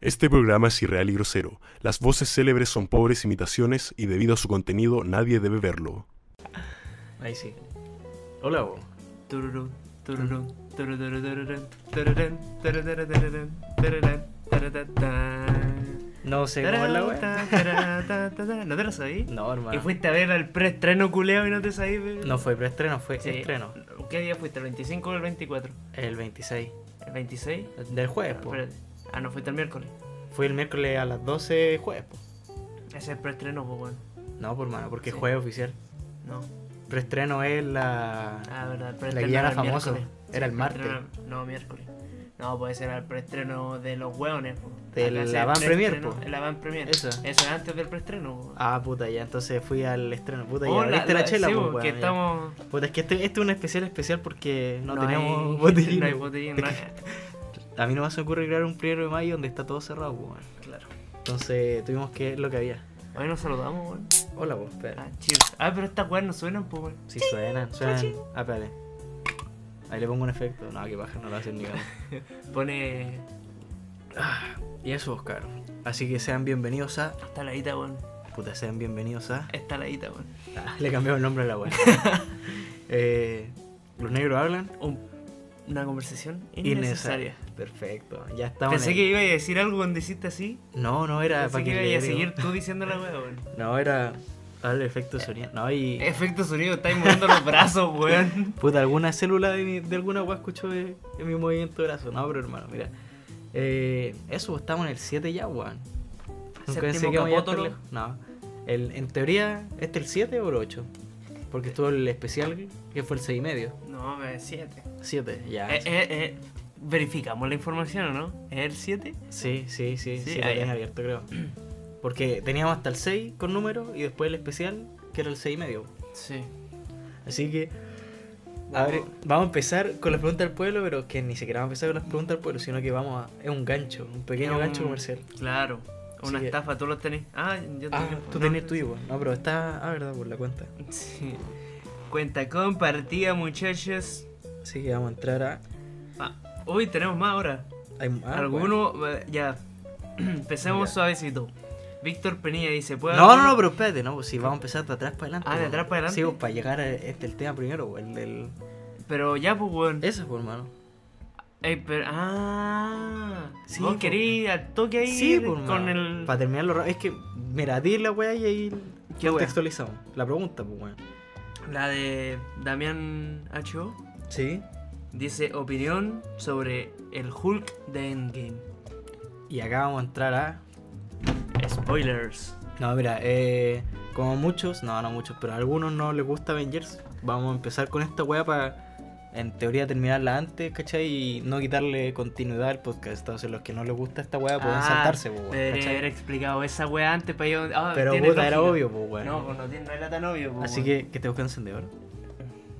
Este programa es irreal y grosero. Las voces célebres son pobres imitaciones y debido a su contenido nadie debe verlo. Ahí sí. Hola, vos. Tururú, tururú, tururú, tururú, tururú, tururú, tururú, tururú, taratán. No sé cómo es la wea. Taratán, taratán. ¿No te lo sabí? No, hermano. Y fuiste a ver al preestreno culeo y no te sabí. pe? No fue preestreno, fue Sí. estreno. ¿Qué día fuiste? ¿El 25 o el 24? El 26 ¿El 26? del jueves, po. Espérate. Ah, no, fuiste el miércoles. Fue el miércoles a las 12 jueves, po. Ese es el preestreno, pues, weón. No, por mano, porque es Sí. jueves oficial. No. Preestreno es la. Ah, verdad. La preestreno que ya era el famoso. miércoles. Era el martes. preestreno- Ah, No, miércoles. No, puede ser el preestreno de los hueones. po. Del Acá se avant el preestreno- premier, po. El avant premier. Eso. Eso es antes del preestreno. po. Ah, puta, ya entonces fui al estreno. Puta, Oh, ya abriste la, chela, sí, po, po, weón, que ya. estamos... Puta, es que este, este es un especial especial porque no, hay- teníamos No hay botellines. botellín. no hay- A mí no me se ocurre crear un primero de mayo donde está todo cerrado, po, weón. Claro. Entonces tuvimos que ver lo que había. Hoy nos saludamos, weón. Hola, pues, espera. Ah, cheers. Ah, pero estas weas no suenan, pues, weón. Si suenan, suenan. Ah, espérate. Ahí le pongo un efecto. No, que baja, no lo hacen ni cagando. Pone... Y eso, Oscar. Así que sean bienvenidos a. Está ladita, weón. Puta, sean bienvenidos a. Está ladita, weón. Ah, le cambiamos el nombre a la web. los negros hablan. Un- Una conversación innecesaria. Innecesaria. Perfecto. Ya estamos. Pensé en que el- iba a decir algo cuando hiciste así. No, no era Pensé para que que, iba le a seguir seguir. tú diciendo la wea, weón. No, era. Al efecto sonido. No, y. Efecto sonido, estáis moviendo los brazos, weón. Puta, alguna célula de, mi- de alguna web escuchó de, de mi movimiento de brazo. No, pero hermano, mira. Eh, eso, estamos en el 7 ya, weón. Nunca pensé Séptimo que íbamos a llegar tan capótolo. lejos. No. El- en teoría, ¿este el 7 o el 8? Porque estuvo el especial que fue el 6 y medio. No, me 7. 7, ya. Eh, eh, eh, verificamos la información, ¿o ¿no? ¿Es el 7? Sí, sí, sí, Sí, sí, ah, lo tenía ya. abierto, creo. Porque teníamos hasta el 6 con número y después el especial, que era el 6 y medio. Sí. Así que a ver, vamos a empezar con las preguntas del pueblo, pero que ni siquiera vamos a empezar con las preguntas del pueblo, sino que vamos a... Es un gancho, un pequeño gancho comercial. Claro. Una Así que- estafa, tú lo tenés. Ah, yo Ah, también, tú no, tenés tu igual. No, pero está... Ah, verdad, por la cuenta. Sí. Cuenta compartida, muchachos. Así que vamos a entrar a... Ah, uy, tenemos más ahora. hay- ah, Alguno, eh, ya. Empecemos Ya. suavecito. Víctor Penilla dice: bueno. ¿Puedo No, no, alguno- no, pero espérate, no, pues si vamos a empezar de atrás para adelante. Ah, de pues. atrás para adelante. Sí, pues, para llegar a este el tema primero, pues, el del... Pero ya, pues, weón. Eso, pues, hermano. Ey, pero- ah, Sí, vos po. querís al toque ahí Sí, pues, por el- con el. Para terminarlo rápido. Es que, mira, di la weá y ahí ¿Qué wea? contextualizamos. La pregunta, pues, weón. La de Damián H.O. Sí. dice: Opinión sobre el Hulk de Endgame. Y acá vamos a entrar a. Spoilers. No, mira, eh, como muchos, no, no muchos, pero a algunos no les gusta Avengers. Vamos a empezar con esta weá para, en teoría, terminarla antes, ¿cachai? Y no quitarle continuidad al podcast. Entonces, los que no les gusta esta weá pueden Ah, saltarse, pues, Debería weón, haber ¿cachai? explicado esa weá antes para yo. Ah, Pero tiene puta, era lógica. obvio, pues, weón. No, pues no, tiene, no era tan obvio. pues, Así weón. que, que te buscan encendedor.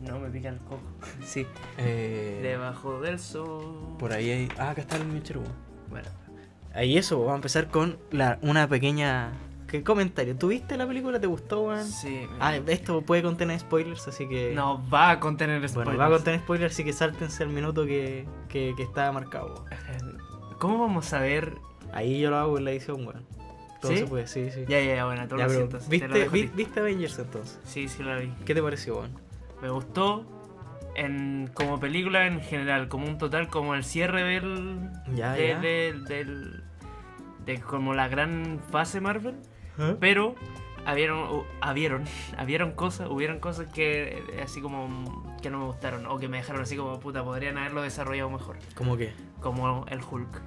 No me pica el coco. Sí. Eh, Debajo del sol. Por ahí hay. Ah, acá está el mechero, weón. Bueno, Ahí eso, vamos a empezar con la, una pequeña... ¿Qué comentario? ¿Tuviste la película? ¿Te gustó, weón? sí. Ah, esto puede contener spoilers, así que... no va a contener spoilers. Bueno, va a contener spoilers, así que sáltense el minuto que, que, que está marcado. weón. ¿Cómo vamos a ver? Ahí yo lo hago en la edición, weón. Todo ¿Sí? se puede, sí, sí. Ya, ya, ya, bueno, todo Ya, lo pero siento. te lo ¿viste, dejo a ti. vi- ¿Viste Avengers entonces? Sí, sí la vi. ¿Qué te pareció, weón? Me gustó en, como película en general, como un total, como el cierre del. Ya, de, Ah, ya. de- del- de como la gran fase Marvel. ¿Ah? Pero habieron, hu- habieron, habieron cosas, hubieron cosas que eh, así como que no me gustaron o que me dejaron así como puta, podrían haberlo desarrollado mejor, ¿Cómo qué? como el Hulk.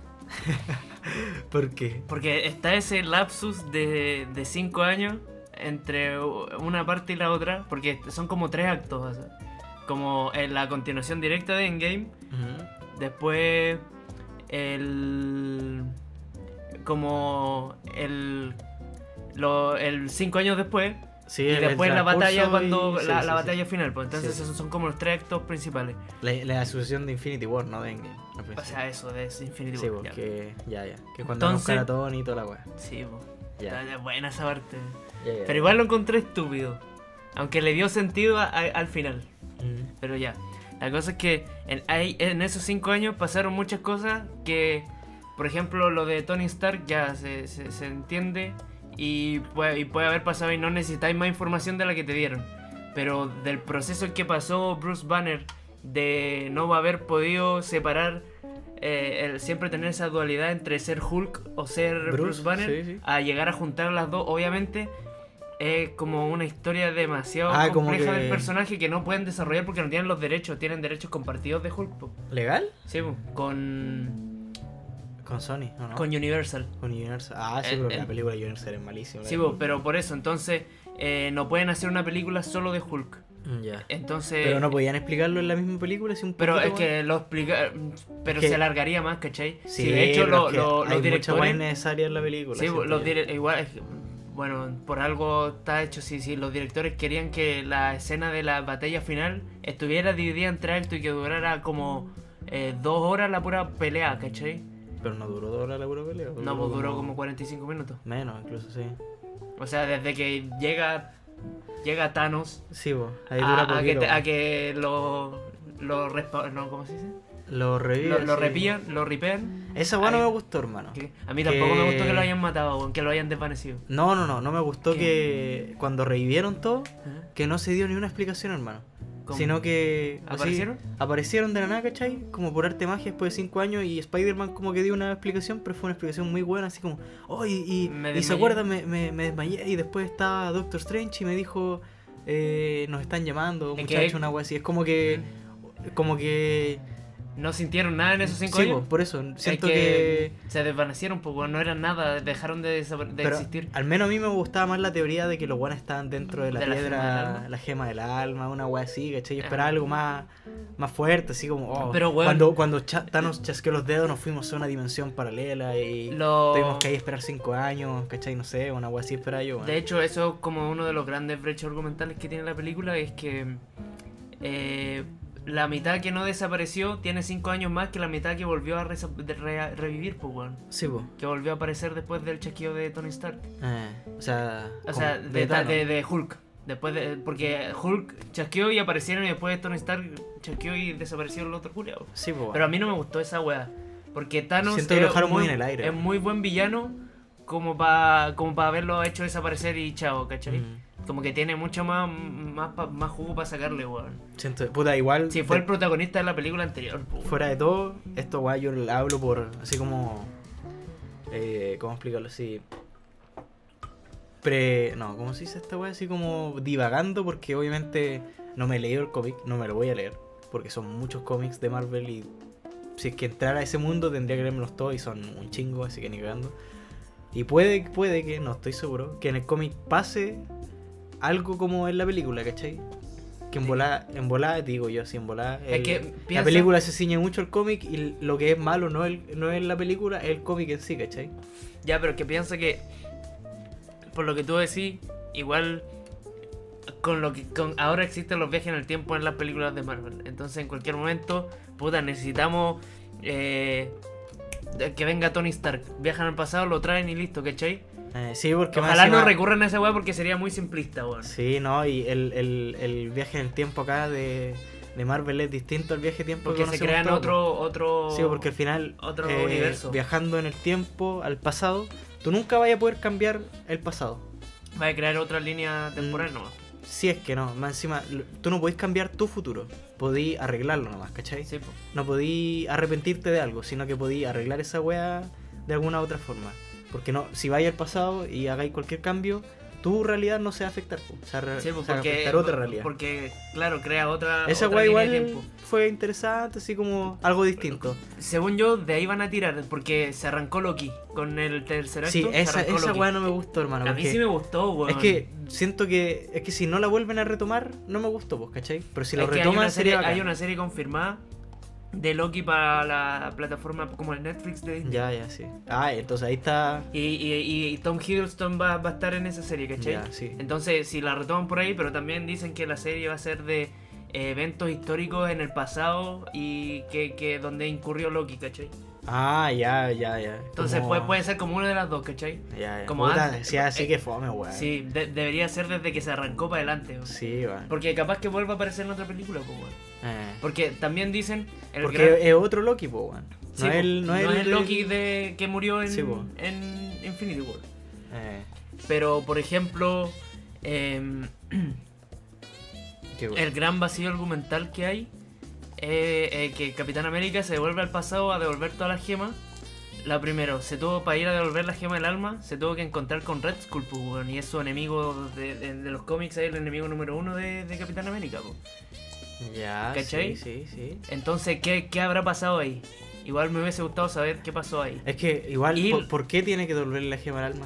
¿Por qué? Porque está ese lapsus de 5 años entre u- una parte y la otra, porque son como tres actos, o sea, como en la continuación directa de Endgame, Ujú. después el como el lo, el cinco años después Sí, y el- el después la batalla transcurso y- cuando sí, la, sí, la sí. batalla final pues entonces Sí. esos son como los tres actos principales La, la asociación de Infinity War, no de Endgame. al o principio. sea eso de ese Infinity Pues Sí, War ya. porque ya, ya. Que cuando nos Entonces- buscan a Tony y toda la weá. sí po. Ya, Eh. Está buena esa parte ya, ya. pero igual lo encontré estúpido aunque le dio sentido a- a- al final Mm. Pero ya, la cosa es que en, ahí- en esos cinco años pasaron muchas cosas que Por ejemplo, lo de Tony Stark ya se, se- se entiende y puede, y puede haber pasado y no necesitáis más información de la que te dieron. Pero del proceso que pasó Bruce Banner de no haber podido separar, eh, el siempre tener esa dualidad entre ser Hulk o ser Bruce, Bruce, Banner, sí, sí. a llegar a juntar las dos, obviamente es como una historia demasiado Ah, como compleja que- del personaje que no pueden desarrollar porque no tienen los derechos, tienen derechos compartidos de Hulk. po. ¿Legal? Sí, po, con, Con Sony, ¿o no? con Universal. Con Universal. Ah, sí, El- pero la el- película de Universal es malísima. Eh, Sí, po, pero por eso, entonces eh, no pueden hacer una película solo de Hulk. Mm, Ya. Entonces, Pero no podían explicarlo en la misma película, si un Eh, pero poquito, es que lo explica, pero que- se alargaría más, ¿cachai? weón. Sí, de hecho pero lo- es que lo- hay los mucha weá directores, innecesaria en la película. sí, po, siento los yo. dire- igual es que, bueno, por algo está hecho, sí, sí, los directores querían que la escena de la batalla final estuviera dividida entre actos y que durara como eh, dos horas la pura pelea, ¿cachai? Pero no duró dos horas la pura película. No, pues duró como 45 minutos. Menos, incluso, sí. O sea, desde que llega llega Thanos Sí, po, ahí a, dura a que, poquito. te- a que lo lo respa- no, ¿cómo se dice? Lo reviven. Lo, lo sí. repillan, lo ripean. Esa weá no Ahí. me gustó, hermano. Que A mí tampoco me gustó Que- que lo hayan matado, weón, que lo hayan desvanecido. No, no, no, no me gustó que cuando revivieron todo, Ajá. que no se dio ni una explicación, hermano. ¿Cómo? Sino que. así, ¿Aparecieron? aparecieron de la nada, ¿cachai? Como por arte de magia después de 5 años y Spider-Man como que dio una explicación, pero fue una explicación muy buena, así como, oh, y, y- Me y se desmayé. acuerda, me, me- me desmayé y después estaba Doctor Strange y me dijo, eh, nos están llamando, Es muchachos, que- una wea así. Es como que. Como que. No sintieron nada en esos cinco Sí, años. po, por eso, Es siento que que, se desvanecieron, pues weón, no eran nada, dejaron de, desapar- de Pero existir. Al menos a mí me gustaba más la teoría de que los guanes estaban dentro de la De la piedra, gema del alma. la gema del alma, una wea así, ¿cachai? Yo Ah. esperaba algo más, más fuerte, así como. oh, Pero, weón- cuando, cuando cha- Thanos chasqueó los dedos, nos fuimos a una dimensión paralela y Lo- tuvimos que ahí esperar cinco años, ¿cachai? No sé, una wea así esperaba yo. weón. De hecho, eso es como uno de los grandes brechos argumentales que tiene la película, es que eh, la mitad que no desapareció tiene cinco años más que la mitad que volvió a resa- de re- revivir, pues, weón. Sí, po. Que volvió a aparecer después del chasquido de Tony Stark. Eh, o sea. O sea, como- de, Thanos. de- de Hulk. Después de, porque Hulk chasqueó y aparecieron y después Tony Stark chasqueó y desapareció el otro culiao. Sí, po, Pero a mí no me gustó esa weá. Porque Thanos Siento que lo dejaron muy en el aire. es muy buen villano como para como pa haberlo hecho desaparecer y chao, ¿cachai? Mm. Como que tiene mucho más, más, pa- más jugo para sacarle, weón. Siento, puta, igual. Si fue de- el protagonista de la película anterior, po, weón. fuera de todo, esto weá yo lo hablo por así como. Eh, ¿Cómo explicarlo así? Pre. No, ¿cómo se dice esta weá? Así como divagando, porque obviamente no me he leído el cómic, no me lo voy a leer, porque son muchos cómics de Marvel y si es que entrara a ese mundo tendría que leérmelos todos y son un chingo, así que ni cagando. Y puede, puede que, no estoy seguro, que en el cómic pase algo como en la película, ¿cachai? Que en volada, en volada, digo yo así, en volada. Es el- que la piensa- película se ciñe mucho al cómic y lo que es malo no es, el- no es la película, es el cómic en sí, ¿cachai? Ya, pero que piensa que. Por lo que tú decís, igual. Con lo que. Con, ahora existen los viajes en el tiempo en las películas de Marvel. Entonces, en cualquier momento, puta, necesitamos. eh, de- que venga Tony Stark. Viajan al pasado, lo traen y listo, ¿cachai? Eh, sí, porque más Ojalá no encima- recurran a esa weá porque sería muy simplista, weón. Sí, no, y el, el- el viaje en el tiempo acá de, de Marvel es distinto al viaje en tiempo Porque se conocemos crean todos, otro. otro... pues. Sí, porque al final, eh, otro universo. viajando en el tiempo, al pasado, tú nunca vas a poder cambiar el pasado. Va a crear otra línea temporal Mm. nomás. Si es que no, más encima, l- tú no podés cambiar tu futuro, podí arreglarlo nomás, ¿cachai? Sí, po. No podí arrepentirte de algo, sino que podí arreglar esa wea de alguna otra forma. Porque no, si vais al pasado y hagáis cualquier cambio, tu realidad no se va a afectar, po, se va a re- Sí, po, Eh, se va a porque, afectar otra realidad. porque, claro, crea otra. Esa otra wea línea de igual tiempo. fue interesante, así como algo distinto. Según yo, de ahí van a tirar, porque se arrancó Loki con el tercer acto. Sí, se esa, arrancó esa Loki. wea no me gustó, hermano. A mí porque- sí me gustó, weón. Es que siento que es que si no la vuelven a retomar, no me gustó, pues, ¿cachai? Pero si lo Es que hay retoman una serie, sería bacán. hay una serie confirmada de Loki para la plataforma como el Netflix de Disney. Ya, ya, sí. Ah, entonces ahí está. Y, y- y Tom Hiddleston va, va a estar en esa serie, ¿cachai? Ya, sí. Entonces, si la retoman por ahí, pero también dicen que la serie va a ser de eh, eventos históricos en el pasado y que, que donde incurrió Loki, ¿cachai? Ah, ya, ya, ya. Entonces Como- puede, puede ser como una de las dos, ¿cachai? Ya, ya. como Puta, antes. Sí, así Eh, que fome, weón. Sí, de- debería ser desde que se arrancó para adelante. weón. Sí, weón. Porque capaz que vuelva a aparecer en otra película, po, pues, weón. Eh, Porque también dicen. El Porque gran- es otro Loki, pues, weón. Sí, es el- no no es el es del- Loki de, que murió en, Sí, po. en Infinity War. Eh, Pero, por ejemplo, em, qué bueno. el gran vacío argumental que hay es que Capitán América se devuelve al pasado a devolver todas las gemas. La primero, se tuvo para ir a devolver la gema del alma, se tuvo que encontrar con Red Skull, po, weón, y es su enemigo de, de- de los cómics, es el enemigo número uno de, de Capitán América. po. Ya, ¿cachai? sí, sí, sí. Entonces, ¿qué, ¿qué habrá pasado ahí? Igual me hubiese gustado saber qué pasó ahí. Es que igual, Y- ¿por, por qué tiene que devolverle la gema al alma?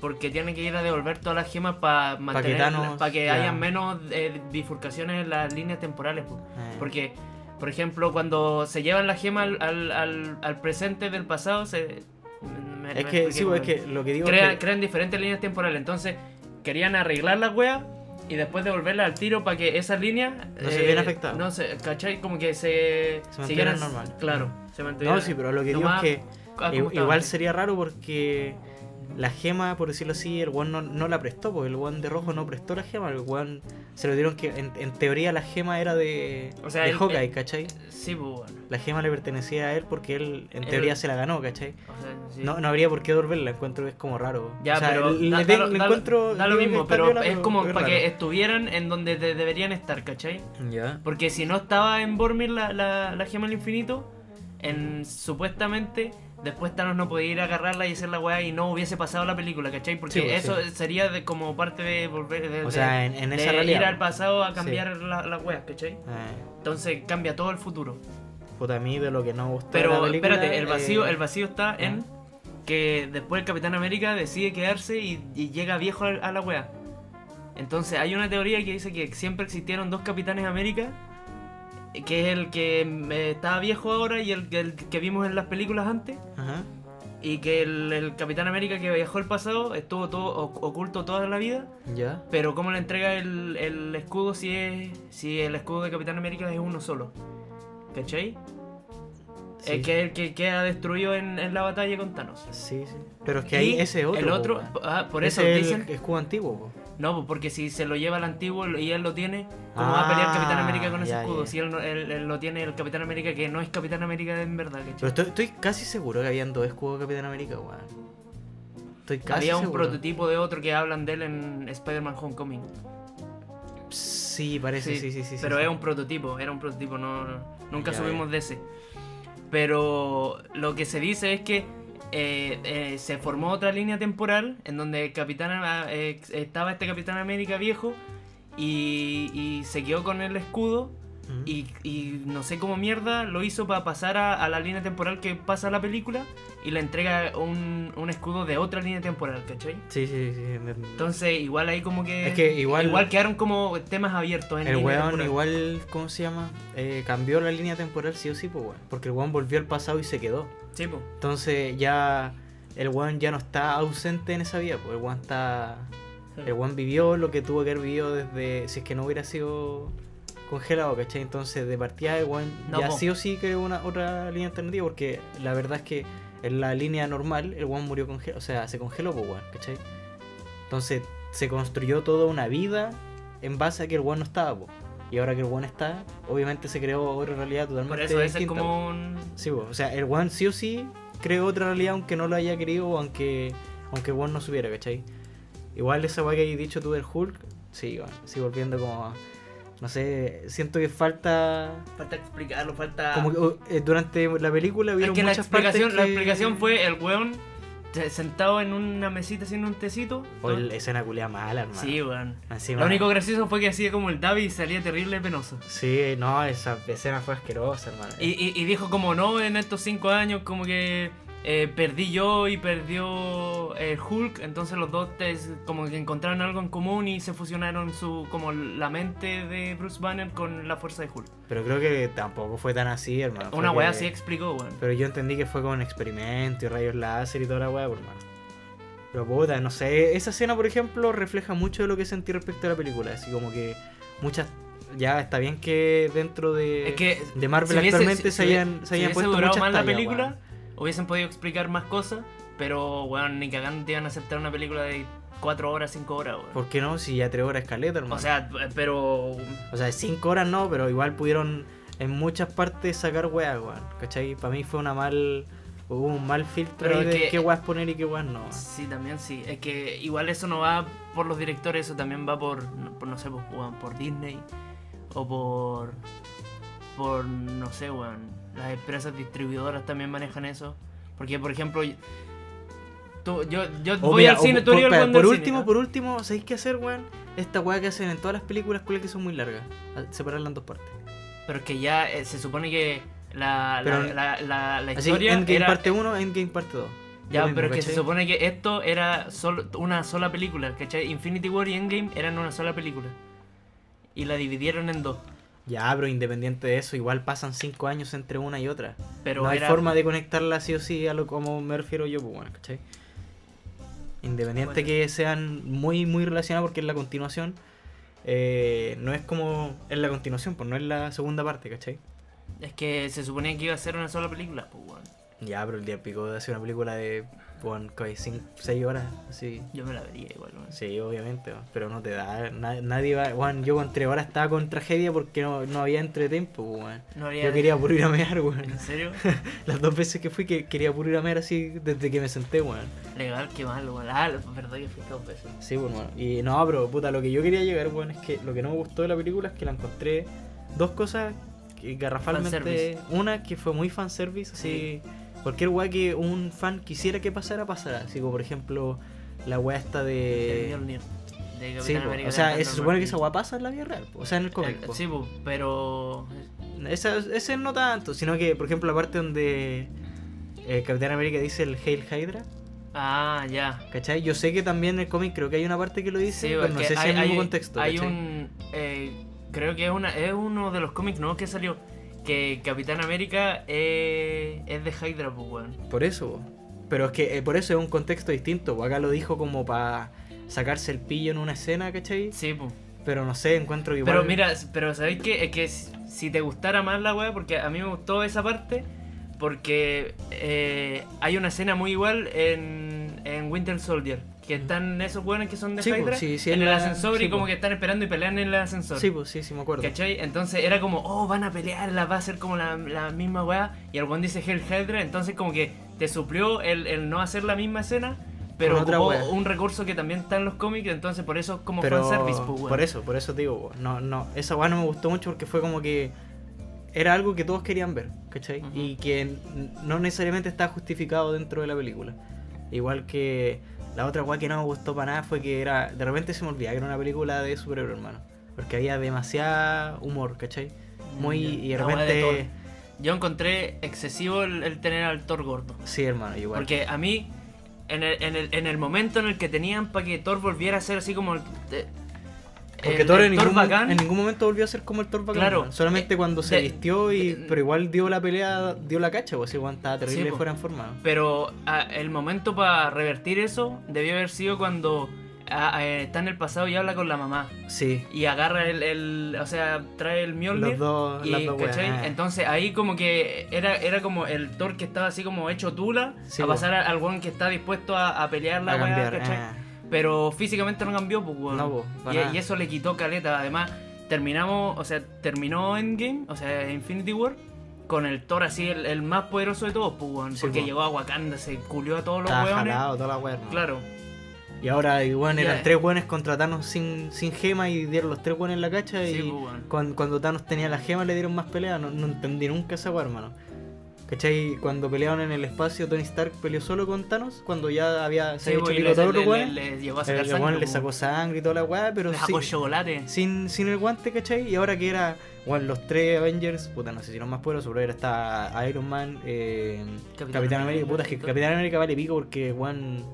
Porque tienen que ir a devolver todas las gemas para mantener, Thanos, para que ya. haya menos eh, bifurcaciones en las líneas temporales. po. Eh, Porque, por ejemplo, cuando se llevan la gema al, al- al- al presente del pasado, se. me- me- es me que, expliqué sí, pues, es que mal. lo que digo Crea- es que... crean diferentes líneas temporales. Entonces, querían arreglar la wea y después devolverla al tiro para que esas líneas. No se vieran afectadas. No se, ¿cachai? Como que se. Se mantuvieran siguieran- normal. Mm. Claro, se mantuvieran. No, sí, pero lo que lo digo es más- que ah, como i- estaba igual antes. sería raro porque la gema, por decirlo así, el one no, no la prestó, porque el one de rojo no prestó la gema, el one se lo dieron que en, en teoría la gema era de, O sea, de él- Hawkeye, él- ¿cachai? Sí, pues bueno. La gema le pertenecía a él porque él en Él- teoría se la ganó, ¿cachai? O sea, sí. No, no habría por qué devolverla, encuentro que es como raro. Ya, O sea, pero le- da, le- da le lo- da- encuentro- da lo digo que mismo, está pero piola, es como es raro. para que estuvieran en donde de- deberían estar, ¿cachai? Ya. Porque si no estaba en Bormir la, la, la gema del infinito, en, supuestamente después Thanos no podía ir a agarrarla y hacer la weá y no hubiese pasado la película, ¿cachai? Porque Sí, pues, eso sí. sería de- como parte de volver de, O sea, de- en, en de esa realidad. pues, ir al pasado a cambiar la, la weá, ¿cachai? Eh, Entonces cambia todo el futuro. puta, a mí de lo que no me gustó. de la Pero película, espérate, el vacío, eh, el vacío está en que después el Capitán América decide quedarse y, y llega viejo a, a la wea. Entonces hay una teoría que dice que siempre existieron dos Capitanes América, eh, que es el que mm, eh, está viejo ahora y el, que- el que vimos en las películas antes, Ajá. y que el, el Capitán América que viajó al pasado estuvo todo oc- oculto toda la vida. Ya. Pero ¿cómo le entrega el, el escudo si es si el escudo de Capitán América es uno solo? ¿Cachai? Sí. El Eh, que el que queda destruido en, en la batalla con Thanos. Sí, sí. Pero es que Y ahí ese otro. El po, otro, weón. ah, por eso Ese dicen. Es el escudo antiguo, po. No, pues porque si se lo lleva el antiguo y él lo tiene, ¿cómo va a pelear Ah, Capitán América con ese ya, escudo? ya. Si él, no- él- él lo tiene el Capitán América que no es Capitán América en verdad, ¿cachai? Pero estoy, estoy casi seguro que habían dos escudos de Capitán América, weón. Estoy casi Había un seguro. prototipo de otro que hablan de él en Spider-Man Homecoming. Sí, parece, sí, sí, sí. sí, pero sí. era un prototipo, era un prototipo, no, no- nunca Ya, subimos de ese. Pero lo que se dice es que eh, eh, se formó otra línea temporal en donde el Capitán, eh, estaba este Capitán América viejo y, y se quedó con el escudo Ujú. y, y no sé cómo mierda lo hizo para pasar a, a la línea temporal que pasa la película y le entrega un, un escudo de otra línea temporal, ¿cachai? Sí, sí, sí. me- Entonces igual ahí como que... es que igual. Igual, quedaron como temas abiertos en el línea weón, temporal. igual, ¿cómo se llama? Eh, cambió la línea temporal, sí o sí, pues, weón. Porque el weón volvió al pasado y se quedó. Sí, po. Entonces ya. El weón ya no está ausente en esa vida, pues. El weón está. Eh, El One vivió lo que tuvo que haber vivido desde. Si es que no hubiera sido congelado, ¿cachai? Entonces, de partida, el One No, ya po. sí o sí creó una otra línea alternativa, porque la verdad es que en la línea normal, el One murió congelado. O sea, se congeló, pues, One, ¿cachai? Entonces, se construyó toda una vida en base a que el One no estaba, po. Y ahora que el One está, obviamente se creó otra realidad totalmente Por eso ese es distinta, po. como un... Sí, po. o sea, el One sí o sí creó otra realidad aunque no lo haya querido o aunque, aunque One no supiera, ¿cachai? Igual esa weá que hay dicho tú del Hulk, sí, bueno, sí, volviendo como a- No sé, siento que falta... Falta explicarlo, falta... Como que oh, eh, durante la película es vieron que la muchas partes explicación, la que- explicación fue el weón se- sentado en una mesita haciendo un tecito. O Oh, la escena culia mala, hermano. Sí, weón. Encima- Lo único gracioso fue que hacía como el David y salía terrible penoso. Sí, no, esa escena fue asquerosa, hermano. Y, y- y dijo como no, en estos cinco años como que eh, perdí yo y perdió eh, Hulk, entonces los dos te- como que encontraron algo en común y se fusionaron su como la mente de Bruce Banner con la fuerza de Hulk. Pero creo que tampoco fue tan así, hermano. Ah, fue Una que- weá así explicó, weón. Pero yo entendí que fue con experimento y rayos láser y toda la weá, por mano. Pero puta, no sé. Esa escena, por ejemplo, refleja mucho de lo que sentí respecto a la película. Así como que muchas. Ya está bien que dentro de. Es que de Marvel si hubiese- actualmente si- se si hayan, hubiese- se hayan si hubiese puesto durado muchas más la tallas, película, weón. hubiesen podido explicar más cosas, pero weón, ni cagando te iban a aceptar una película de 4 horas, 5 horas, weón. ¿Por qué no? Si ya tres horas escaleta, hermano. O sea, pero o sea, cinco horas no, pero igual pudieron en muchas partes sacar weas, weón. ¿Cachai? Para mí fue una mal. Hubo un mal filtro Pero ahí de que- qué weas poner y qué weas no. weón. Sí, también sí. Es que igual eso no va por los directores, eso también va por, no- por, no sé, por, weón, por Disney o por, por, no sé, weón. Las empresas distribuidoras también manejan eso. Porque, por ejemplo, yo- tú- yo, yo O voy mira, al o cine, tú por, eres el espera, weón por del último, cine, por último, ¿sabéis qué hacer, weón? Esta wea que hacen en todas las películas, culas que son muy largas. a- Separarla en dos partes. ¿no? Pero es que ya eh, se supone que la, la, Pero- la, la- la Así, historia Endgame era... parte 1, Endgame parte 2. Ya, pero es que se supone que esto era solo, una sola película, ¿cachai? Infinity War y Endgame eran una sola película. Y la dividieron en dos. Ya, pero independiente de eso, igual pasan 5 años entre una y otra. Pero no hay era- forma de conectarla sí o sí a lo como me refiero yo, pues bueno, ¿cachai? Independiente Bueno. que sean muy, muy relacionadas porque es la continuación. eh, no es como. Es la continuación, pues no es la segunda parte, ¿cachai? Es que se suponía que iba a ser una sola película, pues weón. Ya, pero el día pico de hacer una película de. Bueno, 6 horas, así. Yo me la vería igual, weón. Sí, obviamente, weón, pero no te da. na- nadie va. Bueno, yo con 3 horas estaba con tragedia porque no, no había entretiempo, pues, weón. No haría- Yo quería puro ir a mear, weón. ¿En serio? Las dos veces que fui que quería puro ir a mear así desde que me senté, weón. Legal, qué mal, weón. Ah, la verdad que fui dos veces. Sí, pues, bueno. Y no, pero puta, lo que yo quería llegar, weón, es que lo que no me gustó de la película es que la encontré dos cosas que garrafalmente. Fanservice. Una que fue muy fanservice, así. Cualquier weá que un fan quisiera que pasara, pasara. Así como, por ejemplo, la weá esta El de. Mjolnir, de Eh, Sí, Capitán po, América o sea, levantando se el supone que martillo. esa weá pasa en la vida real, po, o sea, en el cómic. Eh, po. Sí, pues, pero. Esa- ese no tanto, sino que, por ejemplo, la parte donde eh, Capitán América dice el Hail Hydra, Ah, ya. ¿cachai? Yo sé que también en el cómic creo que hay una parte que lo dice, Sí, pero no porque sé si hay, en el mismo hay- contexto, hay ¿cachai? un. eh, creo que es, una, es uno de los cómics nuevos que salió. Que Capitán América eh, es de Hydra, pues, weón. Por eso, po. pero es que eh, por eso es un contexto distinto, po. acá lo dijo como para sacarse el pillo en una escena, ¿cachai? Sí, pues. Pero no sé, encuentro que igual... Pero mira, pero ¿sabéis qué? Es que si si te gustara más la weá, porque a mí me gustó esa parte, porque eh, hay una escena muy igual en, en Winter Soldier, que están esos weones que son de Sí, po, Hydra sí, sí, en en el la- ascensor sí, y como po. que están esperando y pelean en el ascensor. Sí, pues sí, sí, me acuerdo. ¿Cachai? Entonces era como, oh, van a pelear, la va a ser como la, la misma weá. Y el weón dice Hell Hydra, entonces como que te suplió el, el no hacer la misma escena, pero Con otra ocupó weá. un recurso que también está en los cómics, entonces por eso es como pero fanservice, pues, weón. por eso, por eso te digo, po. no, no, esa weá no me gustó mucho porque fue como que era algo que todos querían ver, ¿cachai? Ujú. Y que n- no necesariamente está justificado dentro de la película. Igual que la otra weá que no me gustó para nada fue que era, de repente se me olvidaba que era una película de superhéroes, hermano. Porque había demasiado humor, ¿cachai? Muy, y de Mm, La weá de repente... Yo encontré excesivo el, el tener al Thor gordo. sí, hermano, igual. Porque a mí, en el, en el- en el momento en el que tenían para que Thor volviera a ser así como el. de- Porque el- Thor, el en, ningún, mo- bacán, en ningún momento volvió a ser como el Thor bacán, Claro. weón. Solamente Eh, cuando se de- vistió y... de- pero igual dio la pelea, dio la cacha, pues igual estaba terrible Sí, po. fuera en forma. Pero a- el momento para revertir eso debió haber sido cuando a- a- está en el pasado y habla con la mamá. Sí, Y agarra el. el- o sea, trae el Mjolnir. los dos, y, las dos ¿cachai? weas. eh, Entonces ahí como que era, era como el Thor que estaba así como hecho tula Sí, a po. pasar al, al weón que está dispuesto a, a pelear la a weá, cambiar. ¿cachai? ah. Pero físicamente no cambió, pues, weón. No, po, para nada. y, y eso le quitó caleta. Además, terminamos, o sea, terminó Endgame, o sea, Infinity War, con el Thor así, el, el más poderoso de todos, pues, weón. Sí, porque po. llegó a Wakanda, se culió a todos los Estaba weones. jalado toda la wea, hermano. Claro, Y ahora, y bueno, Ya, eran eh. tres weones contra Thanos sin, sin gema y dieron los tres weones la cacha. y sí, pues, weón. cuan- cuando Thanos tenía la gema le dieron más pelea. No, no entendí nunca esa wea, hermano. ¿Cachai? Cuando pelearon en el espacio, Tony Stark peleó solo con Thanos. Cuando ya había se Sí, había hecho pues, y pico todos le, los le- weones. le- le llegó a El sacar weón sangre, Eh, le pues, sacó sangre y toda la weá, pero le sacó sí- chocolate. sin, sin el guante, ¿cachai? Y ahora que era, bueno, los tres Avengers, puta, no sé si los más poderosos, pero ahora está Iron Man, eh, Capitán, Capitán América, América, puta, es que Thor. Capitán América vale pico porque, Juan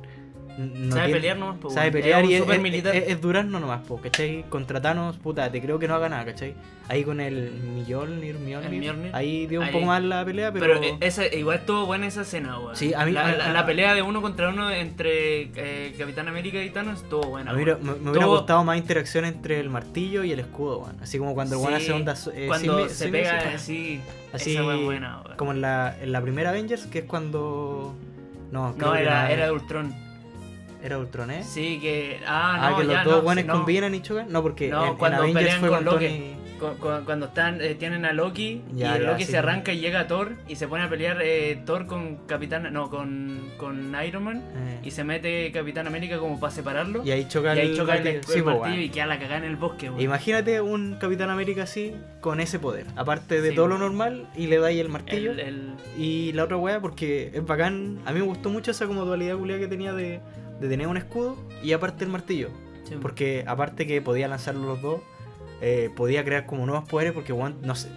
no sabe tiene- pelear nomás, pues, sabe weón. pelear es un y es, super es- militar. es- es durazno nomás, po, ¿cachai? Contra Thanos, puta, te creo que no haga nada, ¿cachai? Ahí con el Mjolnir, Mjolnir, El Mjolnir. ahí dio un Ahí. poco más la pelea, pero... Pero, eh, esa, igual estuvo buena esa escena, weón. Sí, a mí- la, a- la- a- la pelea de uno contra uno entre eh, Capitán América y Thanos estuvo buena. A mí me, weón. me hubiera Todo- gustado más interacción entre el martillo y el escudo, weón. Así como cuando el weón Sí, hace onda. eh, cuando símil- se símil- pega sí. así, Así esa weá es buena. weá. Como en la, en la primera Avengers, que es cuando. No, creo No, que era, la- era de Ultron. era Ultron, ¿eh? Sí, que. Ah, ah, no, que los ya, dos no, buenos no. combinan y chocan. No, porque No, en, en cuando Avengers pelean fue con con Loki. Tony. cu- cu- cuando están, eh, tienen a Loki Ya, y el ya, Loki sí. se arranca y llega a Thor y se pone a pelear eh, Thor con Capitán, no, con, con Iron Man Eh, y se mete Capitán América como para separarlo y ahí choca y ahí choca el, martillo. el Sí, po, martillo weón. y queda la cagada en el bosque. weón. Imagínate un Capitán América así, con ese poder. Aparte de Sí, todo lo weón. normal, y le dais el martillo. El- el- Y la otra wea, porque es bacán. A mí me gustó mucho esa como dualidad culia que tenía de, de tener un escudo y aparte el martillo. sí, Porque aparte que podía lanzarlo los dos, eh, podía crear como nuevos poderes. Porque, weón, no sé.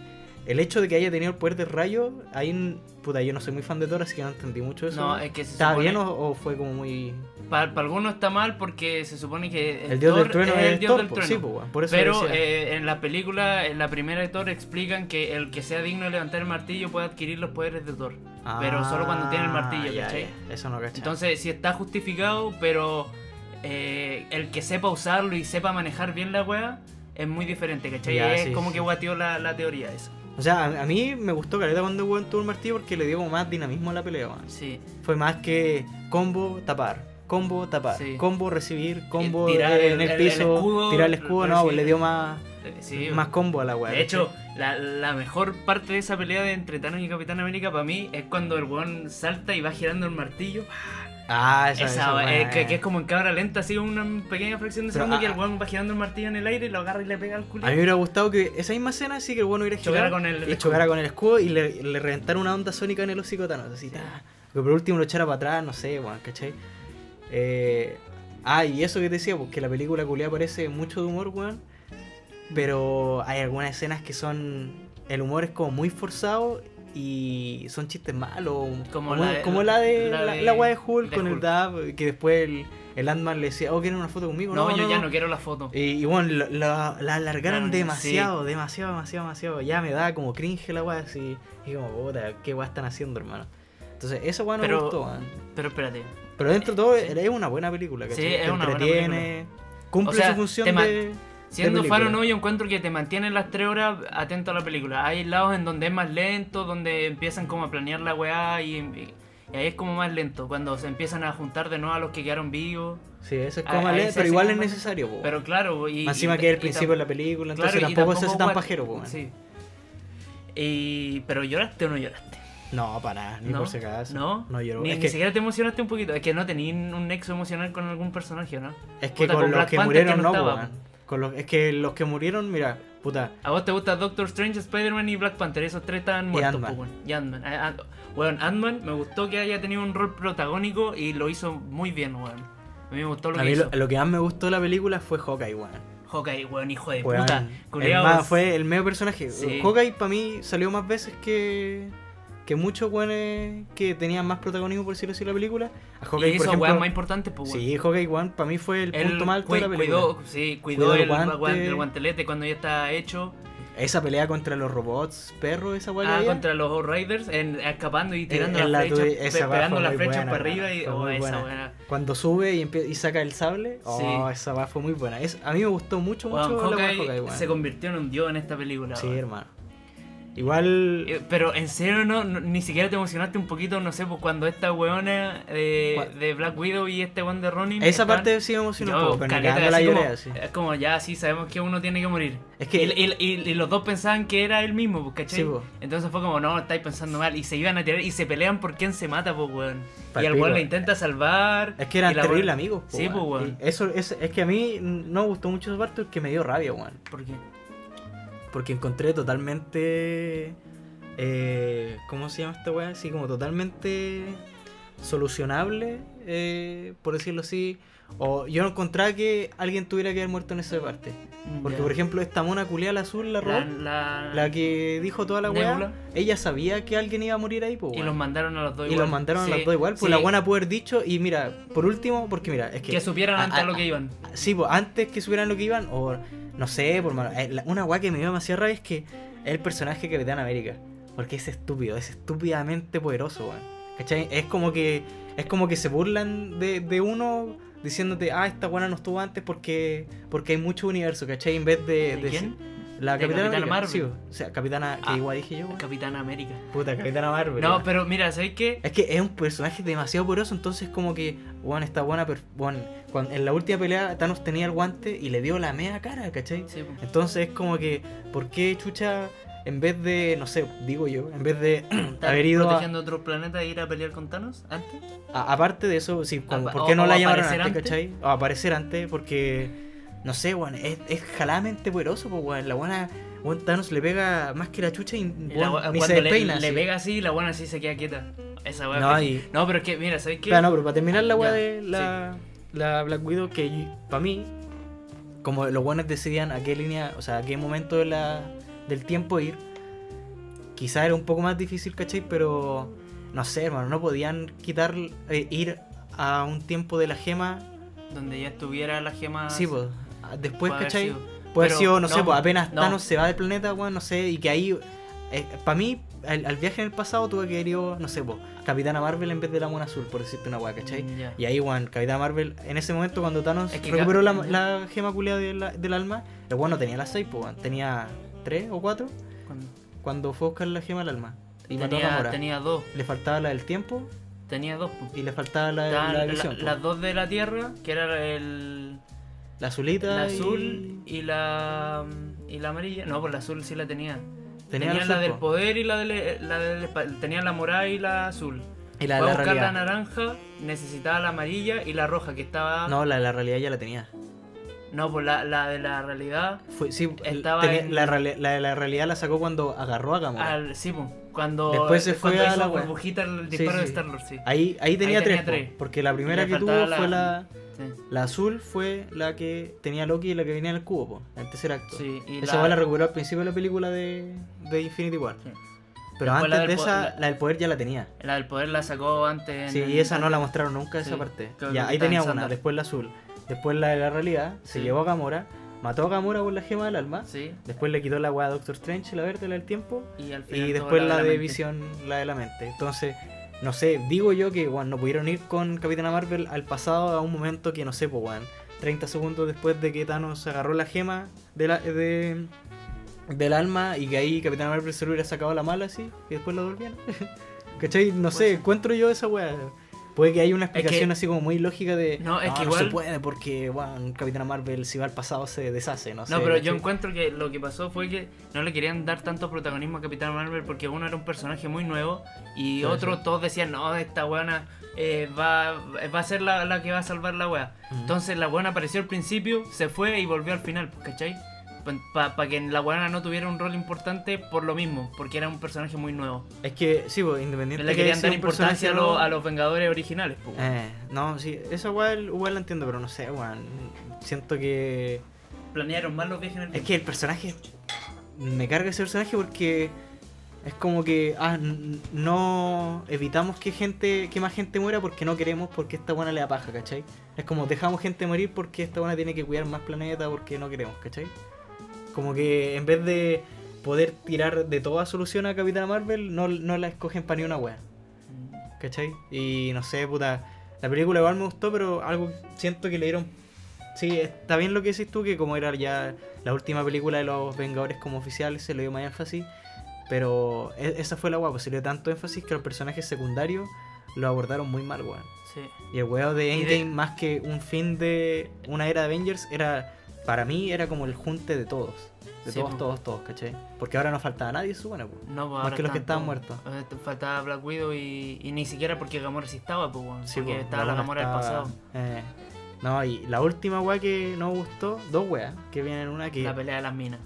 El hecho de que haya tenido el poder del rayo, ahí. n- Puta, yo no soy muy fan de Thor, así que no entendí mucho eso. no, es que se ¿Estaba supone- bien o, o fue como muy. Para, algunos está mal porque se supone que El, dios del Thor trueno es el dios del po, trueno. Sí, po, weón, por eso Pero decía. eh, en la película, en la primera de Thor, explican que el que sea digno de levantar el martillo puede adquirir los poderes de Thor. pero solo cuando tiene el martillo, Ah, ya, ¿cachai? ya, Eso no caché. Entonces, sí está justificado, pero eh, el que sepa usarlo y sepa manejar bien la wea es muy diferente, ¿cachai? Ya, es sí, como sí. que guateó la, la teoría esa. O sea, a, a mí me gustó Caleta cuando weón tuvo el martillo porque le dio como más dinamismo a la pelea, weón. Sí. Fue más que combo, tapar. Combo, tapar. Sí. Combo, recibir. Combo, Y tirar eh, en el, el- el- el piso. escudo, tirar el escudo, no, recibir. le dio más, Eh, sí, más combo a la weá. De ¿cachai? hecho, la, la mejor parte de esa pelea de entre Thanos y Capitán América para mí es cuando el weón salta y va girando el martillo. Ah, esa, Esa, esa eh, weá. que, que es como en cámara lenta, así una pequeña fracción de Pero, segundo que ah, el weón va girando el martillo en el aire y lo agarra y le pega al culo. A mí me hubiera gustado que esa misma escena sí que el bueno hubiera Chocara girado con el- y chocara con el escudo y le, le reventara una onda sónica en el hocico a Thanos. Así, ta. que por último lo echara para atrás, no sé, weón, ¿cachai? Eh, ah, y eso que te decía, porque la película culia parece mucho de humor, weón. Pero hay algunas escenas que son. El humor es como muy forzado y son chistes malos. Como como, la de- como la de la la, de- la weá de Hulk de con el Hulk. Dab, que después el, el Ant-Man le decía, oh, ¿quieren una foto conmigo? no, yo ya no quiero la foto. Y, y bueno, lo- lo- la, alargaron Claro, demasiado, demasiado, demasiado, demasiado. Ya me da como cringe la weá así. Y como, puta, qué weá están haciendo, hermano. Entonces, esa weá no Pero- me gustó, weón. Pero espérate. Pero dentro de todo, Sí. es una buena película, Sí, ¿cachai? es Te una buena entretiene, Cumple O sea, su función te ma- de. Siendo de fan o película. no, yo encuentro que te mantienen las tres horas atento a la película. Hay lados en donde es más lento, donde empiezan como a planear la weá y, y ahí es como más lento, cuando se empiezan a juntar de nuevo a los que quedaron vivos. Sí, eso es Ah, como ahí leve, se pero hace igual es como- necesario, po, Pero claro, y... weón. Más Encima y- que es y el principio de la película, Claro, entonces y tampoco, se hace tan guat- pajero, po, weón. Sí. Y... Pero lloraste o no lloraste. No, para, ni ¿No? por si acaso. No, no lloró. Ni, es ni que, siquiera te emocionaste un poquito. Es que no tenías un nexo emocional con algún personaje, ¿no? es que puta, con con los Black que Panther que murieron, no no, po, estaba, weón. Con los- Es que los que murieron, mira, puta. ¿A vos te gusta Doctor Strange, Spider-Man y Black Panther? Esos tres estaban muertos, Ant-Man. po, weón. Y Ant-Man. Ah, ah, Weón, Ant-Man me gustó que haya tenido un rol protagónico y lo hizo muy bien, weón. A mí me gustó lo A que mí hizo. lo, lo que más me gustó de la película fue Hawkeye, weón. Hawkeye, weón, hijo de Weón, Eh, puta. el Culeado, más- fue el medio personaje. Sí. Hawkeye para mí salió más veces que, que muchos weones que tenían más protagonismo, por decirlo así, en la película. A Y Hawkeye, por hizo ejemplo. weón más importante, pues, weón. sí, Hawkeye, weón, para mí fue el Él punto más alto de la cui- película. Cuidó, sí, cuidó, Cuidó el el, guan- guante. el guantelete cuando ya está hecho. Esa pelea contra los robots, perro, esa weón. Ah, contra los Raiders, en, escapando y tirando Eh, en las la flechas, tuve- pe- esa weá pegando fue las muy flechas buena, para arriba y fue oh, muy esa buena. weá. Cuando sube y, empie- y saca el sable. Oh, Sí. esa weá fue muy buena. Es, a mí me gustó mucho, mucho Weón, la weá de Hawkeye Hawkeye, weón. se convirtió en un dios en esta película. Sí, weón. hermano. Igual. Eh, Pero en serio, no, no- ni siquiera te emocionaste un poquito, no sé, pues cuando esta weona de, ¿Cuál? de Black Widow y este weón de Ronin. Esa estaban- parte sí me emocionó un Yo, poco, pero ni caleta, cagando la así como- lloré, así. Es como ya, sí, sabemos que uno tiene que morir. Es que- Y, y- y- y los dos pensaban que era él mismo, pues, ¿cachai? Sí, po. Entonces fue como, no, estáis pensando mal. Y se iban a tirar y se pelean por quién se mata, pues, weón. Pa'l y al pico, weón lo eh. intenta salvar. Es que eran y la terribles weón- amigos, po, Sí, pues, weón. Y Eso, es, es que a mí no me gustó mucho esa parte porque me dio rabia, weón. ¿Por qué? Porque encontré totalmente. eh, ¿Cómo se llama esta weá? Así como totalmente solucionable, eh, por decirlo así. O yo no encontraba que alguien tuviera que haber muerto en esa parte. Porque, Ya. por ejemplo, esta mona culiada, la azul, la la, roja, la- la, que dijo toda la weá, Nebula. ella sabía que alguien iba a morir ahí, pues, Y los mandaron a los dos Y los mandaron Sí, a las dos igual, pues sí, la buena pudo haber dicho, y mira, por último, porque mira, es que... Ah, Que supieran a- antes a- lo que iban. Sí, pues antes que supieran lo que iban, o no sé, por mano, eh, la- una weá que me dio demasiado rabia es que el personaje de Capitán América, porque es estúpido, es estúpidamente poderoso, weón. ¿Cachai? Es como que, es como que se burlan de, de uno diciéndote, ah, esta buena no estuvo antes porque, porque hay mucho universo, ¿cachai? En vez de... ¿De de- quién? La Capitana, De Capitana América, Marvel. sí, o sea, Capitana, que Ah. igual dije yo, weón. Capitán América. Puta, Capitana Marvel. No, weón. pero mira, ¿sabes qué? Es que es un personaje demasiado poroso, entonces como que, weón, está buena, pero, weón, cuando- en la última pelea Thanos tenía el guante y le dio la media cara, ¿cachai? Sí, pues, po. Entonces es como que, ¿por qué Chucha, en vez de, no sé, digo yo, en vez de ¿Estar haber ido a, protegiendo a otro planeta e ir a pelear con Thanos antes? a- aparte de eso, sí, como, Apa- ¿por qué o- no o la llamaron aparecer antes, antes? cachai? O aparecer antes, porque, no sé, weón, es, es jalamente poderoso, pues, weón, la buena, weón, Thanos le pega más que la Chucha y, Y weón, la- ni cuando se le- despeina. Le, así. pega así, la buena así se queda quieta. Esa weá. No, fue- y- no, pero es que, mira, ¿sabes qué? Espera, no, pero para terminar la weá Ya, de la, la Black Widow, que para mí, como los buenos decidían a qué línea, o sea, a qué momento de la, del tiempo ir, quizá era un poco más difícil, ¿cachai? Pero no sé, hermano, no podían quitar, eh, ir a un tiempo de la gema, Donde ya estuviera la gema. sí, pues, después, Ah, puede haber ¿cachai? sido. Puede haber Pero sido, no, sé, no, pues apenas no. Thanos se va del planeta, weón, no sé, y que ahí, para mí, al, al viaje en el pasado tuve que haber ido, no sé, pues, Capitana Marvel en vez de la Mona Azul, por decirte una weá, ¿cachai? Ya. Y ahí, weón, Capitán Marvel, en ese momento cuando Thanos Es que recuperó la, ca- la gema culia del alma, el weón no tenía las 6, pues, weón, tenía 3 o 4 Cuando- cuando fue a buscar la gema del alma. Y mató a tenía, Gamora. tenía dos. Le faltaba la del tiempo Tenía dos. po. y le faltaba la, Estaban la, la- visión. po. La, las dos de la Tierra, que era el. azulita. La y- azul y la. mm, y la amarilla. No, pues la azul sí la tenía. Tenía la Tenía, la azul, del po. poder y la del. eh, La del espa- tenía la morada y la azul. Y la de Fue a la buscar la realidad. naranja, necesitaba la amarilla y la roja, que estaba. No, la de la realidad ya la tenía. No, pues la, la de la realidad. Fue, sí, Estaba tenía- en- la, reali- la de la realidad la sacó cuando agarró a Gamora. Al, sí, pues, cuando. Después se fue cuando a hizo la wea. burbujita el Sí, disparo sí. Ah. de Star-Lord, sí. Ahí, ahí tenía ahí tres, tenía po, tres. porque la primera le que tuvo faltaba fue la- la... Sí. La azul fue la que tenía Loki y la que venía en el cubo, po, en el tercer acto. Sí, y Esa la- la... la recuperó al principio de la película de, de Infinity War. Sí. Pero Después la antes de del po- esa, la- la del poder ya la tenía. La del poder la sacó antes. Sí, en- y esa no la mostraron nunca, Sí, esa parte. creo que Ya, ahí estaba tenía en una, Sandar. después la azul. Después la de la realidad, se Sí. llevó a Gamora, mató a Gamora con la gema del alma. Sí, Después le quitó la agua a Doctor Strange, la verde, la del tiempo. y al final Y todo después la, de mente. visión, la de la mente. Entonces, no sé, digo yo que bueno, no pudieron ir con Capitana Marvel al pasado a un momento que no sé, pues bueno, 30 segundos después de que Thanos agarró la gema de la- de- del alma y que ahí Capitana Marvel se lo hubiera sacado a la mala así y después lo volvían. ¿Cachai? No sé, Puede ser. encuentro yo esa weá. Puede que haya una que- explicación así como muy lógica de. No, es que se igual- puede porque, bueno, Capitana Marvel si va al pasado se deshace, no sé. No, pero yo ¿cachai? encuentro que lo que pasó fue que no le querían dar tanto protagonismo a Capitán Marvel porque uno era un personaje muy nuevo y Puede otro ser. todos decían, no, esta buena va, va a ser la, la que va a salvar la wea. Ujú. Entonces la buena apareció al principio, se fue y volvió al final, pues, ¿cachai? Para que la buena no tuviera un rol importante por lo mismo, porque era un personaje muy nuevo. Es que, sí, pues, independiente No le que querían sea dar un personaje importancia a, lo- nuevo- a los Vengadores originales. pues, weón. Eh, no, sí, esa igual, igual la entiendo, pero no sé, weón. Siento que. Planearon mal los viajes en el Es tiempo. que el personaje. Me carga ese personaje porque. Es como que. Ah, n- no. Evitamos que gente. Que más gente muera porque no queremos, porque esta buena le da paja, ¿cachai? Es como dejamos gente morir porque esta buena tiene que cuidar más planeta porque no queremos, ¿cachai? Como que en vez de poder tirar de toda solución a Capitana Marvel, no, no la escogen para ni una wea. ¿Cachai? Y no sé, puta. La película igual me gustó, pero algo siento que le dieron. Sí, está bien lo que decís tú, que como era ya la última película de los Vengadores como oficial, se le dio más énfasis. Pero e- esa fue la guapa, se le dio tanto énfasis que los personajes secundarios lo abordaron muy mal, weón. Sí. Y el weón de Y de- Endgame, más que un fin de una era de Avengers, era. Para mí era como el junte de todos. De Sí, todos, po. todos, todos, ¿cachai? Porque ahora no faltaba nadie, supone, po. No, pues Más ahora que los que están estaban todos- muertos. eh, te- Faltaba Black Widow y, y ni siquiera porque Gamora sí estaba, pues, weón. Sí, porque po, estaba la buena Gamora del estaba- pasado. eh, no, y la última weá que no me gustó, dos weas, que vienen una que. La pelea de las minas.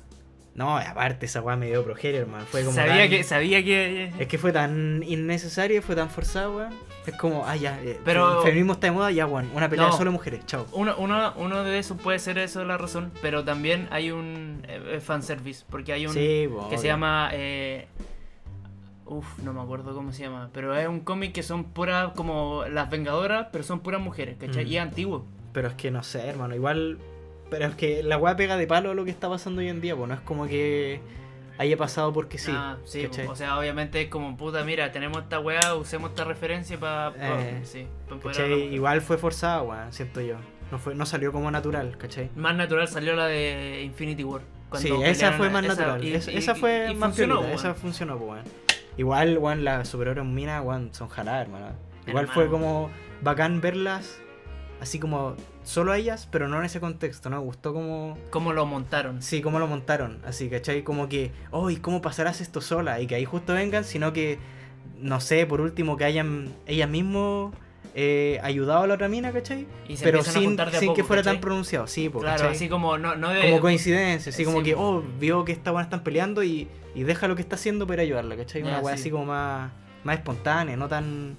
No, aparte esa weá me dio progeria, hermano. Fue como. sabía tan- que, sabía que. Es que fue tan innecesaria, fue tan forzada, weón. Es como, ah, ya, eh, Pero- el feminismo está de moda, ya, weón. Una pelea No. de solo mujeres, chao. Uno, uno, uno de esos puede ser eso la razón, pero también hay un eh, eh, fanservice, porque hay un Sí, que po, se obvio. llama. eh, uf, no me acuerdo cómo se llama, pero es un cómic que son puras, como las Vengadoras, pero son puras mujeres, ¿cachai? Mm. Y es antiguo. Pero es que no sé, hermano, igual. Pero es que la weá pega de palo a lo que está pasando hoy en día, pues no es como que haya pasado porque sí. Ah, sí, ¿cachai? o sea, obviamente es como puta, mira, tenemos esta weá, usemos esta referencia para Eh, sí, pa empoderar a ¿Cachai? la mujer. Igual fue forzada, weón, siento yo. No, fue, no salió como natural, ¿cachai? Más natural salió la de Infinity War. Sí, cuando esa pelearon fue a- más natural. y- esa, y- esa fue y más funcionó, piolita, Esa weón. funcionó, pues, weón. Igual, weón, las superhéroes minas, weón, son jaladas, hermano. Igual Hermano. fue como bacán verlas así como solo a ellas, pero no en ese contexto, ¿no? Me Gustó como. Cómo lo montaron. Sí, cómo lo montaron. Así, ¿cachai? Como que, oh, ¿y cómo pasarás esto sola? Y que ahí justo vengan, sino que, no sé, por último, que hayan ellas mismas eh, ayudado a la otra mina, ¿cachai? Y se Pero empiezan a sin, juntar de a sin que poco, fuera ¿cachai? tan pronunciado, sí, pues, Claro, ¿cachai? así como no, no de- como coincidencia, así eh, como sí, que, po. oh, vio que esta buena están peleando y, y deja lo que está haciendo para ayudarla, ¿cachai? Una Ya, weá sí. así como más, más espontánea, no tan.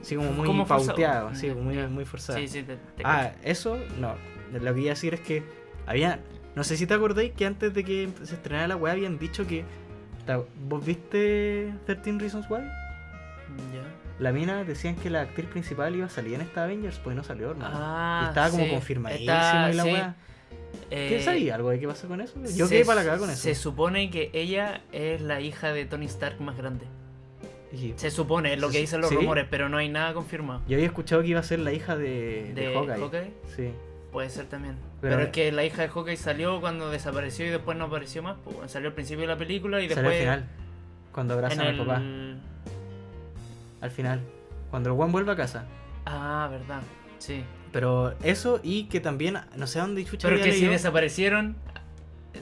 Así como muy Como forzado. pauteado, así Ya, como muy, ya. muy forzado. Sí, sí, te, te ah, cacho. eso, no. Lo que iba a decir es que había. No sé si te acordáis que antes de que se estrenara la weá habían dicho que. ta- ¿Vos viste 13 Reasons Why? Ya. La mina decían que la actriz principal iba a salir en esta Avengers, pues y no salió, hermano. Ah, Y estaba como sí, confirmadísimo está- y la sí, weá. ¿Qué eh, sabía algo de qué pasó con eso? Yo se- quedé para la cagada con eso. Se supone que ella es la hija de Tony Stark más grande. Y- Se supone, es lo Se que su- dicen los ¿sí? rumores, pero no hay nada confirmado. Yo había escuchado que iba a ser la hija de, de ¿De Hawkeye. Hawkeye? Sí. Puede ser también. Pero- Pero, es que la hija de Hawkeye salió cuando desapareció y después no apareció más. pues, bueno, salió al principio de la película y después. Salió al final. Cuando abrazan en al papá. el- Al final. Cuando el Juan vuelve a casa. Ah, verdad. Sí. Pero eso y que también, no sé dónde chucha Pero había que si leído. desaparecieron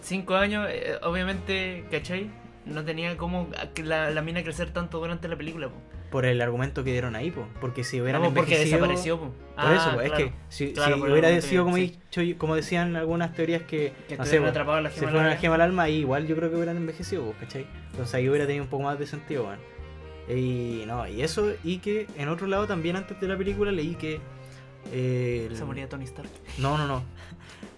cinco años, eh, obviamente, ¿cachai? No tenía como la, la mina crecer tanto durante la película, po. Por el argumento que dieron ahí, po. Porque si hubieran No, porque envejecido- desapareció, po. Por eso, po, es que si, Claro, si por el hubiera argumento sido que- como, sí. dicho- como decían algunas teorías que, Que no sé, estuvieron po, atrapados en la se gema fueron a la larga. gema al alma, y igual yo creo que hubieran envejecido, po, ¿cachai? Entonces ahí hubiera tenido un poco más de sentido, weón. Y no, y eso, y que en otro lado también antes de la película leí que. eh, el- Se moría Tony Stark. No, no, no.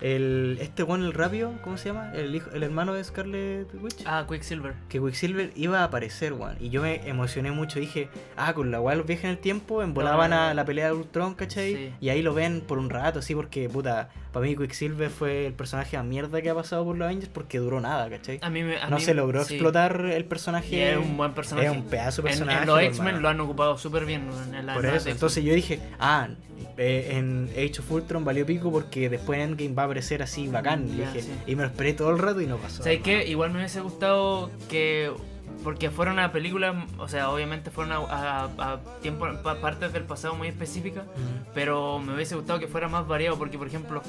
El, este weón, el rápido, ¿cómo se llama? El, hijo, el hermano de Scarlet Witch. Ah, Quicksilver. Que Quicksilver iba a aparecer, weón. Y yo me emocioné mucho. Dije, ah, con la weá los viajes en el tiempo, envolaban a la pelea de Ultron, ¿cachai? Sí. Y ahí lo ven por un rato, sí, porque, puta, para mí Quicksilver fue el personaje a mierda que ha pasado por los Avengers porque duró nada, ¿cachai? A mí me- a no mí- se logró sí. explotar el Y personaje. es un buen personaje. es un pedazo de En- personaje. En, los po, X-Men hermano. lo han ocupado súper bien. En la Por nueva eso, X-Men. entonces yo dije, ah, eh, en Age of Ultron valió pico porque después en Endgame va a aparecer así bacán. Y, Ya, dije, sí. y me lo esperé todo el rato y no pasó. ¿Sabes hermano. qué? Igual me hubiese gustado que. Porque fuera una película, o sea, obviamente fueron a, a- a tiempo, pa- partes del pasado muy específicas, Mm. pero me hubiese gustado que fuera más variado, porque por ejemplo,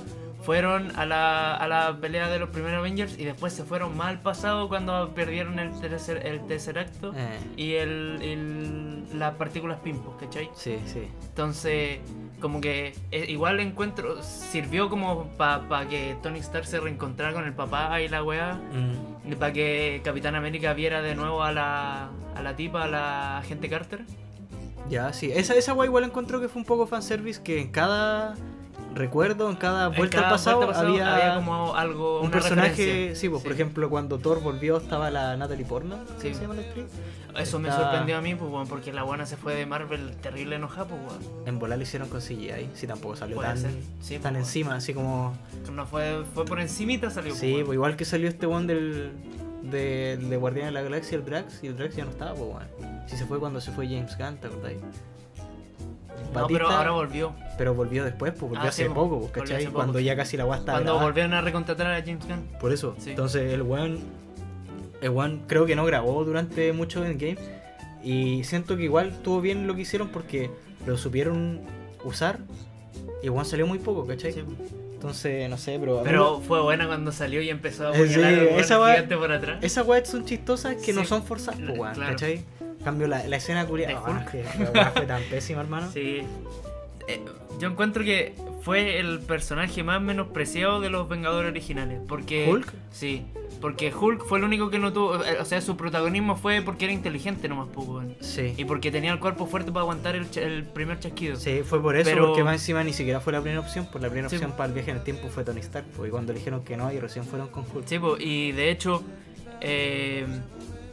fueron a la, a la pelea de los primeros Avengers y después se fueron más al pasado cuando perdieron el tercer, el tercer acto Eh, y el, el- las partículas pimpos, ¿cachai? sí, sí. Entonces, como que eh, igual encuentro, sirvió como para que Tony Stark se reencontrara con el papá y la weá. Mm. Para que Capitán América viera de nuevo a la, a la tipa, a la agente Carter. Ya, sí. Esa, esa guay igual encontró que fue un poco fanservice que en cada recuerdo, en cada En vuelta cada al pasado, vuelta al había, como algo, un una personaje. referencia. Sí, pues, por ejemplo, cuando Thor volvió estaba la Natalie Portman. ¿cómo Sí. se llama la actriz? Eso me está- sorprendió a mí, pues, weón, porque la buena se fue de Marvel terrible enojada, pues, weón. En volar lo hicieron con CGI. Sí, tampoco salió Puede tan, ser. Sí, tan pues, encima, así como. weón. No fue, fue por encimita salió, Sí, pues, pues weón. igual que salió este one del de, de Guardián de la Galaxia, el Drax, y el Drax ya no estaba, pues weón. Si se fue cuando se fue James Gunn, ¿te acordáis? No, pero Batista- ahora volvió. pero volvió después, pues volvió Ah, hace sí, poco, pues, volvió ¿cachai? hace poco. Cuando ya casi la guasta Cuando volvieron a recontratar a James Gunn. Por eso. Sí. Entonces el weón. El weón creo que no grabó durante mucho en game. Y siento que igual estuvo bien lo que hicieron porque lo supieron usar. Y el weón salió muy poco, ¿cachai? Sí, pues. Entonces, no sé, pero. a mí Pero fue buena cuando salió y empezó a Eh, sí, apuñalar al weón esa weá- gigante por atrás. Esas weas son chistosas que no Sí. son forzadas, po, weón, Claro. ¿cachai? En cambio, la, la escena De culiada. Hulk. la wea fue tan pésima, hermano. Sí. Eh, yo encuentro que fue el personaje más menospreciado de los Vengadores originales. Porque, ¿Hulk? Sí. Porque Hulk fue el único que no tuvo. eh, O sea, su protagonismo fue porque era inteligente nomás, poco. Sí. Y porque tenía el cuerpo fuerte para aguantar el, cha- el primer chasquido. Sí, fue por eso, Pero- porque más encima ni siquiera fue la primera opción. Por la primera Sí, opción po. para el viaje en el tiempo fue Tony Stark. po, Y cuando dijeron que no, y recién fueron con Hulk. Sí, po, y de hecho, eh,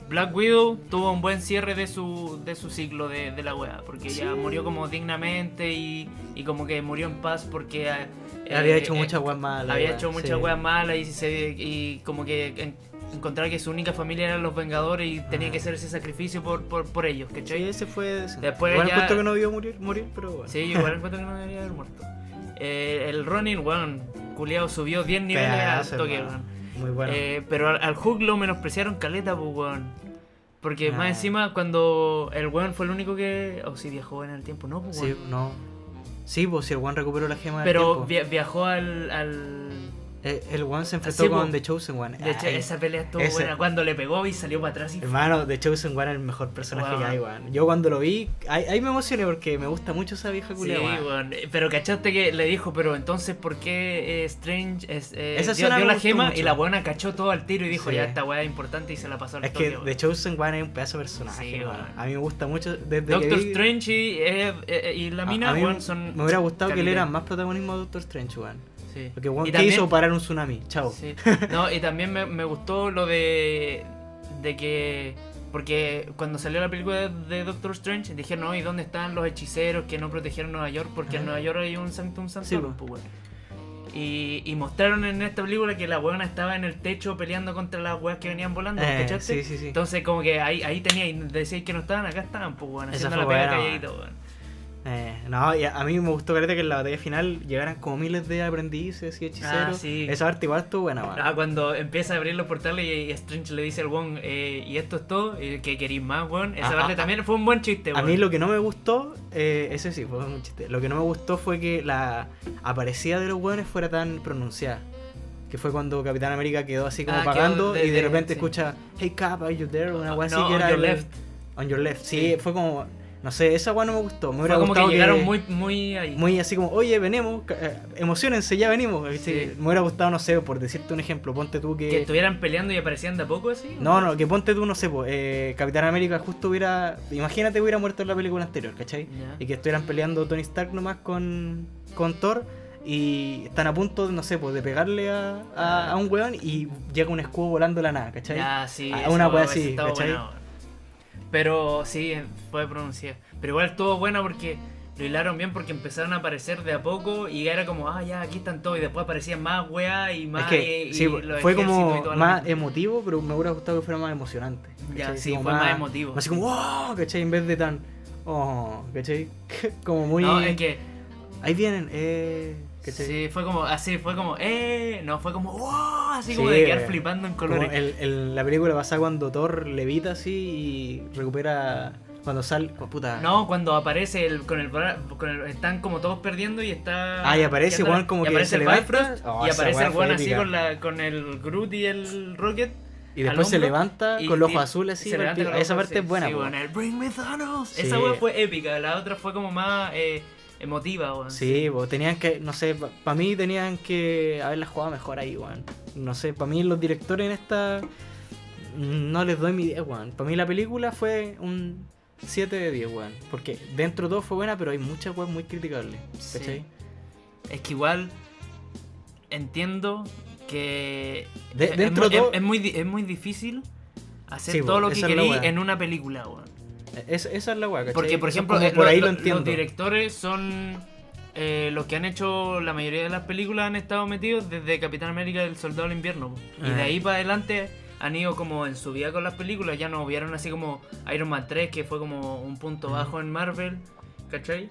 Black Widow tuvo un buen cierre de su, de su ciclo de, de la wea, porque Sí. ya murió como dignamente y, y como que murió en paz porque... eh, había eh, hecho eh, muchas weas malas. había weón, hecho muchas sí. weas malas y, se- y como que en- encontrar que su única familia eran los Vengadores y tenía Ah. que hacer ese sacrificio por, por, por ellos, Sí, ¿cachai? ese fue. ese. Después igual ya- encuentro que no vio morir, morir pero bueno. Sí, igual encuentro que no debería haber muerto. Eh, el Ronin, weón, culiao, subió 10 niveles Pedazo, al toque, hermano. weón. Muy bueno. Eh, pero al, al Hulk lo menospreciaron caleta, pues, weón. Porque Ah. más encima, cuando el weón fue el único que. O sí, viajó en el tiempo, no, pues, sí, weón. no. Sí, pues si el One recuperó la gema Pero del tiempo. via- viajó al. al... Eh, El One se enfrentó Sí, po. con The Chosen One. De hecho, Ay, esa pelea estuvo ese. buena. Cuando le pegó y salió para atrás y. Hermano, The Chosen One es el mejor personaje Weón. que hay, weón. Yo cuando lo vi, ahí, ahí me emocioné porque me gusta mucho esa vieja Sí, culia, weón. weón. Eh, Pero cachaste que le dijo, pero entonces, ¿por qué eh, Strange es, eh, Esa dio, escena dio me la gustó gema mucho. y la weona cachó todo al tiro y dijo, Sí. ya esta weá es importante y se la pasó al Es toque, que weón. The Chosen One es un pedazo de personaje, Sí, weón. weón. A mí me gusta mucho. Desde que Doctor vi- Strange y, eh, eh, y la a- mina, a mí weón, son. Me hubiera gustado que le calidad. dieran más protagonismo a Doctor Strange, weón. Sí. Porque, weón, Y ¿qué también- hizo parar un tsunami? Chao. Sí. No, y también me, me gustó lo de. de que. Porque cuando salió la película de, de Doctor Strange, dijeron, no, ¿y dónde están los hechiceros que no protegieron Nueva York? Porque Ah. en Nueva York hay un Sanctum Sanctorum, Sí, pues, weón. Y, y mostraron en esta película que la weona estaba en el techo peleando contra las weas que venían volando, Eh, sí, ¿cachaste? sí, sí. Entonces, como que ahí, ahí tenía, y decíais que no estaban, acá estaban, pues, weón, Esa haciendo fue la pelea buena, calladito, weón. Eh, no, y a, a mí me gustó careta que en la batalla final llegaran como miles de aprendices y hechiceros. Ah, sí. Esa parte igual estuvo buena, weón. Ah, cuando empieza a abrir los portales y, y Strange le dice al Wong, eh, y esto es todo, eh, que queréis más, Wong. Esa Ah, parte ah, también fue un buen chiste, A weón. mí lo que no me gustó, eh, ese sí, fue un chiste. Lo que no me gustó fue que la aparecida de los hueones fuera tan pronunciada. Que fue cuando Capitán América quedó así como Ah, quedó pagando de- y de de- repente sí. escucha, hey Cap, are you there? Una No, hueá así on que era. your el- left. On your left. Sí, Sí. fue como. No sé, esa hueá no me gustó. Me Fue hubiera como que gustado llegaron muy, muy ahí. muy así como, oye, venimos, ca- eh, emocionense, ya venimos. ¿viste? Sí. Me hubiera gustado, no sé, por decirte un ejemplo, ponte tú que. Que estuvieran peleando y aparecían de a poco así. No, no, que ponte tú, no sé, po, eh, Capitán América justo hubiera. Imagínate hubiera muerto en la película anterior, ¿cachai? Ya. Y que estuvieran peleando Tony Stark nomás con, con Thor. Y están a punto, no sé, pues de pegarle a, a- a un weón y llega un escudo volando de la nada, ¿cachai? Ya, sí. Ah, esa una hueá hueá hubiese así, estado ¿cachai? buena, weón. Pero sí, fue pronunciada. Pero igual estuvo buena porque lo hilaron bien porque empezaron a aparecer de a poco y era como, ah, ya, aquí están todos. Y después aparecían más weá y es más. que y- y sí, los fue ejércitos y como toda la más em- gente. emotivo, pero me hubiera gustado que fuera más emocionante. Ya, ¿cachai? sí, Como fue más emotivo. Así como, wow, ¿cachai? En vez de tan, oh, ¿cachai? como muy. No, es que Ahí vienen, eh. ¿cachai? Sí, fue como, así, fue como, eh, no, fue como, wow, así como Sí, de quedar eh, flipando en Como colores. el- el- la película pasa cuando Thor levita así y recupera. Cuando sale. oh, puta. No, cuando aparece el, con el, bra- con el- están como todos perdiendo y está... Ah, y aparece quedando- igual como y que aparece se el levanta. Bifrost Oh, y esa aparece weá el fue weón así épica. con, la, con el Groot y el Rocket. Y después se al hombro, levanta y con los tira- ojos azules así. se para el levanta pico. con los Esa ojos parte así. es buena. Sí, po. weón, el Bring Me Thanos. Sí. Esa weá fue épica, la otra fue como más eh, emotiva, weón. Sí, po, tenían que, no sé, para mí tenían que haberla jugado mejor ahí, weón. No sé, para mí los directores en esta mm, no les doy mi 10, weón. Para mí la película fue un 7 de 10, weón. Porque dentro de todo fue buena, pero hay muchas weón muy criticables. Sí. ¿Cachai? Es que igual entiendo que De- es- es dentro mu- es, todo- es muy, di- es muy difícil hacer Sí, todo po, lo que esa es la querí wea. en una película, weón. E, Es- esa es la weá, ¿cachai? Porque, por Eso ejemplo, como eh, por lo- ahí lo- lo entiendo. los directores son eh, los que han hecho la mayoría de las películas, han estado metidos desde Capitán América y el Soldado del Invierno. po. Y de Ah. ahí para adelante han ido como en su vida con las películas, ya no vieron así como Iron Man 3, que fue como un punto Ujú. bajo en Marvel, ¿cachai?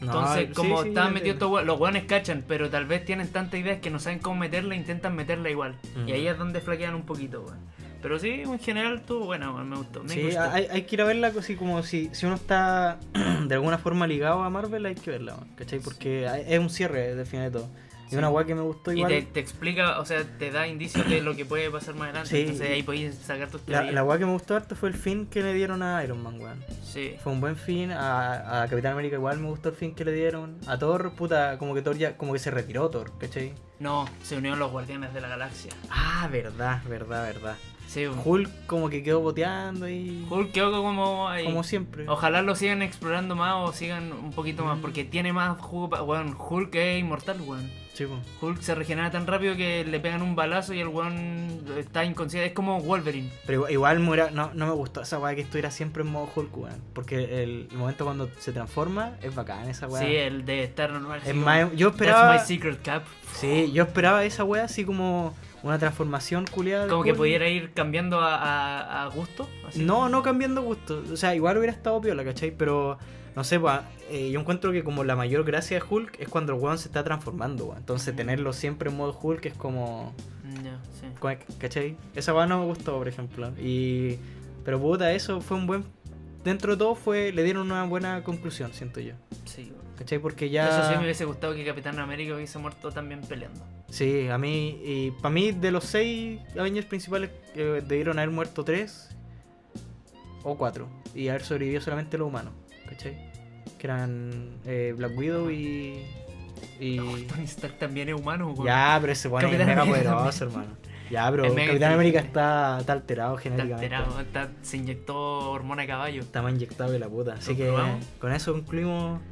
No, Entonces, sí, como sí, están yo entiendo. metidos estos hue- los hueones cachan, pero tal vez tienen tantas ideas que no saben cómo meterla, intentan meterla igual. Mm. Y ahí es donde flaquean un poquito, weón. Pero sí, en general estuvo buena, weón, me gustó. Me Sí, gustó. hay, hay que ir a verla así como si, si uno está de alguna forma ligado a Marvel, hay que verla, weón, ¿cachai? Porque hay- es un cierre del final de todo. Y Sí. una weá que me gustó Y igual. te, te explica, o sea, te da indicios de lo que puede pasar más adelante. Sí. Entonces ahí podéis sacar tus La, teorías. la weá que me gustó harto fue el fin que le dieron a Iron Man, weón. Sí. Fue un buen fin, a, a Capitán América igual me gustó el fin que le dieron. A Thor, puta, como que Thor ya, como que se retiró Thor, ¿cachai? No, se unieron los Guardianes de la Galaxia. Ah, verdad, verdad, verdad. Sí, Hulk, Hulk como que quedó boteando y... quedó como ahí. Oh. Como siempre. Ojalá lo sigan explorando más o sigan un poquito más, porque tiene más jugo para. Weón, Hulk es inmortal, weón. Sí, po. Hulk se regenera tan rápido que le pegan un balazo y el weón está inconsciente. Es como Wolverine. Pero igual, igual me hubiera- no, no me gustó esa weá que estuviera siempre en modo Hulk, weón. Porque el, el momento cuando se transforma es bacán esa weá. Sí, el de estar normal. así es como, más, em- ah, yo "That's esperaba. my secret cap. Sí, yo esperaba esa weá así como una transformación culiada. de Como que Hulk. pudiera ir cambiando a, a- a gusto. así No, no cambiando gusto. O sea, igual hubiera estado piola, ¿cachai? Pero No sé, pues, eh, yo encuentro que como la mayor gracia de Hulk es cuando el weón se está transformando, weón. Entonces Ujú. tenerlo siempre en modo Hulk es como... Mm, Ya, sí. como- ¿Cachai? Esa weá no me gustó, por ejemplo. Y... Pero puta, eso fue un buen... Dentro de todo fue... Le dieron una buena conclusión, siento yo. sí. ¿Cachai? Porque ya... Eso sí me hubiese gustado que Capitán América hubiese muerto también peleando. Sí, a mí, y para mí de los seis Avengers principales eh, debieron haber muerto tres o cuatro y haber sobrevivido solamente los humanos, ¿cachai? Que eran eh, Black Widow y... y... Tony Stark también es humano, weón. Ya, pero ese bueno es Capitán mega América poderoso, hermano. Ya, pero Es mega Capitán América inteligente. está, está alterado Está genéticamente. Está, alterado, está- se inyectó hormona de caballo. más inyectado que la puta. Así ¿Lo que probamos? con eso concluimos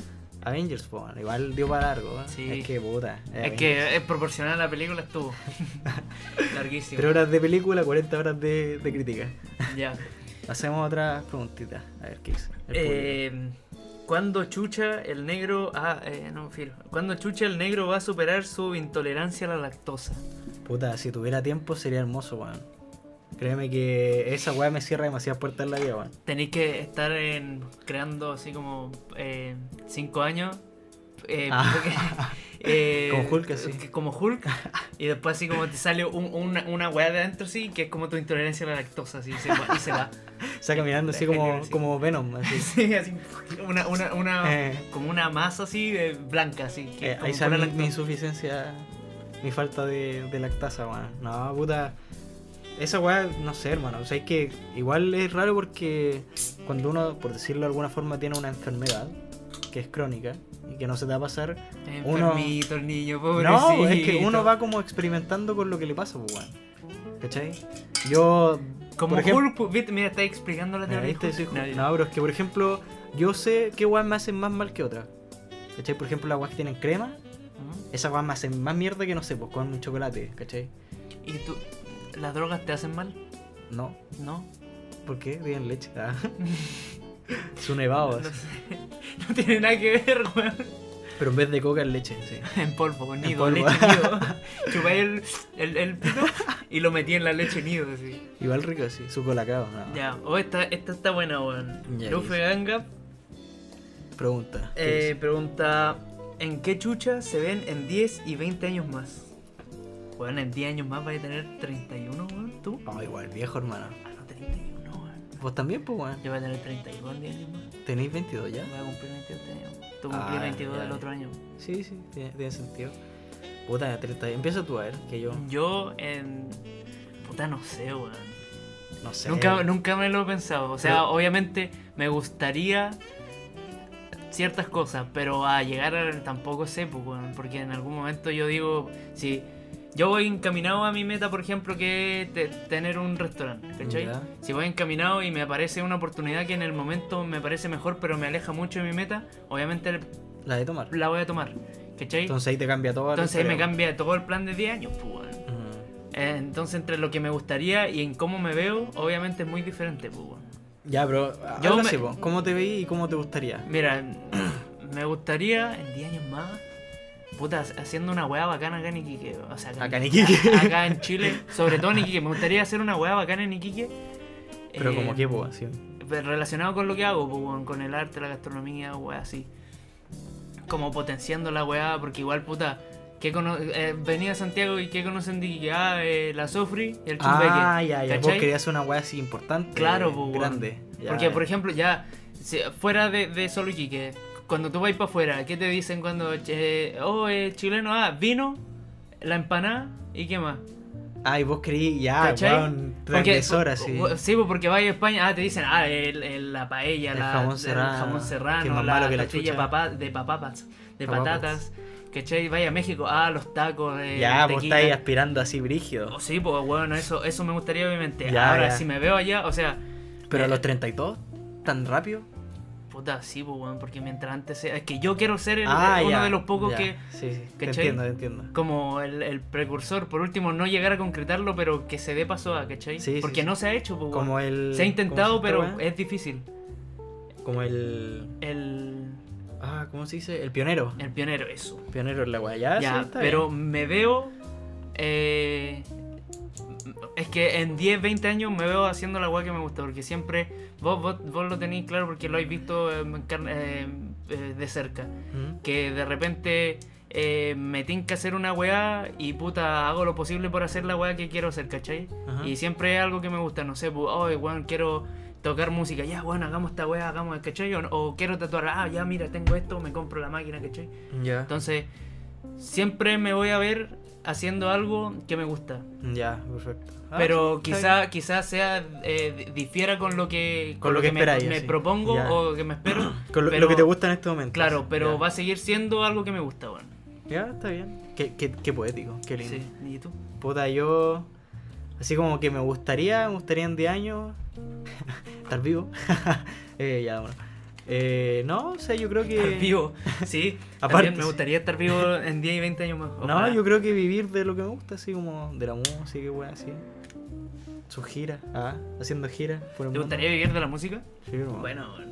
Avengers, po, bueno, igual dio para largo. ¿eh? Sí. Es que puta. Es que eh, es proporcional a la película estuvo. Larguísimo. 3 horas de película, 40 horas de, de crítica. Ya. Hacemos otra preguntita. A ver qué dice. el público. Eh, ¿Cuándo chucha el negro. Ah, eh, no, filo. ¿Cuándo chucha el negro va a superar su intolerancia a la lactosa? Puta, si tuviera tiempo sería hermoso, weón. Créeme que esa weá me cierra demasiadas puertas en la vida, weón. Tenéis que estar en- creando así como eh, cinco años. eh, Ah. porque, eh, Como Hulk, así. que- Como Hulk. Y después así como te sale un- una, una weá de adentro, sí, que es como tu intolerancia a la lactosa, así, y se va- y se va. O sea, caminando así Deja como, libre, sí. como Venom. Así. Sí, así, una, una, una, Eh, como una masa así de blanca, así. que eh, como ahí sale pura mi, mi lactosa. insuficiencia, mi falta de, de lactasa, weón. No, puta. Esa weá, no sé, hermano. O sea, es que igual es raro porque cuando uno, por decirlo de alguna forma, tiene una enfermedad que es crónica y que no se te va a pasar, uno- Enfermito el niño, pobrecito. No, es que uno va como experimentando con lo que le pasa, pues, weón. ¿Cachai? Yo. Como por ejemplo- Hulk, viste, mira, está explicando la Mira, teoría. ¿viste? de Soy Hulk. Hulk. Nadie. No, pero es que, por ejemplo, yo sé qué weón me hacen más mal que otras. ¿Cachai? Por ejemplo, las weas que tienen crema, Ujú. esas weas me hacen más mierda que no sé, pues con un chocolate, ¿cachai? ¿Y tú, las drogas te hacen mal? No, No. ¿por qué? Bien leche. Ah. Su nevado, No, así. sé. No tiene nada que ver, weón. Pero en vez de coca es leche, sí. En polvo, con En nido, polvo. leche nido. Chupé el, el, el pito y lo metí en la leche nido, así. Igual rico, sí. Su colacao, no. Ya, oh, esta, esta está buena, weón. Ya, Luffy dice. Ganga Pregunta. ¿qué eh, dice? pregunta: ¿En qué chucha se ven en 10 y 20 años más? Weón, en 10 años más vas a tener 31, weón, tú. Oh, igual, viejo, hermano. Ah, no, 31, weón. Vos también, pues, weón. Yo voy a tener 32 en 10 años más. Tenéis 22 ya. Voy a cumplir 22 este año. Tú Ah, cumplí 22 ya. del otro año. Sí, sí, tiene, tiene sentido. Puta, ya 30. Empieza tú a ver, que yo Yo en. Puta, no sé, weón. no sé. Nunca, nunca me lo he pensado. O sea, Pero- obviamente me gustaría ciertas cosas, pero a llegar a tampoco sé, pues, weón. Porque en algún momento yo digo, si yo voy encaminado a mi meta, por ejemplo, que es te- tener un restaurante, ¿cachai? Ya. Si voy encaminado y me aparece una oportunidad que en el momento me parece mejor, pero me aleja mucho de mi meta, obviamente La de tomar. la voy a tomar, ¿cachai? Entonces ahí te cambia todo. Entonces ahí me cambia todo el plan de 10 años, pues, weón. Eh, Entonces entre lo que me gustaría y en cómo me veo, obviamente es muy diferente, pues, weón. Ya, pero ah, Yo yo me- ¿Cómo te veí y cómo te gustaría? Mira, me gustaría en 10 años más, puta, haciendo una weá bacana acá en Iquique. O sea, Acá en Iquique. a- acá en Chile, sobre todo en Iquique. Me gustaría hacer una weá bacana en Iquique. Pero eh, como que, pues, así. Relacionado con lo que hago, pues, weón, con el arte, la gastronomía, weá así. Como potenciando la weá, porque igual, puta, que venía a Santiago y que conocen de Iquique? Ah, eh, la Sofri y el Chumbeque. Ah, ya, ya. Vos ¿cachai? querías una weá así importante. Claro, eh, pues, weón. Grande. Ya, eh. Porque, ya. por ejemplo, ya, si- fuera de, de solo Iquique, cuando tú vas para afuera, ¿qué te dicen cuando, che, oh, eh, chileno, ah, vino, la empanada y qué más? Ah, y vos creí, ya, ¿Cachai? weón. Transgresora, sí. o- o- Sí, pues, porque vas a España, ah, te dicen, ah, el, el- la paella, El la, jamón el serrano, jamón serrano, que es más la malo que la tortilla chucha. papá- de papapas, de Papapas. patatas, ¿cachai? Vaya a México, ah, los tacos, eh, Ya, pues, vos tequila. estáis aspirando así brígido. Oh, Sí, pues, bueno, eso, eso me gustaría, obviamente. Ya, Ahora, ya. si me veo allá, o sea, Pero a eh, los 32, tan rápido. Puta, sí, pues, weón, porque mientras antes sea- Es que yo quiero ser el- ah, uno ya, de los pocos ya. que. Sí, sí. Te ¿cachai? entiendo, te entiendo. Como el, el precursor, por último, no llegar a concretarlo, pero que se dé paso a, ¿cachai? Sí, sí, porque sí. no se ha hecho, pues, weón. Como el. Se ha intentado, ¿cómo se llama esta pero weá? es difícil. Como el. El, Ah, ¿cómo se dice? El pionero. el pionero, eso. Ah, Pionero en la weá. Ya, ya, sí, está pero bien. me veo. eh, Es que en 10, 20 años me veo haciendo la weá que me gusta, porque siempre vos, vos, vos lo tenéis claro porque lo habéis visto eh, en carne- eh, eh, de cerca. ¿Mm? Que de repente eh, me tengo que hacer una weá y puta, hago lo posible por hacer la weá que quiero hacer, ¿cachai? Ajá. Y siempre es algo que me gusta, no sé, pues, "Ay, weón, quiero tocar música, ya, bueno, hagamos esta weá, hagamos, ¿cachai? O, o quiero tatuar, ah, ya, mira, tengo esto, me compro la máquina, ¿cachai? Ya. Entonces, siempre me voy a ver haciendo algo que me gusta. Ya, perfecto. Ah, Pero sí, está quizá, quizá sea, eh, difiera con lo que, Con lo que me, esperáis, me sí. propongo Ya. o que me espero. bien. Con lo, pero- lo que te gusta en este momento. Claro, pero ya. va a seguir siendo algo que me gusta, bueno. Ya, está bien. Qué, qué, qué poético, qué lindo. Sí. ¿Y tú? Puta, yo. Así como que me gustaría, me gustaría en 10 años estar vivo. Eh, ya, bueno. Eh, no, o sea, yo creo que. Estar vivo. Sí. Aparte, Aparte. Me sí. gustaría estar vivo en 10 y 20 años más. No, ojalá. yo creo que vivir de lo que me gusta, así como de la música, weón, así. Su gira, ah, haciendo giras. por el ¿Te mundo. gustaría vivir de la música? Sí, hermano. Bueno, bueno.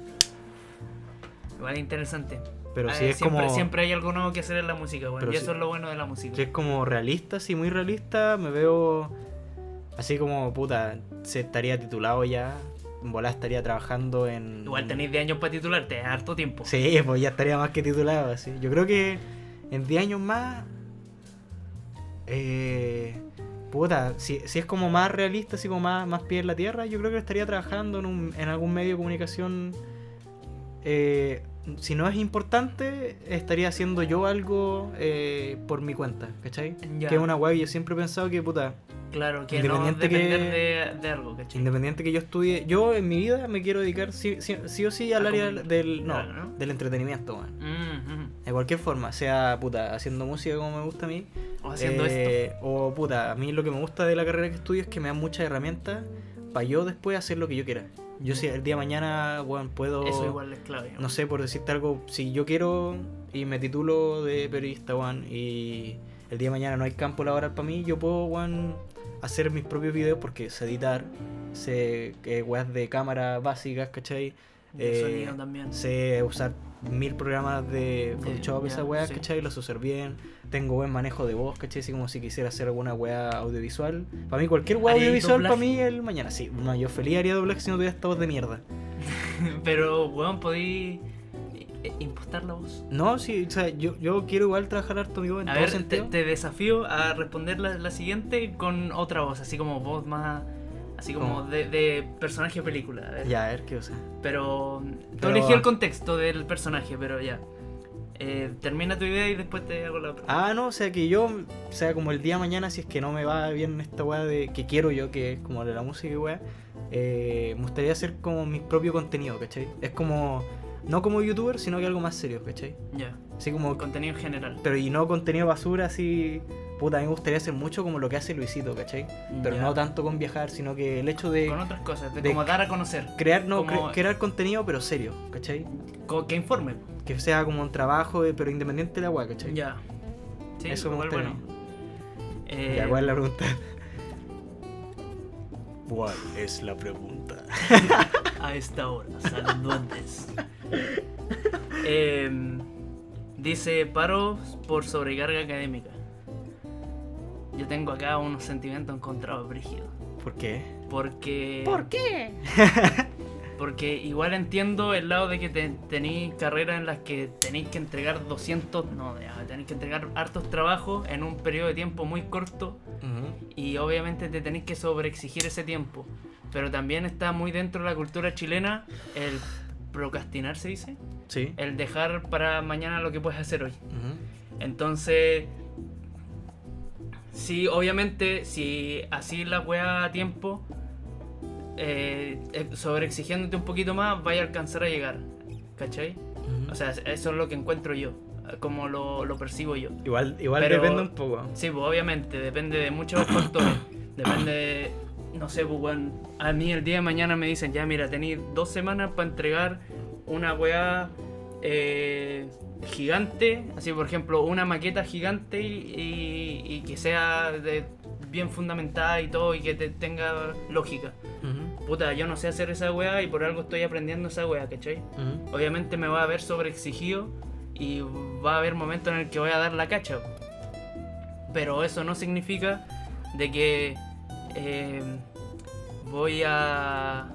Igual interesante. pero Ah, si es siempre, como. siempre hay algo nuevo que hacer en la música, bueno. Pero y si- eso es lo bueno de la música. Si es como realista, sí, muy realista, me veo así como, puta, se estaría titulado ya. En volá estaría trabajando en. Igual tenéis 10 años para titularte, es harto tiempo. Sí, pues ya estaría más que titulado, así. Yo creo que en 10 años más. Eh, puta, si, si es como más realista, así como más, más pie en la tierra, yo creo que estaría trabajando en, un- en algún medio de comunicación. eh, si no es importante, estaría haciendo yo algo eh, por mi cuenta, ¿cachai? Ya. Que es una guay, yo siempre he pensado que, puta, Claro, que no Independiente que- depender de, de algo, ¿cachai? Independiente que yo estudie, yo en mi vida me quiero dedicar sí, sí- sí o sí al A área comunicar, del, no, claro, ¿no? del entretenimiento, weón. Mm, mm. De cualquier forma, sea puta, haciendo música como me gusta a mí. O haciendo eh, O puta, a mí lo que me gusta de la carrera que estudio es que me dan muchas herramientas para yo después hacer lo que yo quiera. Yo si el día de mañana, weón, puedo... esto. Eso igual es clave. No sé, por decirte algo, si yo quiero y me titulo de periodista, weón, y el día de mañana no hay campo laboral para mí, yo puedo, weón, hacer mis propios videos porque sé editar, sé eh, weas de cámara básicas, ¿cachai? Y el eh, sonido también. Sé usar mil programas de Photoshop, ya, esas weas, sí. ¿cachai? Los usar bien, tengo buen manejo de voz, ¿cachai? Así como si quisiera hacer alguna wea audiovisual. Para mí, cualquier wea ¿Haríais audiovisual, para doblaje? mí, el mañana, sí. No, yo feliz haría doblaje si no tuviera esta voz de mierda. Pero, weón, podí eh, impostar la voz. No, sí, o sea, yo, yo quiero igual trabajar harto, amigo, en A todo ver, te, sentido. te desafío a responder la, la siguiente con otra voz, así como voz más. Así como ¿Cómo? de, de personaje de película. a ver. Ya, a ver, ¿qué cosa? Pero. Tú Pero- elegí el contexto del personaje, pero ya. Eh, termina tu idea y después te hago la otra. Ah, no, o sea, que yo, o sea, como el día de mañana, si es que no me va bien esta weá de que quiero yo, que es como de la música y weá, eh, me gustaría hacer como mi propio contenido, ¿cachai? Es como, no como youtuber, sino que algo más serio, ¿cachai? Ya. Así como, Contenido en general. pero y no contenido basura, así, puta, a mí me gustaría hacer mucho como lo que hace Luisito, ¿cachai? Pero Ya. no tanto con viajar, sino que el hecho de Con otras cosas, de, de- como dar a conocer. crear, no, como- cre- crear contenido, pero serio, ¿cachai? co- que informe. que sea como un trabajo, eh, pero independiente de la weá, ¿cachai? Ya. Sí, Eso me igual gusta a bueno. mí. Eh, Ya, ¿cuál es la pregunta? ¿Cuál es la pregunta? a esta hora, saliendo antes. Em, dice paro por sobrecarga académica. Yo tengo acá unos sentimientos encontrados, Brígido. ¿Por qué? Porque. ¿Por qué? Porque igual entiendo el lado de que te, tenéis carreras en las que tenéis que entregar 200, no, ya, tenéis que entregar hartos trabajos en un periodo de tiempo muy corto y obviamente te tenéis que sobreexigir ese tiempo. Pero también está muy dentro de la cultura chilena el procrastinar, se dice, Sí. el dejar para mañana lo que puedes hacer hoy. Entonces, sí, obviamente, si así la weá a tiempo, eh, eh, sobreexigiéndote un poquito más, vaya a alcanzar a llegar. ¿Cachai? O sea, eso es lo que encuentro yo, como lo, lo percibo yo. igual igual pero- depende un poco. Sí, pues obviamente, depende de muchos factores. Depende de, no sé, pues weón, a mí el día de mañana me dicen, ya mira, tenéis dos semanas para entregar una weá eh, gigante, así por ejemplo, una maqueta gigante y, y- y que sea de- bien fundamentada y todo y que te tenga lógica. Puta, yo no sé hacer esa weá y por algo estoy aprendiendo esa weá, ¿cachai? Obviamente me va a ver sobreexigido y va a haber momentos en el que voy a dar la cacha. Pero eso no significa de que eh, voy a...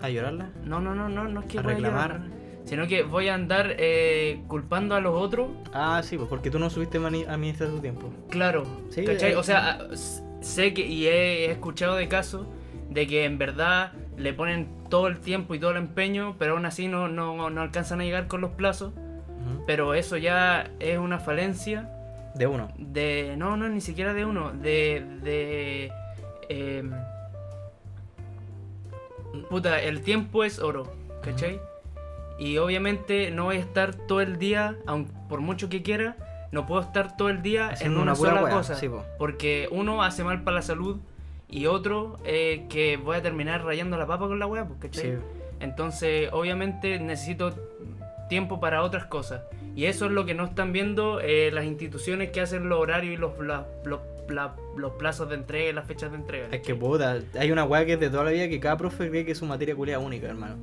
¿A llorarla? No, no, no, no, no es que ¿A voy reclamar? llorar, sino que voy a andar eh, culpando a los otros. Ah, sí, pues porque tú no subiste mani- administrar tu tiempo. Claro, Sí, ¿cachai? eh, o sea, a- s- sé que y he escuchado de casos de que en verdad le ponen todo el tiempo y todo el empeño, pero aún así no, no, no alcanzan a llegar con los plazos. Ujú. Pero eso ya es una falencia De uno. de. No, no, ni siquiera de uno. De. de. em, puta, el tiempo es oro, ¿cachai? Y obviamente no voy a estar todo el día, aun por mucho que quiera, no puedo estar todo el día Haciendo en una, una pura sola wea, cosa. sí, pues. po. porque uno hace mal para la salud y otro eh, que voy a terminar rayando la papa con la wea, pues, ¿cachai? Sí. Entonces, obviamente necesito tiempo para otras cosas. Y eso es lo que no están viendo eh, las instituciones que hacen los horarios y los, la- los, la- los plazos de entrega y las fechas de entrega. Es que puta, hay una weá que es de toda la vida que cada profe cree que es su materia culiada única, hermano.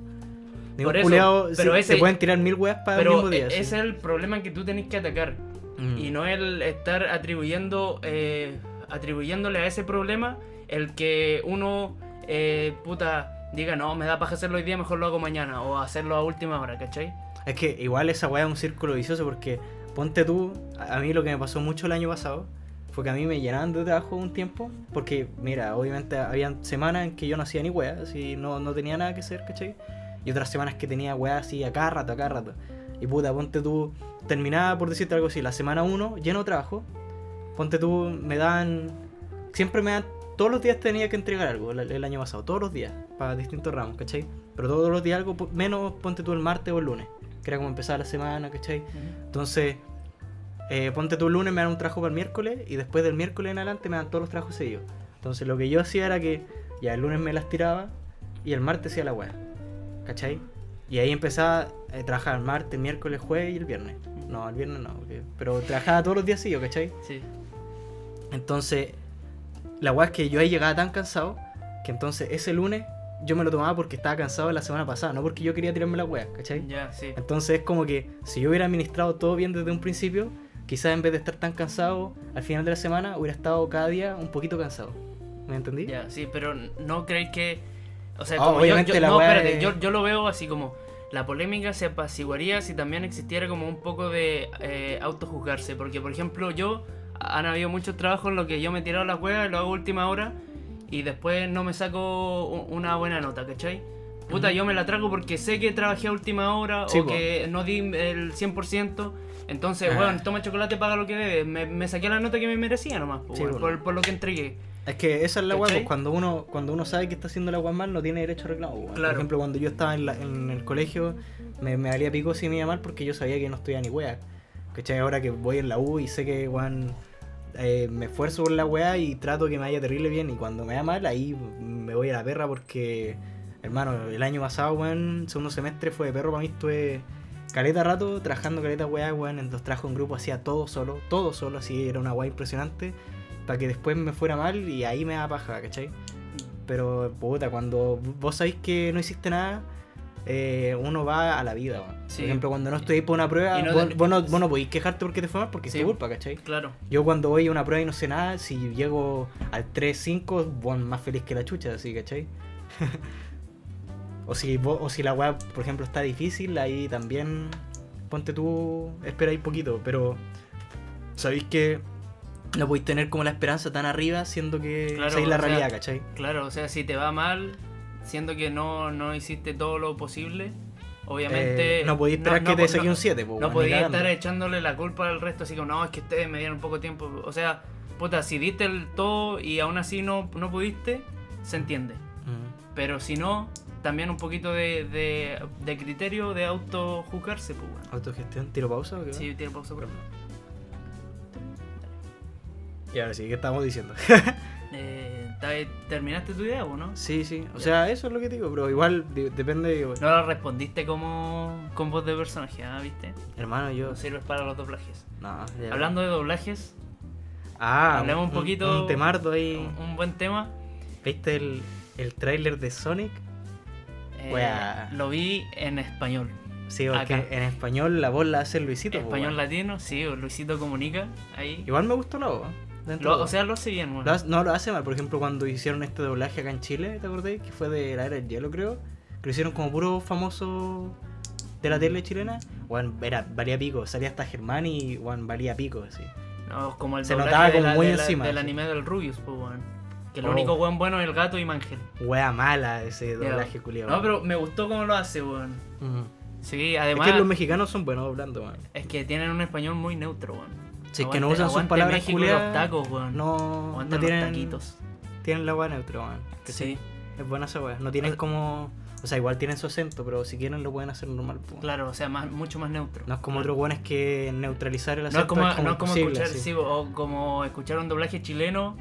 Ningún Por eso, culiao- pero sí, ese- se pueden tirar mil weas para el Pero mismo día. e- sí. ese es el problema que tú tenés que atacar. Mm. Y no el estar atribuyendo eh, atribuyéndole a ese problema el que uno eh, puta diga no, me da paja hacerlo hoy día, mejor lo hago mañana o hacerlo a última hora, ¿cachai? Es que igual esa weá es un círculo vicioso porque ponte tú, a a mí lo que me pasó mucho el año pasado fue que a mí me llenaban de trabajo un tiempo porque, mira, obviamente habían semanas en que yo no hacía ni weá, así no, no tenía nada que hacer, ¿cachai? Y otras semanas que tenía weá así a cada rato, a cada rato. Y puta, ponte tú, terminaba por decirte algo así, la semana 1 lleno de trabajo, ponte tú, me dan, siempre me dan, todos los días tenía que entregar algo el, el año pasado, todos los días, para distintos ramos, ¿cachai? Pero todos los días algo, po- menos ponte tú el martes o el lunes que era como empezar la semana, ¿cachai? Entonces, eh, ponte tú el lunes, me dan un trabajo para el miércoles y después del miércoles en adelante me dan todos los trabajos seguidos. Entonces, lo que yo hacía era que ya el lunes me las tiraba y el martes hacía la weá, ¿cachai? Y ahí empezaba a trabajar el martes, miércoles, jueves y el viernes. No, el viernes no, porque- pero trabajaba todos los días seguidos, ¿cachai? Sí. Entonces, la weá es que yo ahí llegaba tan cansado que entonces ese lunes yo me lo tomaba porque estaba cansado de la semana pasada, no porque yo quería tirarme la weá, ¿cachai? Ya, sí. Entonces es como que si yo hubiera administrado todo bien desde un principio, quizás en vez de estar tan cansado al final de la semana, hubiera estado cada día un poquito cansado. ¿Me entendí? Ya, sí, pero no creéis que. O sea, Ah, como yo- obviamente yo, la no, weá espérate, es- yo, yo lo veo así como. La polémica se apaciguaría si también existiera como un poco de eh, autojuzgarse. Porque, por ejemplo, yo. Han habido muchos trabajos en los que yo me he tirado las huevas, lo hago a última hora y después no me saco u- una buena nota, ¿cachai? Puta, Ujú. yo me la trago porque sé que trabajé a última hora Sí, o po. que no di el 100%. Entonces, Ah. bueno, toma chocolate, paga lo que debe. Me, me saqué la nota que me merecía nomás, po, Sí, weón, po. por, por lo que entregué. Es que esa es la weá, ¿Cachai? pues, cuando uno, cuando uno sabe que está haciendo la weá mal, no tiene derecho a reclamo. weón. Claro. Por ejemplo, cuando yo estaba en, la- en el colegio, me, me valía pico si me iba mal porque yo sabía que no estudiaba ni weá. ¿Cachai? Ahora que voy en la U y sé que weón, eh, me esfuerzo por la weá y trato que me vaya terrible bien. Y cuando me va mal, ahí me voy a la perra porque, hermano, el año pasado, weón, segundo semestre fue de perro para mí, estuve caleta rato trabajando caleta weá, weón. Los trajo un grupo, hacía todo solo, todo solo, así era una weá impresionante para que después me fuera mal y ahí me da paja, ¿cachai? Pero, puta, cuando vos sabéis que no hiciste nada, eh, uno va a la vida, weón. Sí. Por ejemplo, cuando no estoy por una prueba, Y no vos, ten- vos no, vos no podéis quejarte porque te fue mal, porque Sí. es tu culpa, ¿cachai? Claro. Yo cuando voy a una prueba y no sé nada, si llego al 3-5, bueno, más feliz que la chucha, así, ¿cachai? o, si vos- o si la weá, por ejemplo, está difícil, ahí también ponte tú, espera ahí poquito, pero sabéis que no podéis tener como la esperanza tan arriba, siendo que Claro, esa es la o sea, realidad, ¿cachai? Claro, o sea, si te va mal, siendo que no, no hiciste todo lo posible, obviamente... Eh, no podéis esperar que po- te saque un 7, No, podías estar echándole la culpa al resto, así como, no, es que ustedes me dieron poco tiempo. O sea, puta, si diste el todo y aún así no, no pudiste, se entiende. Mm. Pero si no, también un poquito de, de, de criterio de autojuzgarse, pues bueno. ¿Autogestión? ¿Tiro pausa o qué? Sí, tiene pausa, por favor. Y ahora sí, ¿qué estábamos diciendo? Eh, ¿te- ¿Terminaste tu idea o no? sí, sí, o Ya. sea, eso es lo que te digo, pero igual de- depende... digo, No la respondiste como con voz de personaje, ¿ah? ¿viste? Hermano, yo... No sirves para los doblajes. No, ya. Hablando de doblajes, Ah, hablemos un poquito- Un temardo ahí. un, un buen tema. ¿Viste el, el tráiler de Sonic? Eh, Wea. lo vi en español. Sí, porque Acá. en español la voz la hace Luisito. pues, español weón. latino, sí, o Luisito Comunica. Ahí. Igual me gustó la voz. dentro Lo- de- o sea, lo hace bien, weón. Lo hace- no lo hace mal. Por ejemplo, cuando hicieron este doblaje acá en Chile, ¿te acordáis? Que fue de la era del hielo, creo. Que lo hicieron como puro famoso de Mm. la tele chilena. Bueno, era, valía pico. Salía hasta Germán y bueno, valía pico, así. No, como el Se doblaje notaba de como la- muy de la- encima, del sí. anime del Rubius, pues, weón. Que lo Oh. único weón bueno es el gato y Mangel. Wea mala ese Ya. doblaje culiado. No, pero me gustó cómo lo hace, weón. Sí, además. es que los mexicanos son buenos doblando, man. tienen un español muy neutro, weón. Si es que no Aguante- usan sus aguante palabras México y los culiadas. tacos, weón. No, Aguante no tienen, los taquitos. tienen la wea neutra, man. Que Sí, Es buena esa wea. No Ah. tienen como. O sea, igual tienen su acento, pero si quieren lo pueden hacer normal. po. claro, o sea, más, mucho más neutro. No es como otros buenos que neutralizar el No es acento. como, no es como imposible, escuchar, así. sí, o como escuchar un doblaje chileno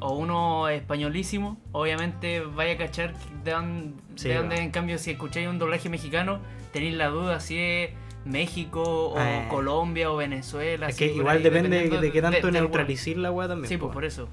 o uno españolísimo. Obviamente vaya a cachar de dónde, Sí, de dónde, va. en cambio, si escucháis un doblaje mexicano, tenéis la duda si es México o Ah. Colombia o Venezuela. Es así que por igual ahí, depende dependiendo de qué tanto del weón. neutralicir la wea también. Sí, po. pues por eso.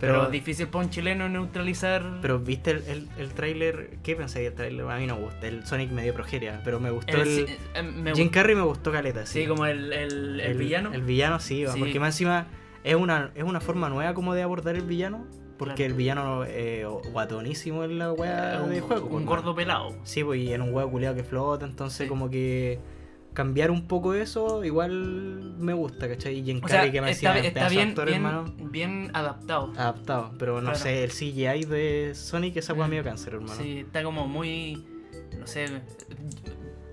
Pero, Pero- difícil para un chileno neutralizar. Pero viste el, el, el tráiler, ¿qué pensáis del tráiler? A mí no me gusta, el Sonic me dio progeria, pero me gustó el- el... eh, me Jim gusta- Carrey me gustó caleta, sí. Sí, como el, el, el villano. El villano sí, va, Sí. porque más encima es una, es una forma nueva como de abordar el villano, porque Claro. el villano eh, o- guatonísimo es la Eh, wea un, de juego. un pues, gordo man. pelado. Sí, pues y era un huevo culeado que flota, entonces Sí. como que cambiar un poco eso igual me gusta, ¿cachai? Y Jim O sea, Carrey que me está, encima es está pedazo de bien, actor, bien, hermano. bien adaptado. Adaptado, pero no Claro. sé, el CGI de Sonic esa wea Mm. medio cáncer, hermano. Sí, está como muy. No sé.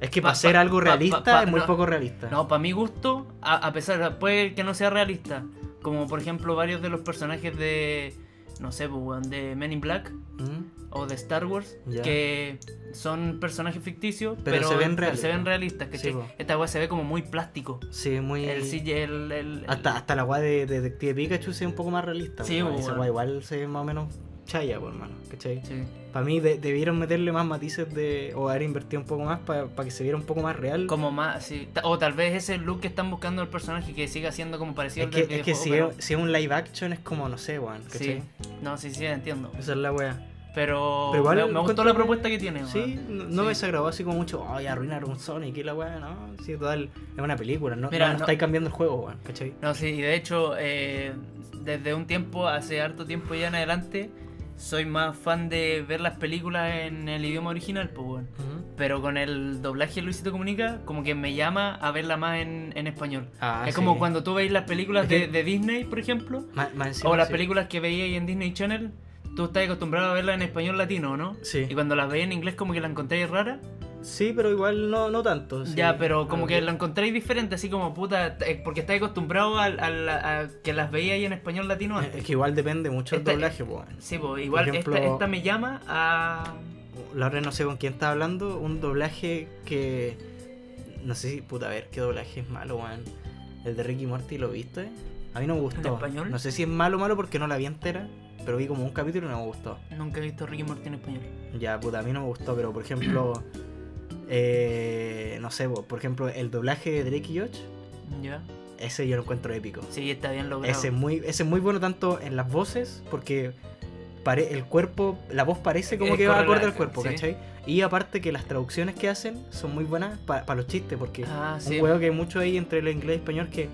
Es que Pa- para ser pa- algo pa- realista pa- pa- es muy no. poco realista. No, para mi gusto, a, a pesar. Puede que no sea realista. Como por ejemplo, varios de los personajes de. No sé, pues, weón, de Men in Black ¿Mm? o de Star Wars. Ya. Que son personajes ficticios, pero, Pero se ven pero se realistas. ven realistas. ¿cachai? Sí, po. Esta weá se ve como muy plástico. Sí, Ah. muy. El CGI, el. el- Hasta, hasta la weá de, de Detective Pikachu se ve un poco más realista. Sí, weón. weón. Esa weá igual se ve más o menos chaya, por hermano. ¿Cachai? Sí. Para mí de- debieron meterle más matices de. o haber invertido un poco más para que se viera un poco más real. Como más, sí. Ta- O tal vez ese look que están buscando el personaje que siga siendo como parecido es al que, del es que si, videojuego, es, si es un live action es como, no sé, weón. pero- Sí, ¿Cachai? no, sí, sí, entiendo. Esa es la weá. Pero, Pero igual me, me gustó encuentro la que- propuesta que tiene. Sí, weón. no, no Sí. me desagradó así como mucho. Ay, arruinaron Sonic y la weá, no. Sí, total. Es una película, no, Mira, no, no no- estáis cambiando el juego, weón. ¿Cachai? No, sí, y de hecho, eh, desde un tiempo, hace harto tiempo ya en adelante, soy más fan de ver las películas en el idioma original, pues bueno. Pero con el doblaje de Luisito Comunica, como que me llama a verla más en, en español. Ah, es como sí. cuando tú veis las películas Es de, que- de Disney, por ejemplo, Ma- más encima, o las sí. películas que veíais en Disney Channel, tú estás acostumbrado a verlas en español latino, ¿no? Sí. Y cuando las veías en inglés como que la encontráis rara. Sí, pero igual no, no tanto. sí. Ah, Ya, pero como que Claro. la encontráis diferente, así como puta, eh, porque estás acostumbrado a, a- a que las veíais en español latino Eh, Es antes. es que igual depende mucho del Esta- doblaje, po, weón. Sí, pues igual Por ejemplo- esta, esta me llama a... La otra no sé con quién estaba hablando, un doblaje que... No sé si, puta, a ver, qué doblaje es malo, weón. El de Ricky Morty, ¿lo viste? A mí no me gustó. ¿En español? No sé si es malo malo porque no la vi entera, pero vi como un capítulo y no me gustó. Nunca he visto Ricky Morty en español. Ya, puta, a mí no me gustó, pero por ejemplo... eh, no sé, po, por ejemplo, el doblaje de Drake y Josh, Ya. ese yo lo encuentro épico. Sí, está bien logrado. Ese es, muy, ese es muy bueno tanto en las voces, porque pare- el cuerpo, la voz parece como Es que va acorde correlada, al cuerpo, sí. ¿cachai? Y aparte que las traducciones que hacen son muy buenas para los chistes, porque Ah, un sí. juego que hay mucho ahí entre el inglés y español que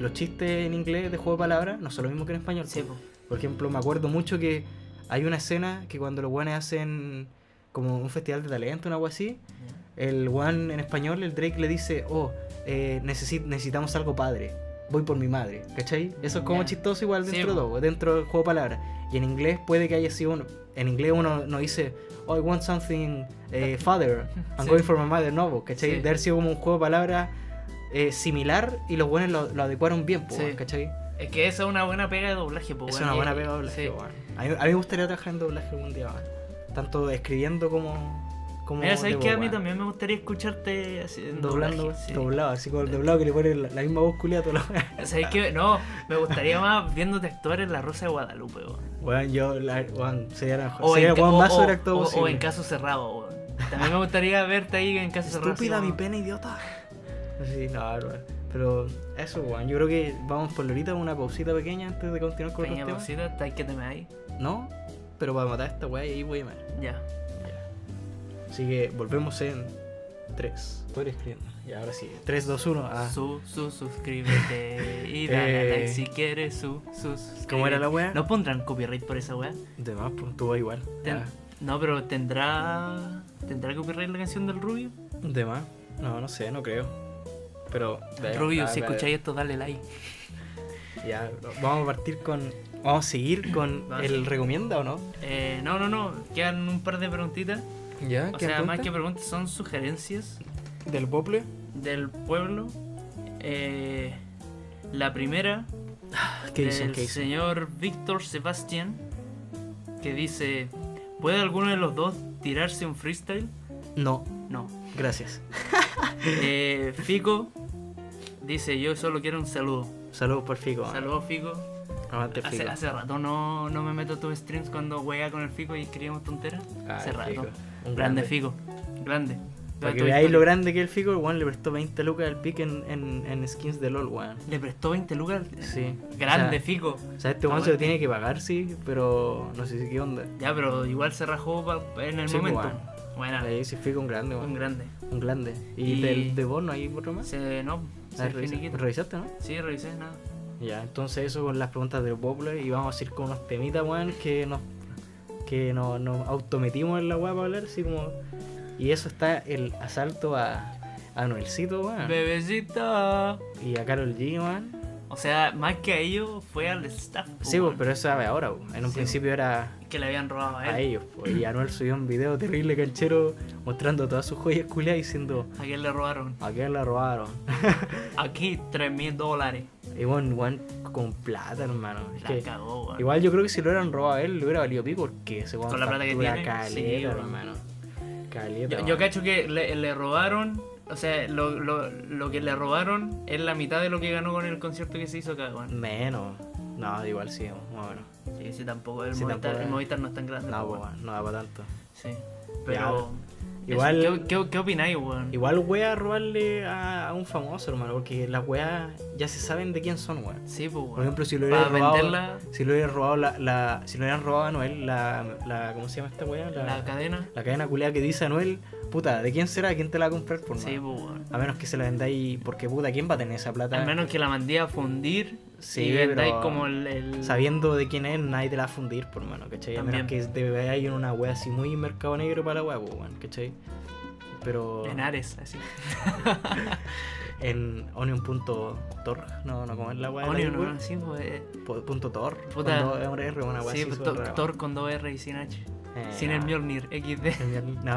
los chistes en inglés de juego de palabras no son lo mismo que en español. Sí, pues. Por ejemplo, me acuerdo mucho que hay una escena que cuando los guanes hacen como un festival de talento, una algo así, el one en español, el Drake le dice, oh, eh, necesi- necesitamos algo padre. Voy por mi madre, ¿cachai? Eso es como Ya. chistoso igual Sí, dentro po. de todo, dentro del juego de palabras. Y en inglés puede que haya sido uno. En inglés uno no dice, oh, I want something eh, father, I'm Sí. going for my mother, no, po, ¿cachai? Sí. De haber sido como un juego de palabras eh, similar y los buenos lo, lo adecuaron bien, po, Sí. ¿cachai? Es que esa es una buena pega de doblaje, pues. Es weón, una y- buena pega de doblaje, sí. weón. A mí, a mí me gustaría trabajar en doblaje algún día, weón. Tanto escribiendo como... como Mira, ¿sabes de que A voz, mí weón. también me gustaría escucharte así, en Doblando, doblaje, sí. doblado, así como el doblado que le pone la, la misma voz culiada a toda la wea. ¿Sabes qué? No, me gustaría más viéndote actuar en La Rosa de Guadalupe, weón. Weón, yo, la, weón, sería la mejor. O sería en el ca- weón o- más o- sobreactuado o- posible. o en caso cerrado, weón. También me gustaría verte ahí en caso cerrado. Estúpida así mi como- pena, idiota. Sí, no, weón. Pero eso, weón. Yo creo que vamos por ahorita una pausita pequeña antes de continuar con Peña los temas. Pausita, estáis que te me ahí. No, pero para matar a esta weá y ahí voy a llamar. Ya. Así que volvemos en 3. Voy a ir escribiendo. Y ahora sí. 3, 2, 1. Ah. Su, su, suscríbete. Y dale Eh. like si quieres. Su, su, suscríbete. ¿Cómo era la wea? ¿No pondrán copyright por esa wea? De más, pues tú vas igual. Ten- Ah. No, pero tendrá. ¿Tendrá copyright la canción del Rubio? De más. No, no sé, no creo. Pero. Rubio, ah, si vale. escucháis esto, dale like. Ya, no, vamos a partir con. Vamos a seguir con Vamos. el recomienda o no. Eh, no, no, no. Quedan un par de preguntitas. Ya, O sea, más que preguntas, son sugerencias Del Bople. del pueblo. Eh, la primera ¿Qué dicen? del ¿Qué dicen? señor Víctor Sebastián, que dice, ¿puede alguno de los dos tirarse un freestyle? No, No. gracias. Eh, Fico dice, yo solo quiero un saludo. Saludos por Fico. ah. Saludos, Fico. Aguante, Hace, Fico. hace rato no, no me meto a tus streams cuando wea con el Fico y escribimos tonteras. Ah, hace el rato. Fico. Un Grande Fico. Grande. Para que Tu veáis lo historia. grande que es el Fico, el weón le prestó 20 lucas al pique en, en, en skins de LOL, weón. Le prestó 20 lucas. Sí. Grande, O sea, Fico. o sea, este weón se lo tiene que pagar, sí, pero no sé si qué onda. Ya, pero igual se rajó pa- en el Sí, momento. weón. Buena, Ahí sí pues, Fico un grande, Ah. un weón. grande. Un grande. ¿Y, Y- del de vos no hay otro más? Se, no, A se ver, revisa- finiquita. revisaste, ¿no? Sí, revisé, nada. Ya, entonces eso con las preguntas del Poplar y vamos a ir con unos temitas, weón, que nos que nos, nos autometimos en la weá para hablar, así como. Y eso está el asalto a, a Noelcito, weón. Bebecita. Y a Carol G, weón. O sea, más que a ellos fue al staff. po, Sí, pues, Uh, weón, pero eso sabe ahora, weón. En un Sí, principio era Que le habían robado a él. a ellos, pues. Y Anuel subió un video terrible canchero mostrando todas sus joyas culiadas diciendo. ¿A quién le robaron? ¿A qué la robaron? Aquí, 3 mil dólares. y bueno, weón, con plata, hermano. Es La que- cagó, weón. Igual yo creo que si lo hubieran robado a él, le hubiera valido pico porque se Con la plata que tiene, caleta, sí, bueno. hermano. Caleta. Yo, yo bueno. cacho que le, le robaron. O sea, lo, lo, lo que le robaron es la mitad de lo que ganó con el concierto que se hizo acá, weón. Menos. No, igual sí, más o menos. Sí, sí, tampoco. El, Sí, Movistar, tampoco, el eh. Movistar no es tan grande. No, po, pues, bueno, no da para tanto. Sí. Pero. eso, Igual- ¿Qué, qué, qué opináis, weón? Igual wea robarle a, a un famoso, hermano, porque las weas ya se saben de quién son, weón. Sí, pues, Por ejemplo, si lo Para hubieran robado. venderla, Si lo hubieran robado la, la- Si lo hubieran robado a Noel, la, la. ¿Cómo se llama esta wea? La, la cadena. la cadena culeada que dice Anuel, puta, ¿de quién será? ¿Quién te la va a comprar? Por Sí, pues, nada? weón. A menos que se la vendáis, porque puta, ¿quién va a tener esa plata? Al menos que la mandé a fundir Sí, y vendáis pero- como el. el- Sabiendo de quién es, nadie te la va a fundir, por mano, ¿cachai? A menos que También. te veáis en una wea así muy mercado negro para la wea, pues, weón, ¿cachai? Pero. En Ares, así. En Onion.tor, no, no, como es la wea. de la Onion, web? weón, sí, pues. eh, Po- punto .tor. Puta. con dos R, una wea Sí, así. pues, súper to- rara. Thor con dos R y sin H. Eh, sin el no, Mjolnir, XD. el miol- No,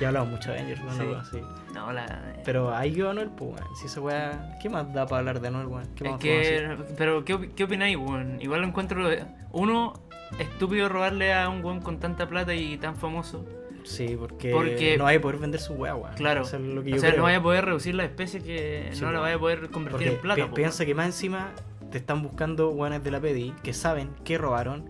ya hablamos mucho de Avengers, Sí. bueno, sí. No, la. eh, Pero ahí quedó Anuel, pues, weón. Si esa wea. ¿Qué más da para hablar de Anuel, weón? ¿Qué Es más podemos que, pero ¿qué, op- qué opináis, weón? Igual lo encuentro. eh, Uno, estúpido robarle a un weón con tanta plata y tan famoso. decir? Sí, porque, porque- no hay poder vender su wea, weón. Claro. Eso es lo que O yo sea, creo. no vaya a poder reducir la especie que Sí, no la po. vaya a poder convertir Porque en plata. pi- po, piensa que más encima te están buscando weones de la PDI que saben que robaron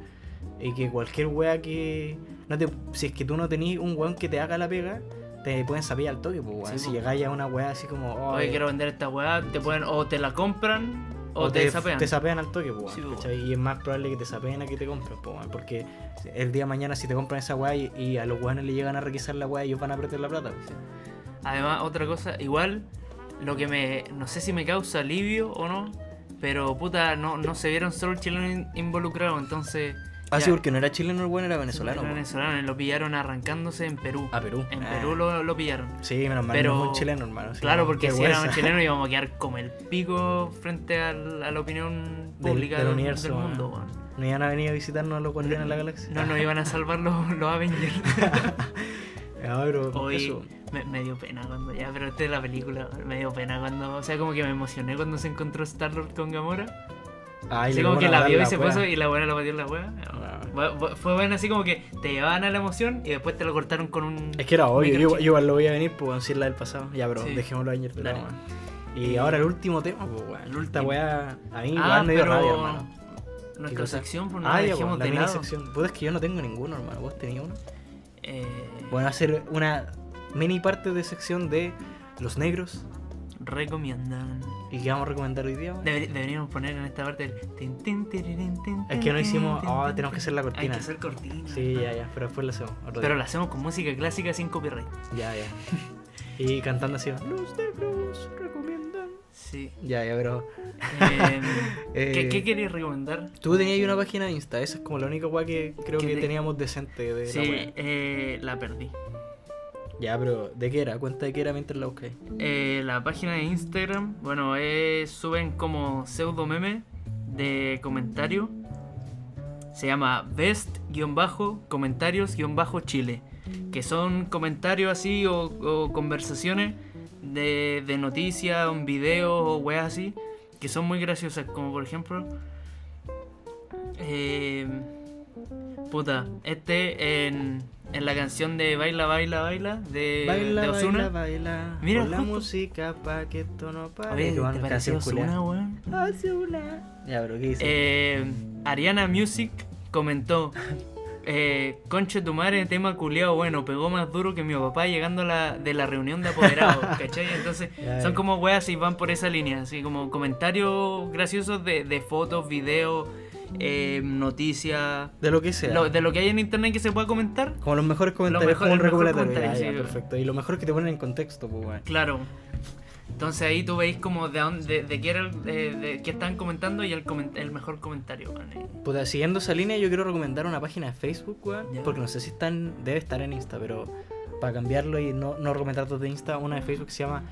y que cualquier wea que. No te, si es que tú no tenés un weón que te haga la pega, te pueden saber al toque, pues, weón. Sí, si po. llegáis a una wea así como. weón. "Oh, Oye, eh", quiero vender esta weá, te pueden, o te la compran o, te, desapean. te sapean al toque, pues, Sí, weón, po, ¿cachai? Y es más probable que te sapeen a que te compren, pues, weón, Porque el día de mañana, si te compran esa wea y, y a los weones le llegan a requisar la wea, ellos van a perder la plata. pues. Además, otra cosa, igual, lo que me. No sé si me causa alivio o no, pero puta, no, no se vieron solo chilenos in- involucrados, entonces. Ah, ya, sí, porque no era chileno el weón, era venezolano. eran po. venezolanos, lo pillaron arrancándose en Perú. A Perú. En Ah. Perú lo, lo pillaron. Sí, menos mal, Pero- no es un chileno, hermano. sí, Claro, porque qué si éramos vergüenza. chilenos íbamos a quedar como el pico frente al- a la opinión Del- pública del del, universo, del weón. mundo, weón. ¿No iban a venir a visitarnos a los Guardianes de la Galaxia? No nos iban a salvar los, los Avengers. Ah, pero Hoy eso. me, me dio pena cuando ya, pero esta es la película, me dio pena cuando, o sea, como que me emocioné cuando se encontró Star-Lord con Gamora. Ay, Así le como van que a la dar vio y se wea. puso y la buena la pateó en la hueá. Bu- bu- Fue bueno así como que te llevaban a la emoción y después te lo cortaron con un... Es que era obvio, yo, microchip. yo igual lo voy a venir por decir la del pasado. Ya, pero Sí. dejémoslo ayer. pero Dale. bueno. Y ahora el último tema, pues, weón. El Esta último. weá a mí Ah, igual me dio pero rabia, hermano. ¿Qué nuestra cosa? sección, pues no la Ah, ya, dejemos weón, la de mini lado. sección. Puta, es que yo no tengo ninguno, hermano. ¿Vos tenías uno? Eh, Bueno, hacer una mini parte de sección de los negros. Recomiendan. ¿Y qué vamos a recomendar hoy día, weón? Deberi- deberíamos poner en esta parte el... tin, tin, tirirín, tin, Es que no tin, hicimos. tin, Oh, tin, tenemos que hacer la tin. Hay que cortina. hacer cortina. Sí, ya, ya. Pero después lo hacemos. otro Pero día. la hacemos con música clásica sin copyright. Ya, ya. Y cantando así, los negros recomiendan. Sí. Ya, ya, pero Em, Eh, ¿Qué, qué queréis recomendar? tú tenías ahí una página de Insta, esa es como la única weá que creo Que que te- teníamos decente de Sí, la wea. eh, la perdí. Ya, pero ¿de qué era? Cuenta de qué era mientras la buscáis. Eh, la página de Instagram, bueno, eh, suben como pseudo meme de comentario. Se llama best-comentarios-chile. Que son comentarios así o, o conversaciones de, de noticias, un video o weas así. Que son muy graciosas, como por ejemplo... eh, puta, este en, en la canción de Baila, Baila, Baila de, Eh, de Baila, Ozuna. baila, baila. Mira, con la justo. música pa' que esto no pare. Oye, Que van ¿te a pareció canción Ozuna, culiá. weón? Ozuna. Ya, pero ¿qué dice? Eh, Ariana Music comentó: eh, Conche tu madre, tema culiao bueno, pegó más duro que mi papá llegando a la, de la reunión de apoderados, ¿cachai? Entonces, Ya, son ya. como weas y van por esa línea, así como comentarios graciosos de, de fotos, videos, eh, noticias, de lo que sea. lo- de lo que hay en internet que se pueda comentar. Como los mejores comentarios, mejor- como un el mejor recopilatorio. Ya, comentario, ya, sí. perfecto. Y lo mejor es que te ponen en contexto, pues, weón. Claro. Entonces ahí tú veis como de, dónde- de, de qué, era el- de- de qué están comentando y el, comen- el mejor comentario. weón. Puta, siguiendo esa línea, yo quiero recomendar una página de Facebook, weón. Ya. Porque no sé si están, debe estar en Insta, pero para cambiarlo y no, no recomendar dos de Insta, una de Facebook que se llama.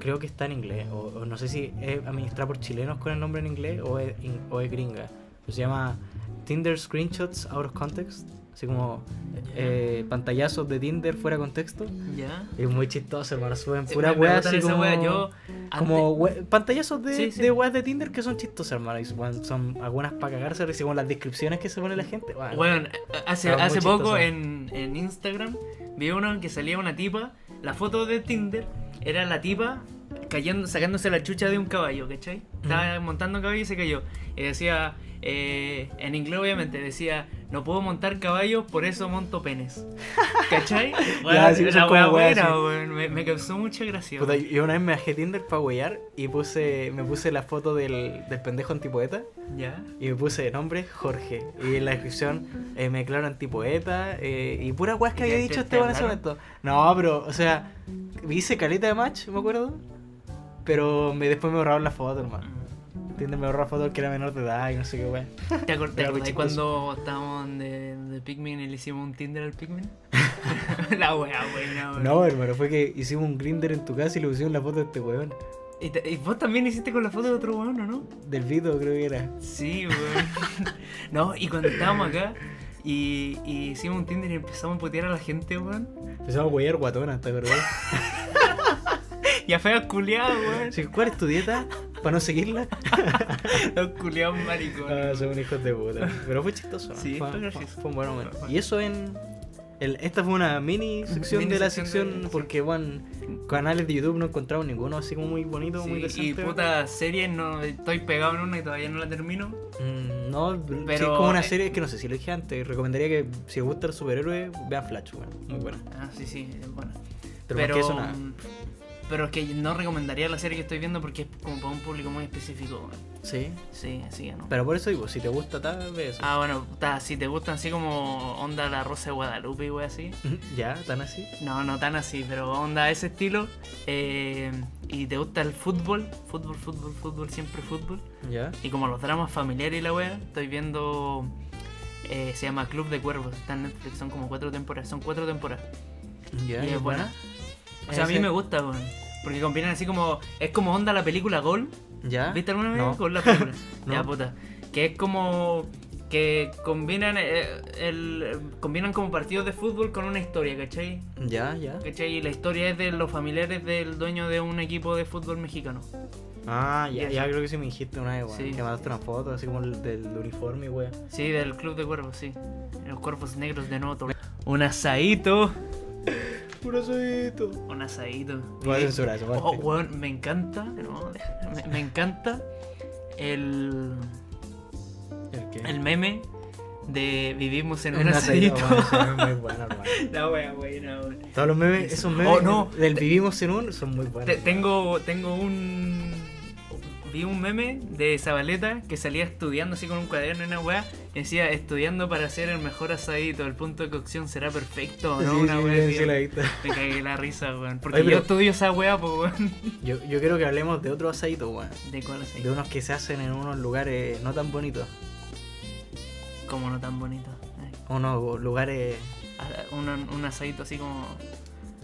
Creo que está en inglés, o, o no sé si es administrada por chilenos con el nombre en inglés o es, in- o es gringa. Pero se llama Tinder Screenshots Out of Context, así como eh, pantallazos de Tinder fuera de contexto. ¿Ya? Es muy chistoso, hermano. Suben Sí, pura me- me wea botan así esa como. wea, yo Como we- pantallazos de, Sí, sí. de weas de Tinder que son chistosas, hermano. Y son, son algunas para cagarse, pero según las descripciones que se pone la gente. Bueno, Bueno, hace, Estaba muy hace chistoso. poco en, en Instagram vi uno en que salía una tipa, la foto de Tinder era la tipa cayendo, sacándose la chucha de un caballo, ¿cachai? Estaba montando un caballo y se cayó. Y decía, eh, en inglés obviamente, decía, no puedo montar caballos, por eso monto penes. ¿Cachai? Ya, sí, son la wea como weas buena, así. weón, me, me causó mucha gracia. puta, weón. yo una vez me bajé Tinder para huear y puse, me puse la foto del, del pendejo antipoeta ¿Ya? y me puse de nombre Jorge. Y en la descripción eh, me declaro antipoeta eh, y pura weas que ¿Y había te- dicho te- este te weón en ese momento. hablaron? No, pero, o sea, hice caleta de match, me acuerdo. Pero me, después me borraron la foto, hermano. Tinder me borró la foto porque era menor de edad y no sé qué wea. ¿Te acor- te Era muy acordás cuando estábamos de, de Pikmin y le hicimos un Tinder al Pikmin? la wea buena, weón. No, hermano, fue que hicimos un grinder en tu casa y le pusimos la foto de este weón. Y, te- y vos también hiciste con la foto de otro weón, ¿o no? Del Vito, creo que era. Sí, weón. no, y cuando estábamos acá y, y hicimos un Tinder y empezamos a putear a la gente, weón. Empezamos a huear guatona, ¿te acordás? Y a feas culiados, weón. Así que, ¿cuál es tu dieta? ¿Para no seguirla? Los culiados maricones. Ah, son hijos de puta. Pero fue chistoso. ¿no? Sí, fue, fue fue- gracioso. fue un buen momento. Fue- fue- Y eso en... el- esta fue una mini sección Mini de la sección sección de- porque, bueno, canales de YouTube no encontramos ninguno así como muy bonito, muy Sí, decente. y puta serie, no, estoy pegado en una y todavía no la termino. Mm, no, pero es Pero, como una eh, serie, es que no sé si lo dije antes. Recomendaría que si les gusta el superhéroe, vean Flash, weón. Muy buena. Ah, sí, sí, es buena. Pero, más que eso, nada. mm, pero es que no recomendaría la serie que estoy viendo porque es como para un público muy específico, weón. Sí. Sí, así que no. Pero por eso digo, si te gusta tal vez. Ah, bueno, ta, si te gustan así como onda la Rosa de Guadalupe y wey así. Ya, tan así. No, no tan así, pero onda ese estilo. eh, y te gusta el fútbol, fútbol, fútbol, fútbol, siempre fútbol. Ya. Y como los dramas familiares y la wea, estoy viendo. eh, se llama Club de Cuervos, está en Netflix, son como cuatro temporadas. Son cuatro temporadas. Ya. y es buena. O sea, a mí Ese- me gusta, weón. Porque combinan así como. Es como onda la película Gol. Ya. ¿Viste alguna vez ¿Ah? No. con la película? No. Ya puta. Que es como que combinan eh, el combinan como partidos de fútbol con una historia, ¿cachai? Ya, ya. ¿Cachai? Y la historia es de los familiares del dueño de un equipo de fútbol mexicano. Ah, ya, Y ya así. creo que sí me dijiste una vez, weón. Sí. Que mandaste una foto así como el del uniforme, weón. Sí, del club de cuervos, sí. Los cuervos negros de nuevo. Un asadito. Puro sodito. Un asadito. Voy a censurar esa parte. Oh, weón, me encanta. No, deja- me, me encanta el, ¿El qué? oh, el meme de vivimos en un, Un asadito, asadito. weón, ese meme es muy bueno, hermano. La wea, buena, weón. Todos los memes, esos memes Oh, no. del vivimos en un son muy buenos. Te- weón. tengo, tengo un. vi un meme de Zabaleta que salía estudiando así con un cuaderno y una weá. Y decía, estudiando para ser el mejor asadito, el punto de cocción será perfecto, ¿no? Sí, una sí, weá sí, así. sí, la he visto. Me cagué la risa, weón. Porque Oye, pero- yo estudio esa weá, pues weón. Yo, yo quiero que hablemos de otro asadito, weón. ¿De cuál así? De unos que se hacen en unos lugares no tan bonitos. Como no tan bonito. Ay, Unos lugares. ah, Un, un asadito así como.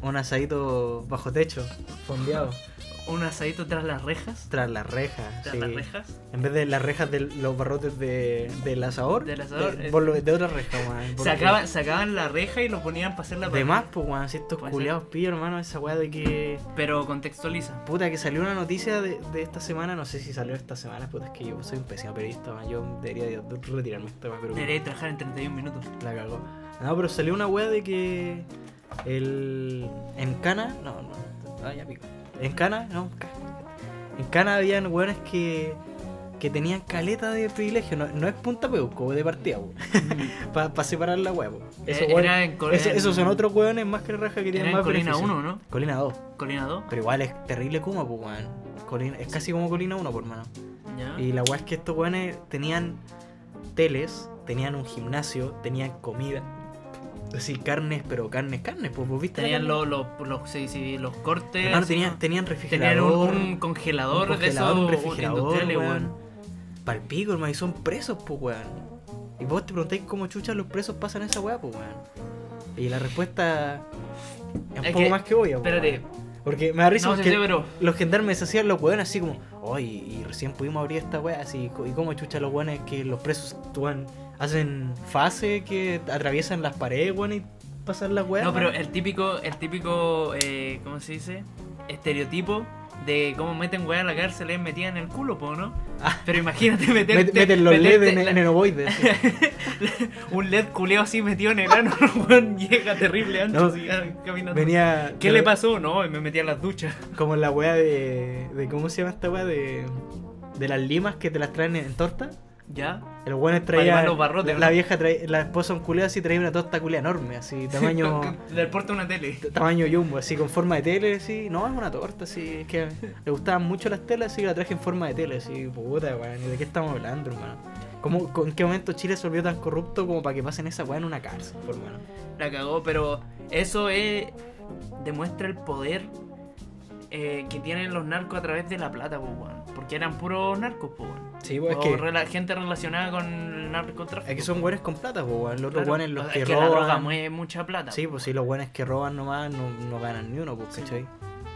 Un asadito bajo techo, fondeado. Un asadito tras las rejas. Tras las rejas. Tras sí. las rejas. En vez de las rejas de los barrotes de, del asador. Del asador, De, eh. por lo- de otra reja, weón. porque- Sacaban, sacaban la reja y lo ponían para hacer la De parrilla. más, pues, weón. Si estos Puede ser. culiados pillos, hermano, esa weá de que. Pero contextualiza. Puta, que salió una noticia de, de esta semana, no sé si salió esta semana, puta, es que yo soy un pésimo periodista, man. yo debería de- de retirarme esta weá, pero Debería trabajar en 31 minutos. la cagó. No, pero salió una weá de que el... en Cana, no, no, ah, ya pico. En Cana, no, ca- en Cana habían weones que, que tenían caleta de privilegio, no, no es punta peuco, de partida, para separar la weá, po. Esos Mm. Eh, weones- era en Col- esos- esos son en- otros weones más que raja que Era tienen en más Colina beneficios. 1, ¿no? Colina 2. Colina 2. Pero igual es terrible Kuma, pues, weón. Colina- es casi como Colina 1, por mano. Ya. Y la weá es que estos weones tenían teles, tenían un gimnasio, tenían comida. Así, carnes, pero carnes, carnes, pues, vos viste. la Tenían carne? los, los, los, sí, sí, los cortes. Hermano, tenían, ¿no? tenían Tenían un, refrigerador. un congelador, un congelador, de un esos refrigerador, industriales, weón. Palpico, hermano, y son presos, pues, weón. Y vos te preguntáis cómo chuchas los presos pasan esa weá, pues, weón. Y la respuesta es un Es poco que- más que obvia, pues, Espérate. weón. Porque me da risa No, sí, porque sí, pero. los gendarmes se hacían los hueones así como, oye, y recién pudimos abrir esta wea, así, co- y cómo chucha los hueones que los presos actúan, hacen fase que atraviesan las paredes, weón, y pasan las weas. No, pero eh, weón. el típico, el típico, eh, ¿cómo se dice? Estereotipo de cómo meten weá a la cárcel es metida en el culo, po, ¿no? Ah. Pero imagínate meterte, Met- meten los meterte LED en, el- la- en el ovoide. así. un LED culeo así metido en el ano, weón, llega terrible ancho No, así, ah, caminando. Venía. ¿Qué le pasó? No, me metí a las duchas. Como la wea de, de. ¿Cómo se llama esta wea? De. De las limas que te las traen en torta. ¿Ya? El hueón limar traía. los la, barrotes, ¿no? la vieja traía. La esposa un culeo así traía una torta culea enorme, así, tamaño. Le porta una tele. t- tamaño jumbo, así con forma de tele, así. No, es una torta, así. Es que le gustaban mucho las telas, así que la traje en forma de tele, así. Puta, weón, ¿y ¿de qué estamos hablando, hermano? ¿Cómo, con- ¿En qué momento Chile se volvió tan corrupto como para que pasen esa weá en una cárcel, por hermano? La cagó, pero eso es. demuestra el poder eh, que tienen los narcos a través de la plata, po, weón. Porque eran puros narcos, po, weón. Sí, pues, o es que, rela- gente relacionada con el narcotráfico. es que son weones con plata, pues, weón. Los otros Claro. weones los O sea, que es roban. la droga mueve mucha plata. Sí, pues sí, los weones que roban nomás no, no ganan ni uno, pues, Sí. ¿cachai?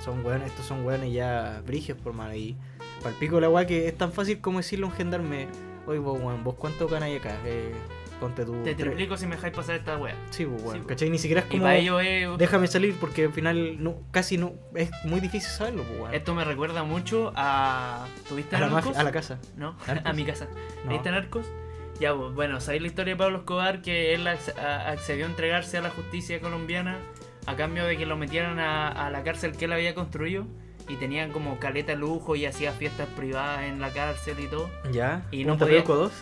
Son weones, estos son weones ya brigios, por mano. Y palpico la weá que es tan fácil como decirle a un gendarme, oye, vos, weón, vos cuánto ganáis acá, eh, ponte tu... Te tre- triplico si me dejáis pasar esta wea. Sí, pues, weón, Sí, pues. ¿cachai? Ni siquiera es Y como... para ello es. Déjame salir porque al final no, casi no... Es muy difícil saberlo, pues, weón. Esto me recuerda mucho a. ¿Tuviste A la, narcos? mafia- a la casa. No, a Narcos. mi casa. No. ¿Viste narcos? Ya, pues, bueno, sabéis la historia de Pablo Escobar que él ac- a- accedió a entregarse a la justicia colombiana a cambio de que lo metieran a, a la cárcel que él había construido y tenían como caleta de lujo y hacía fiestas privadas en la cárcel y todo. Ya. Y no Punta podía- Peuco dos.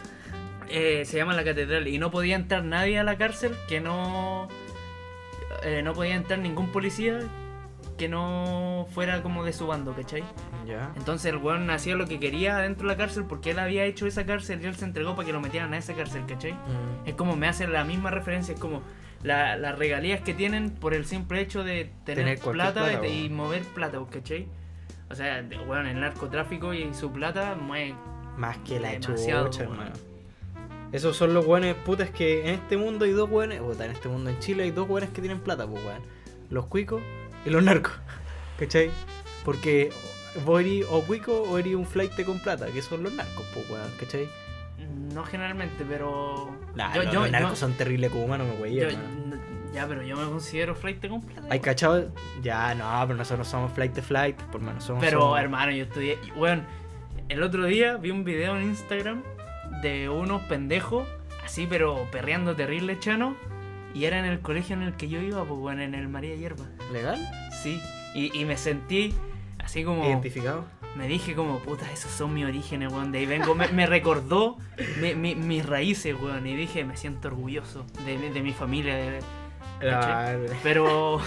Eh, se llama la catedral y no podía entrar nadie a la cárcel que no. eh, no podía entrar ningún policía que no fuera como de su bando, ¿cachai? Ya. Entonces el weón hacía lo que quería dentro de la cárcel porque él había hecho esa cárcel y él se entregó para que lo metieran a esa cárcel, ¿cachai? Mm. Es como me hace la misma referencia, es como la- las regalías que tienen por el simple hecho de Tener tener, cualquier plata, plata, y, y weón. mover plata, ¿vos ¿cachai? O sea, de- weón, el narcotráfico y su plata mueve. Más que la Demasiado, pues, chucha, weón. hermano. Esos son los weones putas que en este mundo hay dos weones, puta, en este mundo en Chile hay dos weones que tienen plata, pues weón. Los cuicos y los narcos. ¿Cachai? Porque vos eres o cuico o eres un flight con plata, que son los narcos, pues weón, ¿cachai? No generalmente, pero. Nah, yo, los, yo- los narcos yo- son terribles como humanos, me güey. yo- Ya, pero yo me considero flight con plata. Hay weón. cachado. Ya, no, pero nosotros somos flight de flight, por mano, somos. Pero somos- hermano, yo estudié. y, Weón, el otro día vi un video en Instagram de unos pendejos, así pero perreando terrible chano. Y era en el colegio en el que yo iba, pues bueno, en el María Hierba. ¿Legal? Sí. Y, y me sentí así como. Identificado. Me dije como, puta, esos son mis orígenes, weón. De ahí vengo. Me, me recordó mi- mi- mis raíces, weón. Y dije, me siento orgulloso de, mi- de mi familia. de- ¿cachai? Claro. Pero.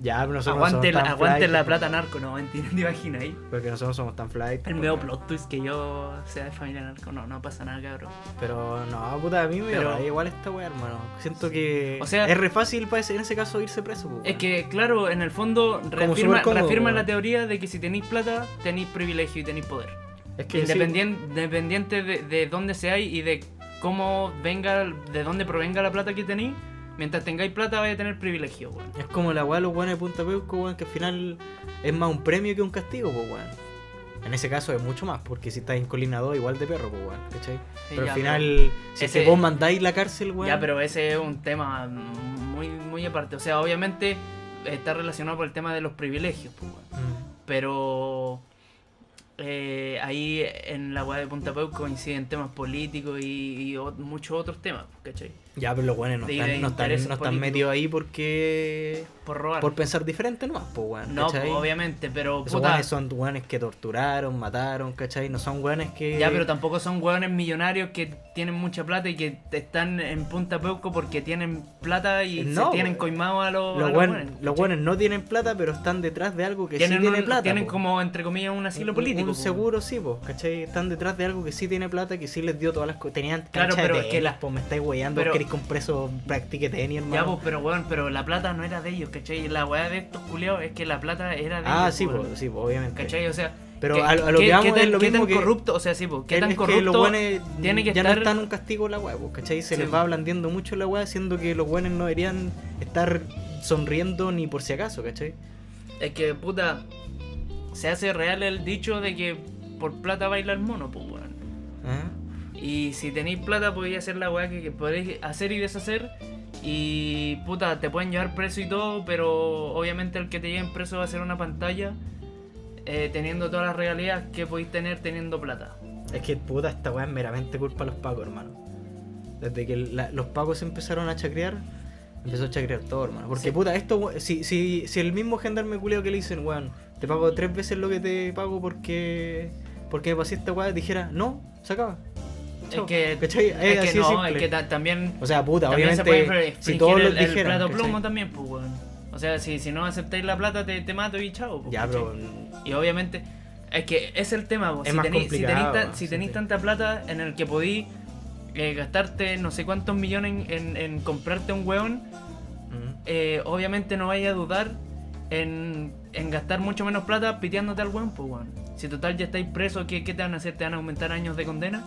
Ya, pero nosotros no Aguante, somos la, tan aguante flight, la plata narco, no, mentira, te imaginas ahí. Porque nosotros somos tan flight. pues, El medio plot twist que yo sea de familia narco, no, no pasa nada, cabrón. Pero no, puta, a mí me Pero- da igual esta weá, hermano. Siento Sí. que O sea- es re fácil para ese- en ese caso irse preso. pues, Es weón. que, claro, en el fondo reafirma, súper cómodo, reafirma weón. la teoría de que si tenéis plata, tenéis privilegio y tenéis poder. es que sí. Independien- Independiente de, de dónde seáis y de cómo venga, de dónde provenga la plata que tenéis, mientras tengáis plata vais a tener privilegio, weón. Es como la weá de los weones de Punta Peuco, weón, que al final es más un premio que un castigo, pues, weón. En ese caso es mucho más, porque si estás en Colina 2, igual de perro, pues, weón, ¿cachai? Sí, Pero ya, al final, si es que ese- vos mandáis la cárcel, weón. Ya, pero ese es un tema muy, muy aparte. O sea, obviamente está relacionado con el tema de los privilegios, pues, weón. Mm. pero eh, ahí en la weá de Punta Peuco coinciden temas políticos y, y o- muchos otros temas, pues, ¿cachai? Ya, pero los weones no De- están, de no están, intereses no están políticos. metidos ahí porque. Por robar. por pensar diferente nomás, pues, weón. no, ¿cachai? pues, obviamente, pero Esos puta, weones son weones que torturaron, mataron, ¿cachai? No son weones que. Ya, pero tampoco son hueones millonarios que tienen mucha plata y que están en Punta Peuco porque tienen plata y Eh, No, se tienen weón. coimado a los, a Los los weones, hueones, los ¿cachai? weones no tienen plata, pero están detrás de algo que tienen, sí tiene un- plata. tienen po. como, entre comillas, un asilo Un- político. Un po. seguro, sí, pues, ¿cachai? Están detrás de algo que sí tiene plata, que sí les dio todas las cosas. Tenían Claro, cancha pero de es que tenis, la- po, me estáis weyando, pero- queréis que un preso practique tenis, Ya, hermano. pues, pero weón, pero la plata no era de ellos, ¿cachai? La weá de estos culiados es que la plata era de ellos. ah, sí, weón, pues, sí, po, obviamente. ¿Cachai? O sea, Pero ¿qué- a, lo- a lo qué- que vamos qué tan- es lo qué mismo tan que... corrupto, o sea, sí, pues, qué tan es corrupto. los güenes tiene que ya estar- no están en un castigo la hueá, po, ¿cachai? Se Sí, les po. va ablandiendo mucho la hueá, siendo que los buenos no deberían estar sonriendo ni por si acaso, ¿cachai? Es que, puta, se hace real el dicho de que por plata baila el mono, pues, weón. Ajá. Y si tenéis plata podéis hacer la weá que, que podéis hacer y deshacer. Y puta, te pueden llevar preso y todo, pero obviamente el que te lleven preso va a ser una pantalla eh, teniendo todas las regalías que podéis tener teniendo plata. Es que puta, esta weá es meramente culpa de los pacos, hermano. Desde que la- los pacos se empezaron a chacrear, empezó a chacrear todo, hermano. Porque Sí. puta, esto, we- si, si, si el mismo gendarme culeo que le dicen, weón, te pago tres veces lo que te pago porque, porque me pasé esta weá, dijera, no, se acaba. es que, ¿Cachai? Es es que así de no, simple. es que ta- también, O sea, puta, también se puede obviamente, fre- si fingir todos el, lo el dijeran. plato ¿cachai? plomo también, pues weón. O sea, si, si no aceptáis la plata te, te mato y chao. pues, Ya, ¿cachai? pero. Y obviamente, es que es el tema, vos. Es si más tenéis si complicado, tenéis tan- si sí, tenéis sí. tanta plata en el que podí eh, gastarte no sé cuántos millones en, en- en comprarte un hueón, mm, eh, obviamente no vais a dudar en, en gastar mucho menos plata piteándote al hueón, pues hueón. Si total ya estáis preso, ¿qué, qué te van a hacer? ¿Te van a aumentar años de condena?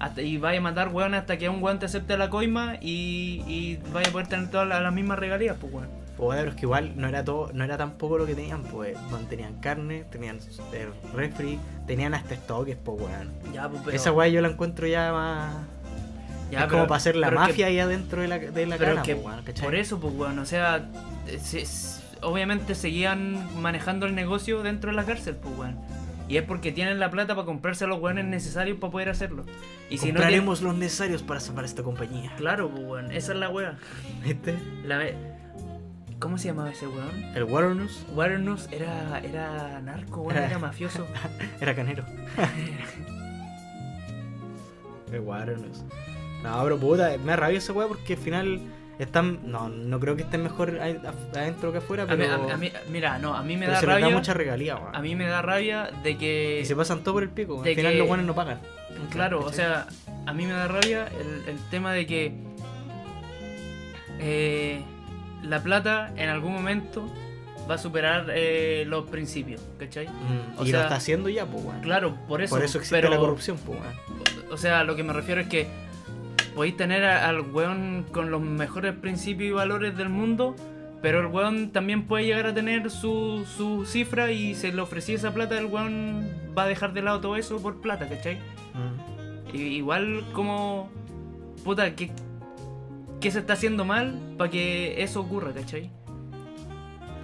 Hasta, y vais a matar hueón hasta que un hueón te acepte la coima y, y vais a poder tener todas las, las mismas regalías, pues hueón. Puta, pero es que igual no era todo, no era tampoco lo que tenían, pues. weón, Tenían carne, tenían eh, refri, tenían hasta estoques, pues, weón. Ya, pues, pero- Esa weá yo la encuentro ya más. ya, es pero- como para hacer la pero es que- mafia ahí adentro de la, de la Pero cana, que po, weón, ¿cachai? Por eso, pues, weón, o sea, eh, se- s- obviamente seguían manejando el negocio dentro de la cárcel, pues, weón. Y es porque tienen la plata para comprarse los weones necesarios para poder hacerlo. Y si no tienen... Compraremos los necesarios para salvar esta compañía. Claro, pues, weón, esa es la wea. ¿Viste? La ve- ¿Cómo se llamaba ese weón? El Warrenus Warrenus era, era narco, weón, Era- era mafioso. era canero. el Warrenus. No, pero puta, me rabia esa weá porque al final están. No, no creo que estén mejor ahí af- adentro que afuera, A mí- pero. a mí- a mí- mira, no, a mí me pero da se les rabia... da mucha regalía, weón. A mí me da rabia de que... Y se pasan todo por el pico. weón. de Al final que- los guanes no pagan. Claro, o ¿Cachai? sea, a mí me da rabia el, el tema de que eh, la plata en algún momento va a superar eh, los principios, ¿cachai? Mm, o y sea, lo está haciendo ya, pues, weón. Claro, por eso, Por eso existe pero, la corrupción, pues, weón. O sea, lo que me refiero es que podéis tener a- al weón con los mejores principios y valores del mundo, pero el weón también puede llegar a tener su, su cifra y se le ofrecía esa plata, el weón va a dejar de lado todo eso por plata, ¿cachai? Mm. I- Igual como... Puta, ¿qué, qué se está haciendo mal para que eso ocurra, cachai?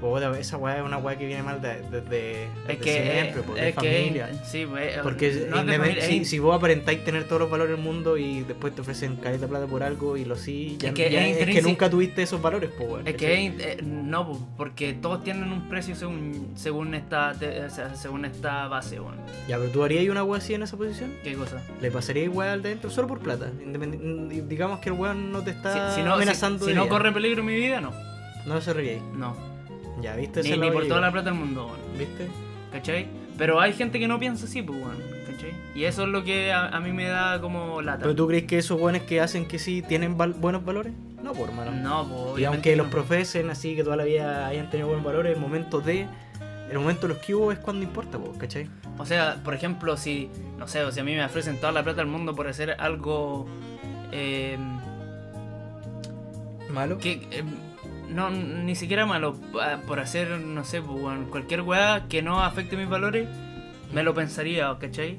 Puta, esa weá es una weá que viene mal de- desde, desde Es que... siempre, po, de es que- familia. sí, pues, eh, Porque no es de independ- familia, si, es- si vos aparentáis tener todos los valores del mundo y después te ofrecen caleta plata por algo y lo sí, ya, Es ya- es, que que, es intrínseco- nunca tuviste esos valores, pues weón. es ¿cachai? que es- eh, no, po, porque todos tienen un precio según según esta te- o sea, según esta base, weón. Ya, pero tú harías una weá así en esa posición, ¿Qué cosa? le pasarías igual al de adentro solo por plata. Independi- y digamos que el weón no te está si, si no, si- amenazando. si de no vida. corre peligro mi vida, no. No se ríe. No. Ya, ¿viste? Ni, Ese ni lado por yo toda la igual. plata del mundo, weón. ¿Viste? ¿Cachai? Pero hay gente que no piensa así, pues, weón. ¿Cachai? Y eso es lo que a, a mí me da como lata. ¿Pero tú crees que esos buenos que hacen que sí tienen val- buenos valores? No, por hermano. No, pues, y obviamente aunque los no. profesen así que toda la vida hayan tenido buenos valores, el momento de. El momento de los que hubo es cuando importa, po, ¿cachai? O sea, por ejemplo, si, no sé, o si a mí me ofrecen toda la plata del mundo por hacer algo eh, Malo. que eh, no, ni siquiera malo, pa- por hacer, no sé, pues, weón, cualquier weá que no afecte mis valores, me lo pensaría, ¿cachai?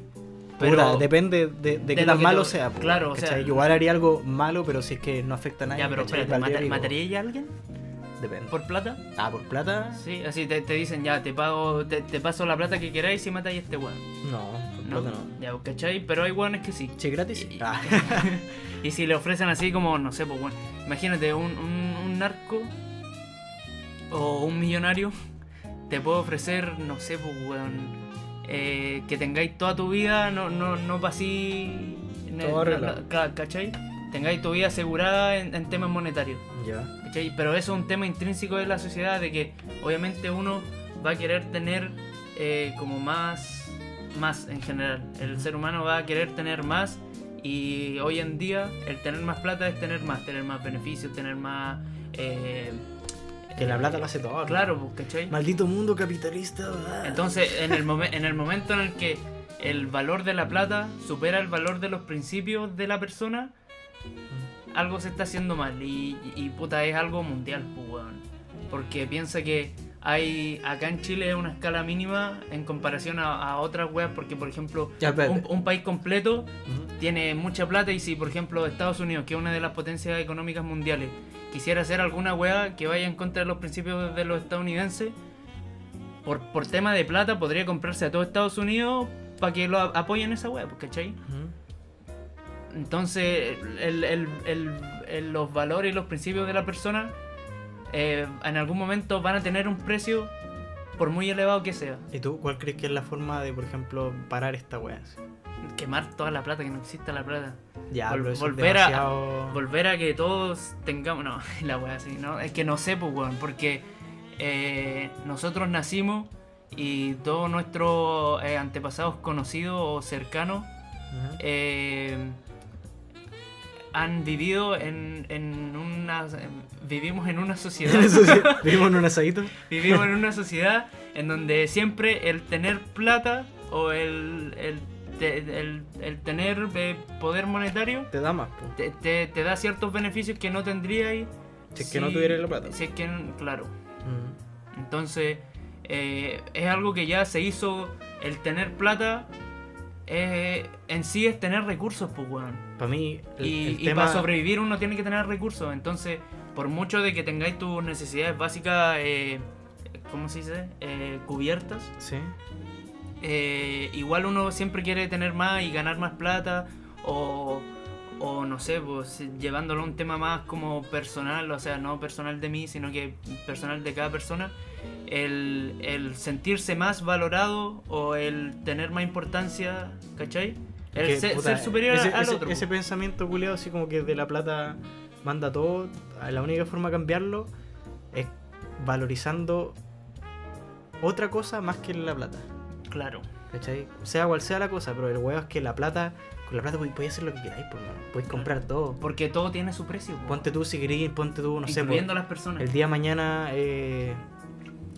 Pero depende de, de qué lo tan que malo te- sea, po, claro, o sea- ¿cachai? Yo igual haría algo malo, pero si es que no afecta a nadie. ya, pero ¿cachai? espérate, Valdría ¿mata- pico. ¿mataría ya a alguien Depende. por plata? Ah, por plata. Sí, así te, te dicen, ya, te pago, te, te paso la plata que queráis si matáis a este weón. No, por ¿No? plata no. Ya, ¿cachai? Pero hay weones que sí. Che, gratis. Y- Ah. Y si le ofrecen así como, no sé, pues bueno, imagínate un, un, un narco o un millonario, te puede ofrecer, no sé, pues weón, eh, que tengáis toda tu vida, no, no, no pasí, Todo no- arreglado. no- ca- ¿cachai? Tengáis tu vida asegurada en, en temas monetarios, ya. ¿cachai? Pero eso es un tema intrínseco de la sociedad, de que obviamente uno va a querer tener eh, como más, más en general. El ser humano va a querer tener más y hoy en día el tener más plata es tener más, tener más beneficios, tener más... eh, Que la eh, plata lo hace todo. Claro, pues, ¿cachai? Maldito mundo capitalista. ah. Entonces, en el, momen- en el momento en el que el valor de la plata supera el valor de los principios de la persona, algo se está haciendo mal y, y, puta, es algo mundial, pues, weón. Porque piensa que hay acá en Chile es una escala mínima en comparación a, a otras weas, porque por ejemplo, Ya, espérate. un, un país completo Ujú. tiene mucha plata y si por ejemplo Estados Unidos, que es una de las potencias económicas mundiales, quisiera hacer alguna weá que vaya en contra de los principios de los estadounidenses, por, por tema de plata podría comprarse a todo Estados Unidos para que lo a- apoyen esa weá, pues, ¿cachai? Ujú. Entonces el- el- el- el- los valores y los principios de la persona eh, en algún momento van a tener un precio por muy elevado que sea. ¿Y tú cuál crees que es la forma de, por ejemplo, parar esta wea? así? Quemar toda la plata, que no exista la plata. Ya, Vol- pero eso es volver a- demasiado- Volver a que todos tengamos. No, la wea así, ¿no? Es que no sé, pues, weón, porque eh, nosotros nacimos y todos nuestros eh, antepasados conocidos o cercanos Ujú. eh, han vivido en, en una. Vivimos en una sociedad. Eso sí, vivimos en un asadito. vivimos en una sociedad en donde siempre el tener plata o el, el, te- el- el tener eh, poder monetario Te da más, po. te, te- te da ciertos beneficios que no tendríais Si es que no tuvierais la plata. Si es que, n- claro. Ujú. Entonces, eh, es algo que ya se hizo. El tener plata eh, en sí es tener recursos, pues, weón. Para mí, el, Y, el y tema. para sobrevivir uno tiene que tener recursos. Entonces, por mucho de que tengáis tus necesidades básicas, eh, ¿cómo se dice? Eh, cubiertas. Sí. Eh, igual uno siempre quiere tener más y ganar más plata o, o no sé, pues llevándolo a un tema más como personal, o sea, no personal de mí, sino que personal de cada persona, el, el sentirse más valorado o el tener más importancia, ¿cachai? El Que, ser, puta, ser superior ese, al ese- otro. ese pensamiento culiado, así como que de la plata manda todo. La única forma de cambiarlo es valorizando otra cosa más que la plata. Claro. ¿Cachai? Sea cual sea la cosa, pero el huevo es que la plata, con la plata podéis podéis hacer lo que queráis, por mano. Podéis comprar todo. Porque todo tiene su precio, po, Ponte tú si queréis, ponte tú, no sé, po, incluyendo a las personas. el día de mañana eh,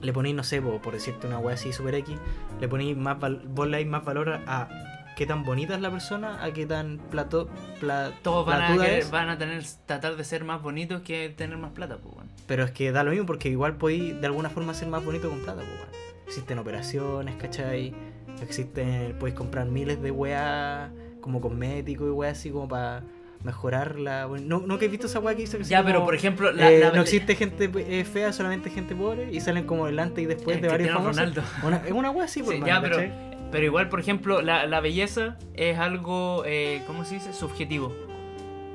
le ponéis, no sé, po, por decirte una hueá así super X, le ponéis más val- vos le dais más valor a, a qué tan bonita es la persona, a qué tan plato, pla- Todos van a, platuda querer- es. van a tener, tratar de ser más bonitos que tener más plata, pues bueno. Pero es que da lo mismo porque igual podéis de alguna forma ser más bonito con plata, po, weón. Existen operaciones, ¿cachai? Existen, podéis comprar miles de weas como cosméticos y weas así como para mejorarla. bueno, No, no que he visto esa wea que hizo que Ya, sea pero como, por ejemplo, la, eh, la- no existe gente eh, fea, solamente gente pobre y salen como delante y después el de varios Cristiano famosos. Ronaldo. Una- es una wea así, por Sí, mano, ya, pero, ¿cachai? pero igual, por ejemplo, la, la belleza es algo, eh, ¿cómo se dice? Subjetivo.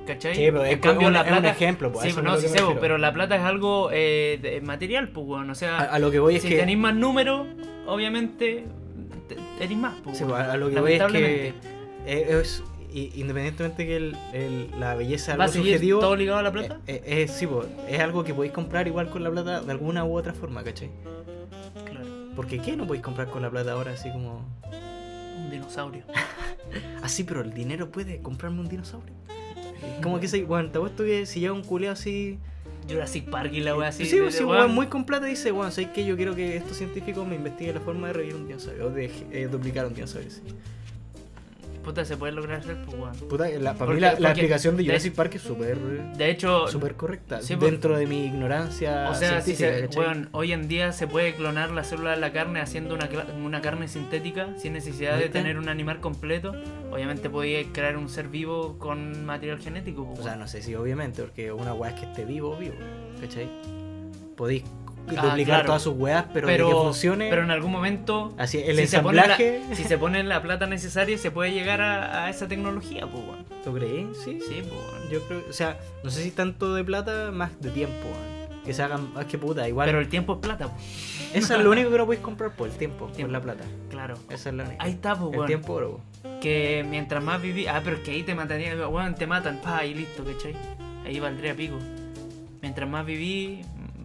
¿Cachai? Sí, pero es en cambio, un- la es un plata. ejemplo, pues, a sí, eso no, es a sí lo que me sé, refiero. pero la plata es algo eh, de- material, pues, weón. O sea, a, a lo que voy Ah, es si que. tenéis más números, obviamente, te- tenéis más, pues, Sí, weón, pues, a lo que voy es que lamentablemente. eh, es i- independientemente que el- el- la belleza es ¿Va a algo seguir subjetivo. todo ligado a la plata? eh, eh, eh, sí, po, es algo que podéis comprar igual con la plata de alguna u otra forma, ¿cachai? Claro. Porque ¿qué no podéis comprar con la plata ahora así como... Un dinosaurio. Así, pero el dinero puede comprarme un dinosaurio. Como que se... Bueno, te apuesto que si llega un culeo así... Jurassic Park y la wea así. sí, de- si un weón. weón muy con plata dice, bueno, ¿sabes qué? Yo quiero que estos científicos me investiguen la forma de revivir un dinosaurio, o de eh, duplicar un dinosaurio. sí. Puta, se puede lograr hacer, pues weón. Puta, la, para Porque- mí la, la porque- explicación de de- Jurassic Park es súper... eh, De hecho, súper correcta. Sí, pues. dentro de mi ignorancia o sea, si Ah, científica, se- ¿cachai? weón, hoy en día se puede clonar la célula de la carne haciendo una, cla- una carne sintética sin necesidad de ¿Viste? tener un animal completo. Obviamente podía crear un ser vivo con material genético, pues, O sea, weón. no sé si obviamente, porque una weá es que esté vivo, vivo, ¿cachai? Podéis Ah, duplicar claro. todas sus weas, pero, de Pero- que funcione. Pero en algún momento Así, el si se pone la- ensamblaje. si se pone la plata necesaria, se puede llegar a, a esa tecnología, pues, weón. ¿Tú crees? Sí. Sí, pues, weón. Yo creo, o sea, no sé si tanto de plata, más de tiempo. weón. Que se hagan, es que puta, igual. Pero el tiempo es plata, pues. Eso es lo único que no podéis comprar por el tiempo, por Tiempo. la plata. Claro. Eso es lo único. Ahí está, pues, el weón. tiempo oro. weón. Que mientras más viví. Ah, pero es que ahí te matarían. Weón, te matan. Pa, y listo, ¿cachai? Ahí valdría pico. Mientras más viví,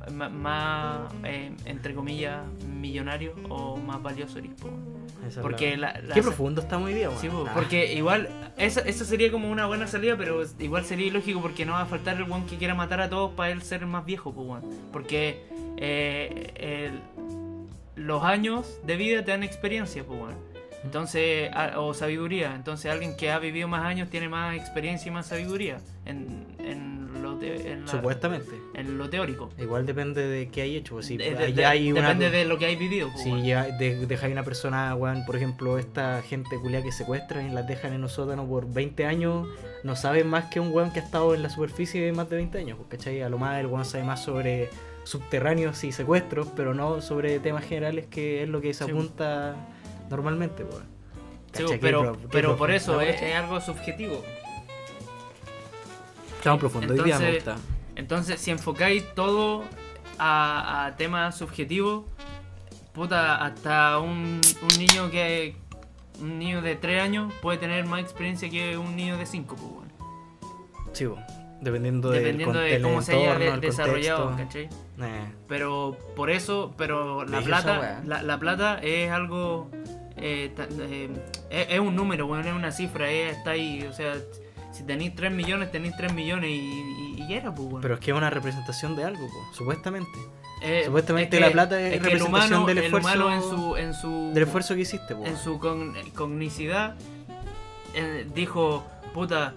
m- más, eh, entre comillas, millonario o más valioso eres, po. Esa es la Porque weá. la. la- Qué profundo estamos hoy día, weón. Sí, po, Ah, porque igual, eso, eso sería como una buena salida, pero igual sería ilógico porque no va a faltar el weón que quiera matar a todos para él ser el más viejo, pues, weón. Porque eh, el- los años de vida te dan experiencia, pues, weón. Entonces, a- o sabiduría. Entonces, alguien que ha vivido más años tiene más experiencia y más sabiduría en, en lo, te- en la- Ah, Supuestamente. en lo teórico. Igual depende de qué hay hecho. pues, Si De- de- allá de- hay una- Depende de lo que hay vivido, pues, Si weón. ya de- dejáis una persona, weón, por ejemplo, esta gente culia que secuestran y las dejan en un sótano por 20 años, no saben más que un weón que ha estado en la superficie de más de 20 años, pues, ¿cachai? A lo más el weón sabe más sobre subterráneos y secuestros, pero no sobre temas generales que es lo que se Sí, pues. apunta normalmente, pues. Sí, ¿Cachai? Qué pero, pro- qué pero por profundo, eso ¿cachai? es, es algo subjetivo. Estamos profundos, hoy día me entonces- gusta. Entonces, si enfocáis todo a, a temas subjetivos, puta, hasta un, un niño que. Un niño de 3 años puede tener más experiencia que un niño de 5, pues, weón. Sí, pues, dependiendo, del Dependiendo conte- de del cómo se haya entorno, de- el desarrollado, contexto. ¿cachai? Eh, Pero por eso, pero la Dije esa plata, weá. la, la plata es algo, eh, ta- eh, es, es un número, weón, es una cifra, es- está ahí, o sea, si tenéis 3 millones, tenéis 3 millones y, y, y era, pues, weón. Pero es que es una representación de algo, pues, supuestamente. Eh, Supuestamente la plata es que el representación humano- del el esfuerzo- humano en su, en su, Del esfuerzo que hiciste, pues. po. en su con- cognicidad eh, dijo, puta,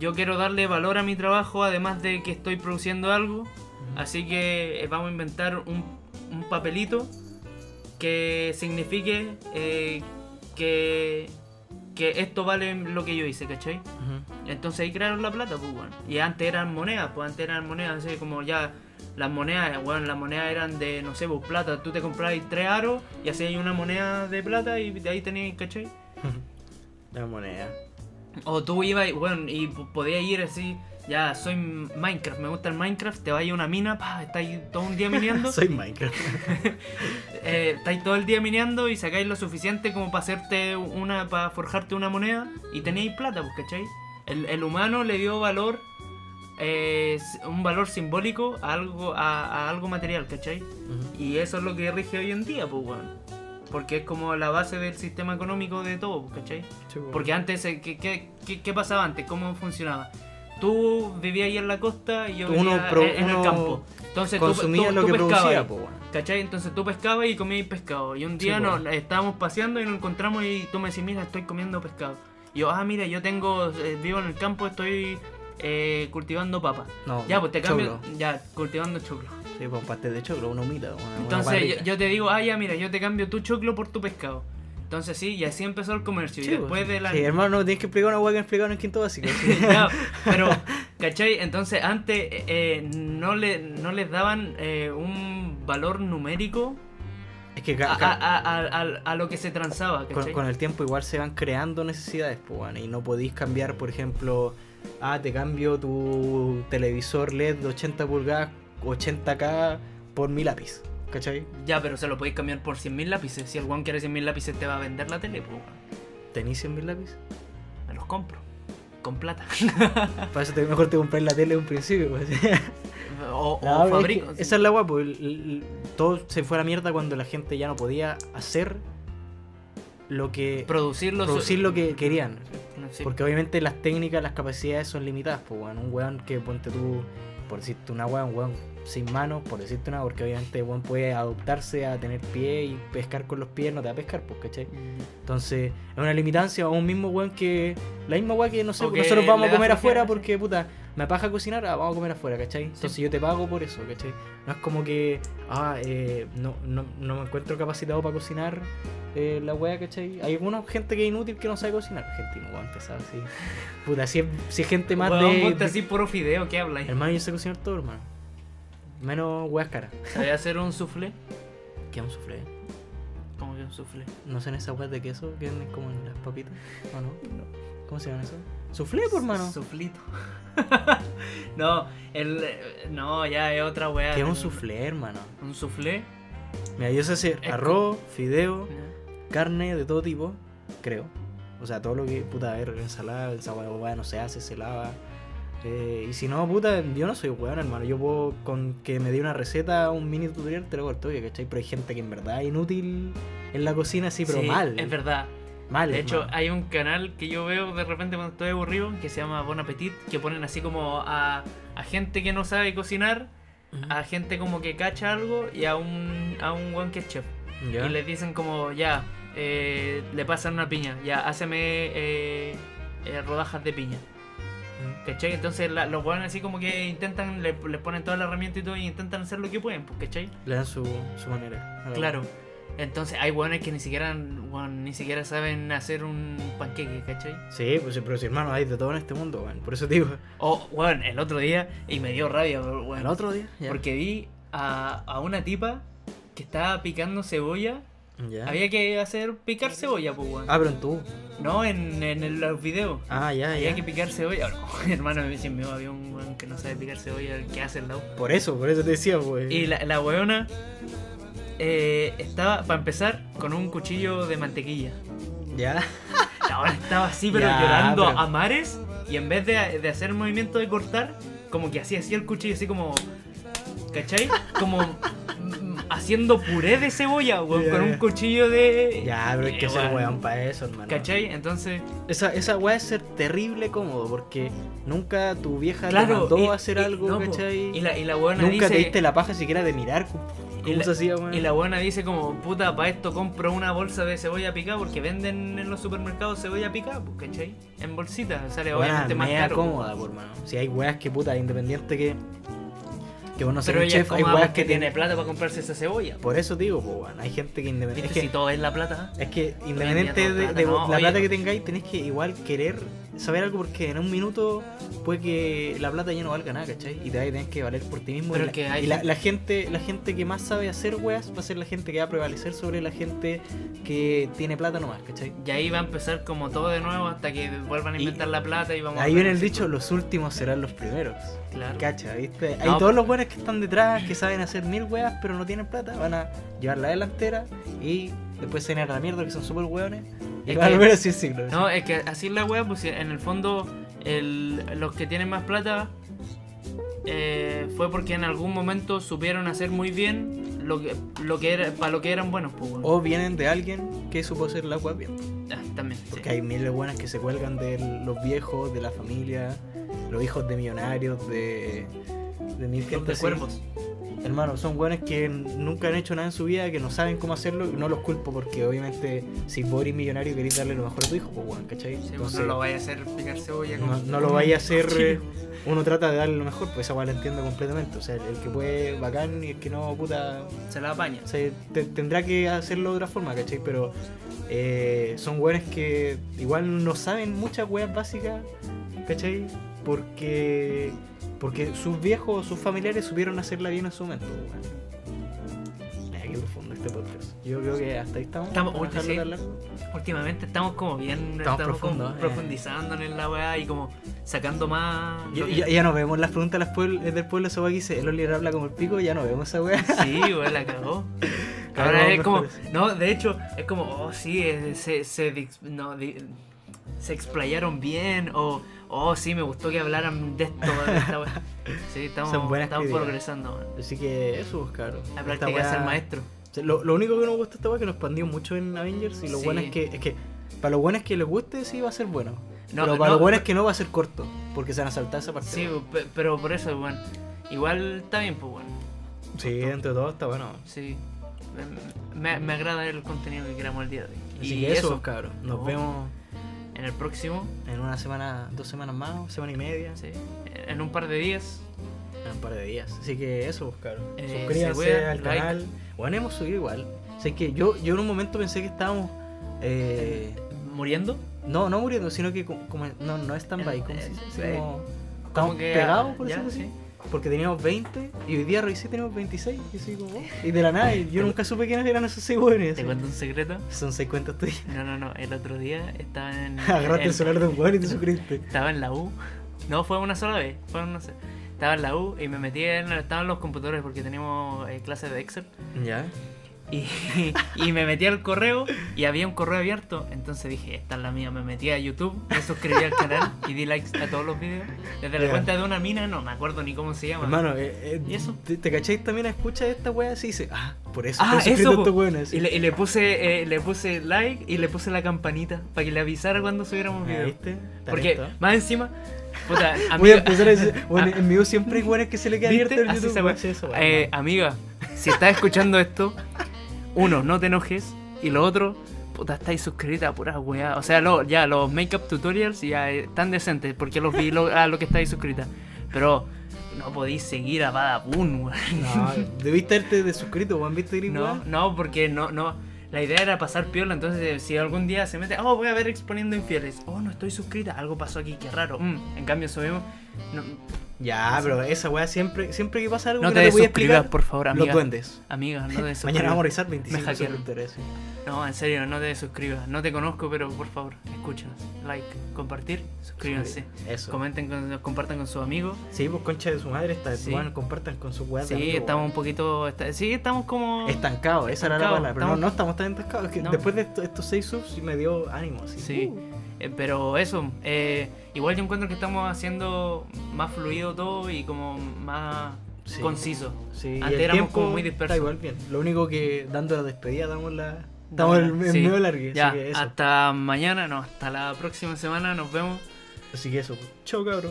yo quiero darle valor a mi trabajo, además de que estoy produciendo algo, así que eh, vamos a inventar un, un papelito que signifique eh, que, que esto vale lo que yo hice, ¿cachai? Ujú. Entonces ahí crearon la plata, pues, weón. Y antes eran monedas, pues antes eran monedas, así como ya las monedas, weón, las monedas eran de, no sé, pues plata. Tú te comprabas tres aros y hacías una moneda de plata y de ahí tenías, ¿cachai? La moneda. O tú ibas, y, weón, y po- podías ir así, ya, soy Minecraft, me gusta el Minecraft, te vas a una mina, pa, estáis todo un día mineando, Soy Minecraft. eh, estáis todo el día mineando y sacáis lo suficiente como para hacerte una, para forjarte una moneda y teníais plata, pues, ¿cachai? El, el humano le dio valor, eh, s- un valor simbólico a algo, a, a algo material, ¿cachai? Y eso es lo que rige hoy en día, pues, weón. Porque es como la base del sistema económico de todo, pues, ¿cachai? Porque antes, eh, ¿qué, qué, qué- qué pasaba antes? ¿Cómo funcionaba? Tú vivías ahí en la costa y yo Uno vivía pro- en, en uno el campo. Entonces tú- consumía tú, lo tú que pescabas, producía, po, weón. ¿Cachai? Entonces tú pescabas y comías pescado. Y un Sí, día po. nos estábamos paseando y nos encontramos y tú me decís, mira, estoy comiendo pescado. Y yo, ah, mira, yo tengo, eh, vivo en el campo, estoy eh, cultivando papas. No, Ya, pues te cambio, choclo. ya, cultivando choclo. Sí, pues un pastel de choclo, una humita. Una, una Entonces barriga. yo, yo te digo, ah, ya, mira, yo te cambio tu choclo por tu pescado. Entonces sí, y así empezó el comercio. Sí, y después pues. de la... Sí, hermano, tienes que explicar una hueá que explicaron en quinto básico. Ya, pero, ¿cachai? Entonces antes eh, no, le, no les daban eh, un valor numérico es que a, ca- ca- a- a- a- a lo que se transaba, con, Ah, ¿cachai? con el tiempo igual se van creando necesidades, pues, weón, y no podéis cambiar, por ejemplo, ah, te cambio tu televisor LED de 80 pulgadas, 80K por mi lápiz, ¿cachai? Ya, pero se lo podéis cambiar por 100.000 lápices. Si el one quiere 100.000 lápices, te va a vender la tele, pues. ¿Tenís 100.000 lápices? Me los compro. Con plata. Ah. Para eso te- mejor te comprar la tele en un principio. pues. o No, o pero Ah, es fabrico. que esa es la pues, guapo. Todo se fue a la mierda cuando la gente ya no podía hacer lo que. producirlo. Mm, producir lo que querían. Sí. Porque obviamente las técnicas, las capacidades son limitadas, pues weón. Un weón que ponte tú, por decirte una weón, un weón sin manos, por decirte una, porque obviamente el weón puede adoptarse a tener pie y pescar con los pies, no te va a pescar, pues, ¿cachai? Mm. Entonces, es una limitancia o un mismo weón que. La misma weón que no sé, O pues, que nosotros vamos le a da comer afuera flojera, sí. porque puta, me paja cocinar, ah, vamos a comer afuera, ¿cachai? Entonces yo te pago por eso, ¿cachai? No es como que, ah, eh, no, no, no me encuentro capacitado para cocinar eh, la weá, ¿cachai? Hay alguna gente que es inútil que no sabe cocinar, gente no va a empezar así. Puta, si es, si es gente más Weón, de. ponte así puro fideo, ¿qué habláis? Hermano, yo sé cocinar todo, hermano. Menos weas caras. ¿Sabía hacer un soufflé? ¿Qué es un soufflé? Como que un soufflé. No sé en esas weas de queso que venden como en las papitas, ¿o no? ¿Cómo se llaman eso? Soufflé, por hermano. Suflito. no, el, eh, no, ya es otra weá. Que es un Tengo- soufflé, hermano. Un soufflé. Mira, yo sé hacer Es Mm. arroz, fideo, carne de todo tipo, creo. O sea, todo lo que, puta, a ver, ensalada, esa hueá- hueá no se hace, se lava. Eh, y si no, puta, yo no soy weón, hermano. Yo puedo, con que me dé una receta, un mini tutorial, te lo hago al toque, ¿cachai? Pero hay gente que en verdad es inútil en la cocina, sí, pero mal. Es verdad. Mal, De hecho, hermano. hay un canal que yo veo de repente cuando estoy aburrido que se llama Bon Appetit, que ponen así como a, a gente que no sabe cocinar, a gente como que cacha algo y a un, a un weón que es chef. Ya. Y les dicen como, ya, eh, le pasan una piña, ya, háceme eh, eh, rodajas de piña. ¿Cachai? Entonces la- los weones así como que intentan, le, les ponen todas las herramientas y todo y intentan hacer lo que pueden, pues, ¿cachai? Le dan su, su manera. Claro. Entonces hay weones que ni siquiera, weón, ni siquiera saben hacer un panqueque, ¿cachai? Sí, pues, pero si, hermano, hay de todo en este mundo, weón. Por eso te digo. O, Oh, weón, el otro día, y me dio rabia, weón. El otro día, ya. Porque vi a, a una tipa que estaba picando cebolla. Ya. Había que hacer picar cebolla, pues, weón. Ah, pero en tu. No, en, en el- los videos. Ah, ya, Había ya. que picar cebolla. No, hermano, me dicen, "Mío, había un weón que no sabe picar cebolla, que hace el lado? Por eso, por eso te decía, pues. weón. Y la, la weona eh, estaba, para empezar, con un cuchillo de mantequilla. Ya. La weona estaba así, pero Ya, llorando pero- a mares. Y en vez de, de hacer el movimiento de cortar, como que hacía así el cuchillo, así como. ¿Cachai? Como mm, haciendo puré de cebolla, weón, Ya, con un ya. cuchillo de. Ya, pero hay que Eh, ser weón para eso, hermano. ¿Cachai? Entonces. Esa, esa weá es ser terrible cómodo, porque nunca tu vieja te Claro, mandó y- a hacer y- algo, no, po, ¿cachai? Y la, y la weona nunca dice, te diste la paja siquiera de mirar cu- Y cómo la- se hacía, weón. Y la buena dice como, puta, para esto compro una bolsa de cebolla picada porque venden en los supermercados cebolla picada, pues, ¿cachai? En bolsitas, sale Weá, obviamente más mea caro. cómoda, por hermano. Si hay weas que puta, independiente que. Que vos no seas Pero un ella es chef, hay como weas que que tiene tiene. plata para comprarse esa cebolla. Por eso digo, po, weón. Hay gente que ¿Viste? independiente. si Es que, todo es la plata. ¿eh? es que día independiente todo de, plata, de no, la oye. plata que tengáis, tenés que igual querer saber algo, porque en un minuto puede que la plata ya no valga nada, ¿cachai? Y te vas a tener que valer por ti mismo. Pero y la- que hay Y la, gente- la gente la gente que más sabe hacer weas va a ser la gente que va a prevalecer sobre la gente que tiene plata nomás, ¿cachai? Y ahí va a empezar como todo de nuevo hasta que vuelvan a Y- inventar la plata y vamos Ahí a ver pues. viene el dicho, los últimos serán los primeros. Claro. Cacha, ¿viste? Hay No, pues. todos los buenos que están detrás, que saben hacer mil weas, pero no tienen plata, van a llevar la delantera y después se van a la mierda que son súper weones. Y Es van a que- volver así el siglo. No, es que así es la wea, pues en el fondo el- los que tienen más plata eh, fue porque en algún momento supieron hacer muy bien lo que, lo que era, para lo que eran buenos, pues. weón. O vienen de alguien que supo hacer la wea bien. Ah, también. sí. Porque hay miles de buenas que se cuelgan de los viejos, de la familia, los hijos de millonarios, de, de mil Club gente de así. cuervos. pues, Hermano, son buenos que nunca han hecho nada en su vida, que no saben cómo hacerlo, y no los culpo porque obviamente si vos eres millonario querés darle lo mejor a tu hijo, pues bueno, ¿cachai? Sí, Entonces, no lo vaya a hacer picar cebolla no- con- no lo con vaya a un hacer, cuchillo. eh, uno trata de darle lo mejor, pues esa weá la entiendo completamente. O sea, el que puede, bacán, y el que no, puta, Se la apaña. o sea, te- tendrá que hacerlo de otra forma, ¿cachai? Pero eh, son weones que igual no saben muchas weas básicas, ¿cachai? Porque, porque sus viejos, sus familiares supieron hacerla bien en su momento, weón. Mira, qué profundo este podcast. Yo creo que hasta ahí estamos. Estamos- ¿Podemos oye, dejarlo Últimamente estamos como bien. Estamos profundos, eh. profundizando en la weá y como sacando más. hablar? Ya, lo que- ya, ya no vemos las preguntas de las puebl- eh, del pueblo, esa wea que dice, el Oliver habla como el pico, ya no vemos esa wea. Sí, weá, la cagó. Cagamos Ahora es mejores. como. No, de hecho, es como, oh, sí, eh, se, se, dis- no, di- se explayaron bien o oh sí me gustó que hablaran de esto de esta wea". sí estamos, Son buenas estamos críticas. progresando man. Así que eso, cabrón. la Esta práctica weá- de ser maestro Sí, Lo, lo único que nos gusta esta weá es que nos expandió mucho en Avengers y lo Sí. bueno es que, es que para los buenos que les guste sí va a ser bueno. No, pero para no, los buenos que no va a ser corto, porque se van a saltar esa parte. sí pe- pero por eso bueno igual está bien pues bueno Sí, entre todo está bueno. sí Me- me, me agrada el contenido que creamos el día de hoy Así que eso, cabrón. Nos No. vemos en el próximo en una semana, dos semanas más, semana y media, sí, en un par de días en un par de días. Así que eso, cabrón. Eh, se Suscríbanse cuidan, al like. canal. Bueno, hemos subido igual. Así que yo, yo en un momento pensé que estábamos... eh, muriendo No, no muriendo, sino que co- como, no, no es tan Eh, by, como, si- eh, así eh, como- como estamos que ah, pegados, por ya, decirlo así. sí. Porque teníamos 20 y hoy día revisé y tenemos 26. Y, así como, oh, y de la nada, y yo nunca supe quiénes eran esos 6 hueones. te así. cuento un secreto Son 6 cuentas tuyas. no no no el otro día estaba en Agarraste en- el celular de un hueón y te suscribiste. Estaba en la U. No, fue una sola vez. Fue una sola- Estaba en la U y me metí en... Estaban los computadores porque teníamos eh, clases de Excel. Ya. Y, y me metí al correo y había un correo abierto. Entonces dije, esta es la mía. Me metí a YouTube, me suscribí al canal y di likes a todos los videos. Desde la Ya. cuenta de una mina, no me acuerdo ni cómo se llama. Hermano, eh, eh, ¿Y eso? ¿Te, te cacháis también a escuchar esta wea así? Y dice, ah, por eso Ah, estoy suscrito eso, a estos po. hueones. Y le, y le puse eh, le puse like y le puse la campanita para que le avisara cuando subiéramos Ah, videos. ¿Viste? Porque Talento. más encima, puta, Voy a amiga- empezar a decir, bueno, a- en mi video siempre hay hueones que se le queda abierto Ah. ¿Viste? el Así YouTube. se va. Sí, eso, Eh, hermano. amiga, si estás escuchando esto, uno, no te enojes. Y lo otro, puta, estáis suscrita a puras weá. O sea, lo- ya los make-up tutorials ya eh, están decentes porque los vi lo- a lo que estáis suscrita. Pero no podéis seguir a Badabun, weón. No, debiste haberte de suscrito, Juan, ¿viste Green No, Wall? no, porque no, no. La idea era pasar piola, entonces eh, si algún día se mete, oh, voy a ver exponiendo infieles. Oh, no estoy suscrita, algo pasó aquí, qué raro. Mm, En cambio, subimos. No, Ya, pero esa weá siempre, siempre que pasa algo no que te no te voy a desuscribas, explicar, por favor, los amiga. duendes. Amiga, no te Mañana desuscribas. vamos a revisar 25 hackearon. suscriptores. sí. No, en serio, no te suscribas. No te conozco, pero por favor, escúchanos. Like, compartir, suscríbanse. Eso. Comenten, con- compartan con sus amigos. Sí, pues concha de su madre, esta Sí. bueno, compartan con su weá. Sí, estamos un poquito. está- sí, estamos como. Estancados, esa era la Estancados, palabra. Pero no, estamos- no estamos tan estancados. es que No. Después de esto- estos 6 subs me dio ánimo. Así. Sí. Uh, eh, pero eso, eh, igual yo encuentro que estamos haciendo más fluido todo y como más Sí. conciso. sí. Antes y el éramos tiempo como muy Está dispersos. igual bien. Lo único que dando la despedida damos la. Damos Dale, el, el sí. medio largue. Ya, Así que eso. hasta mañana, no, hasta la próxima semana, nos vemos. Así que eso. pues. Chau, cabros.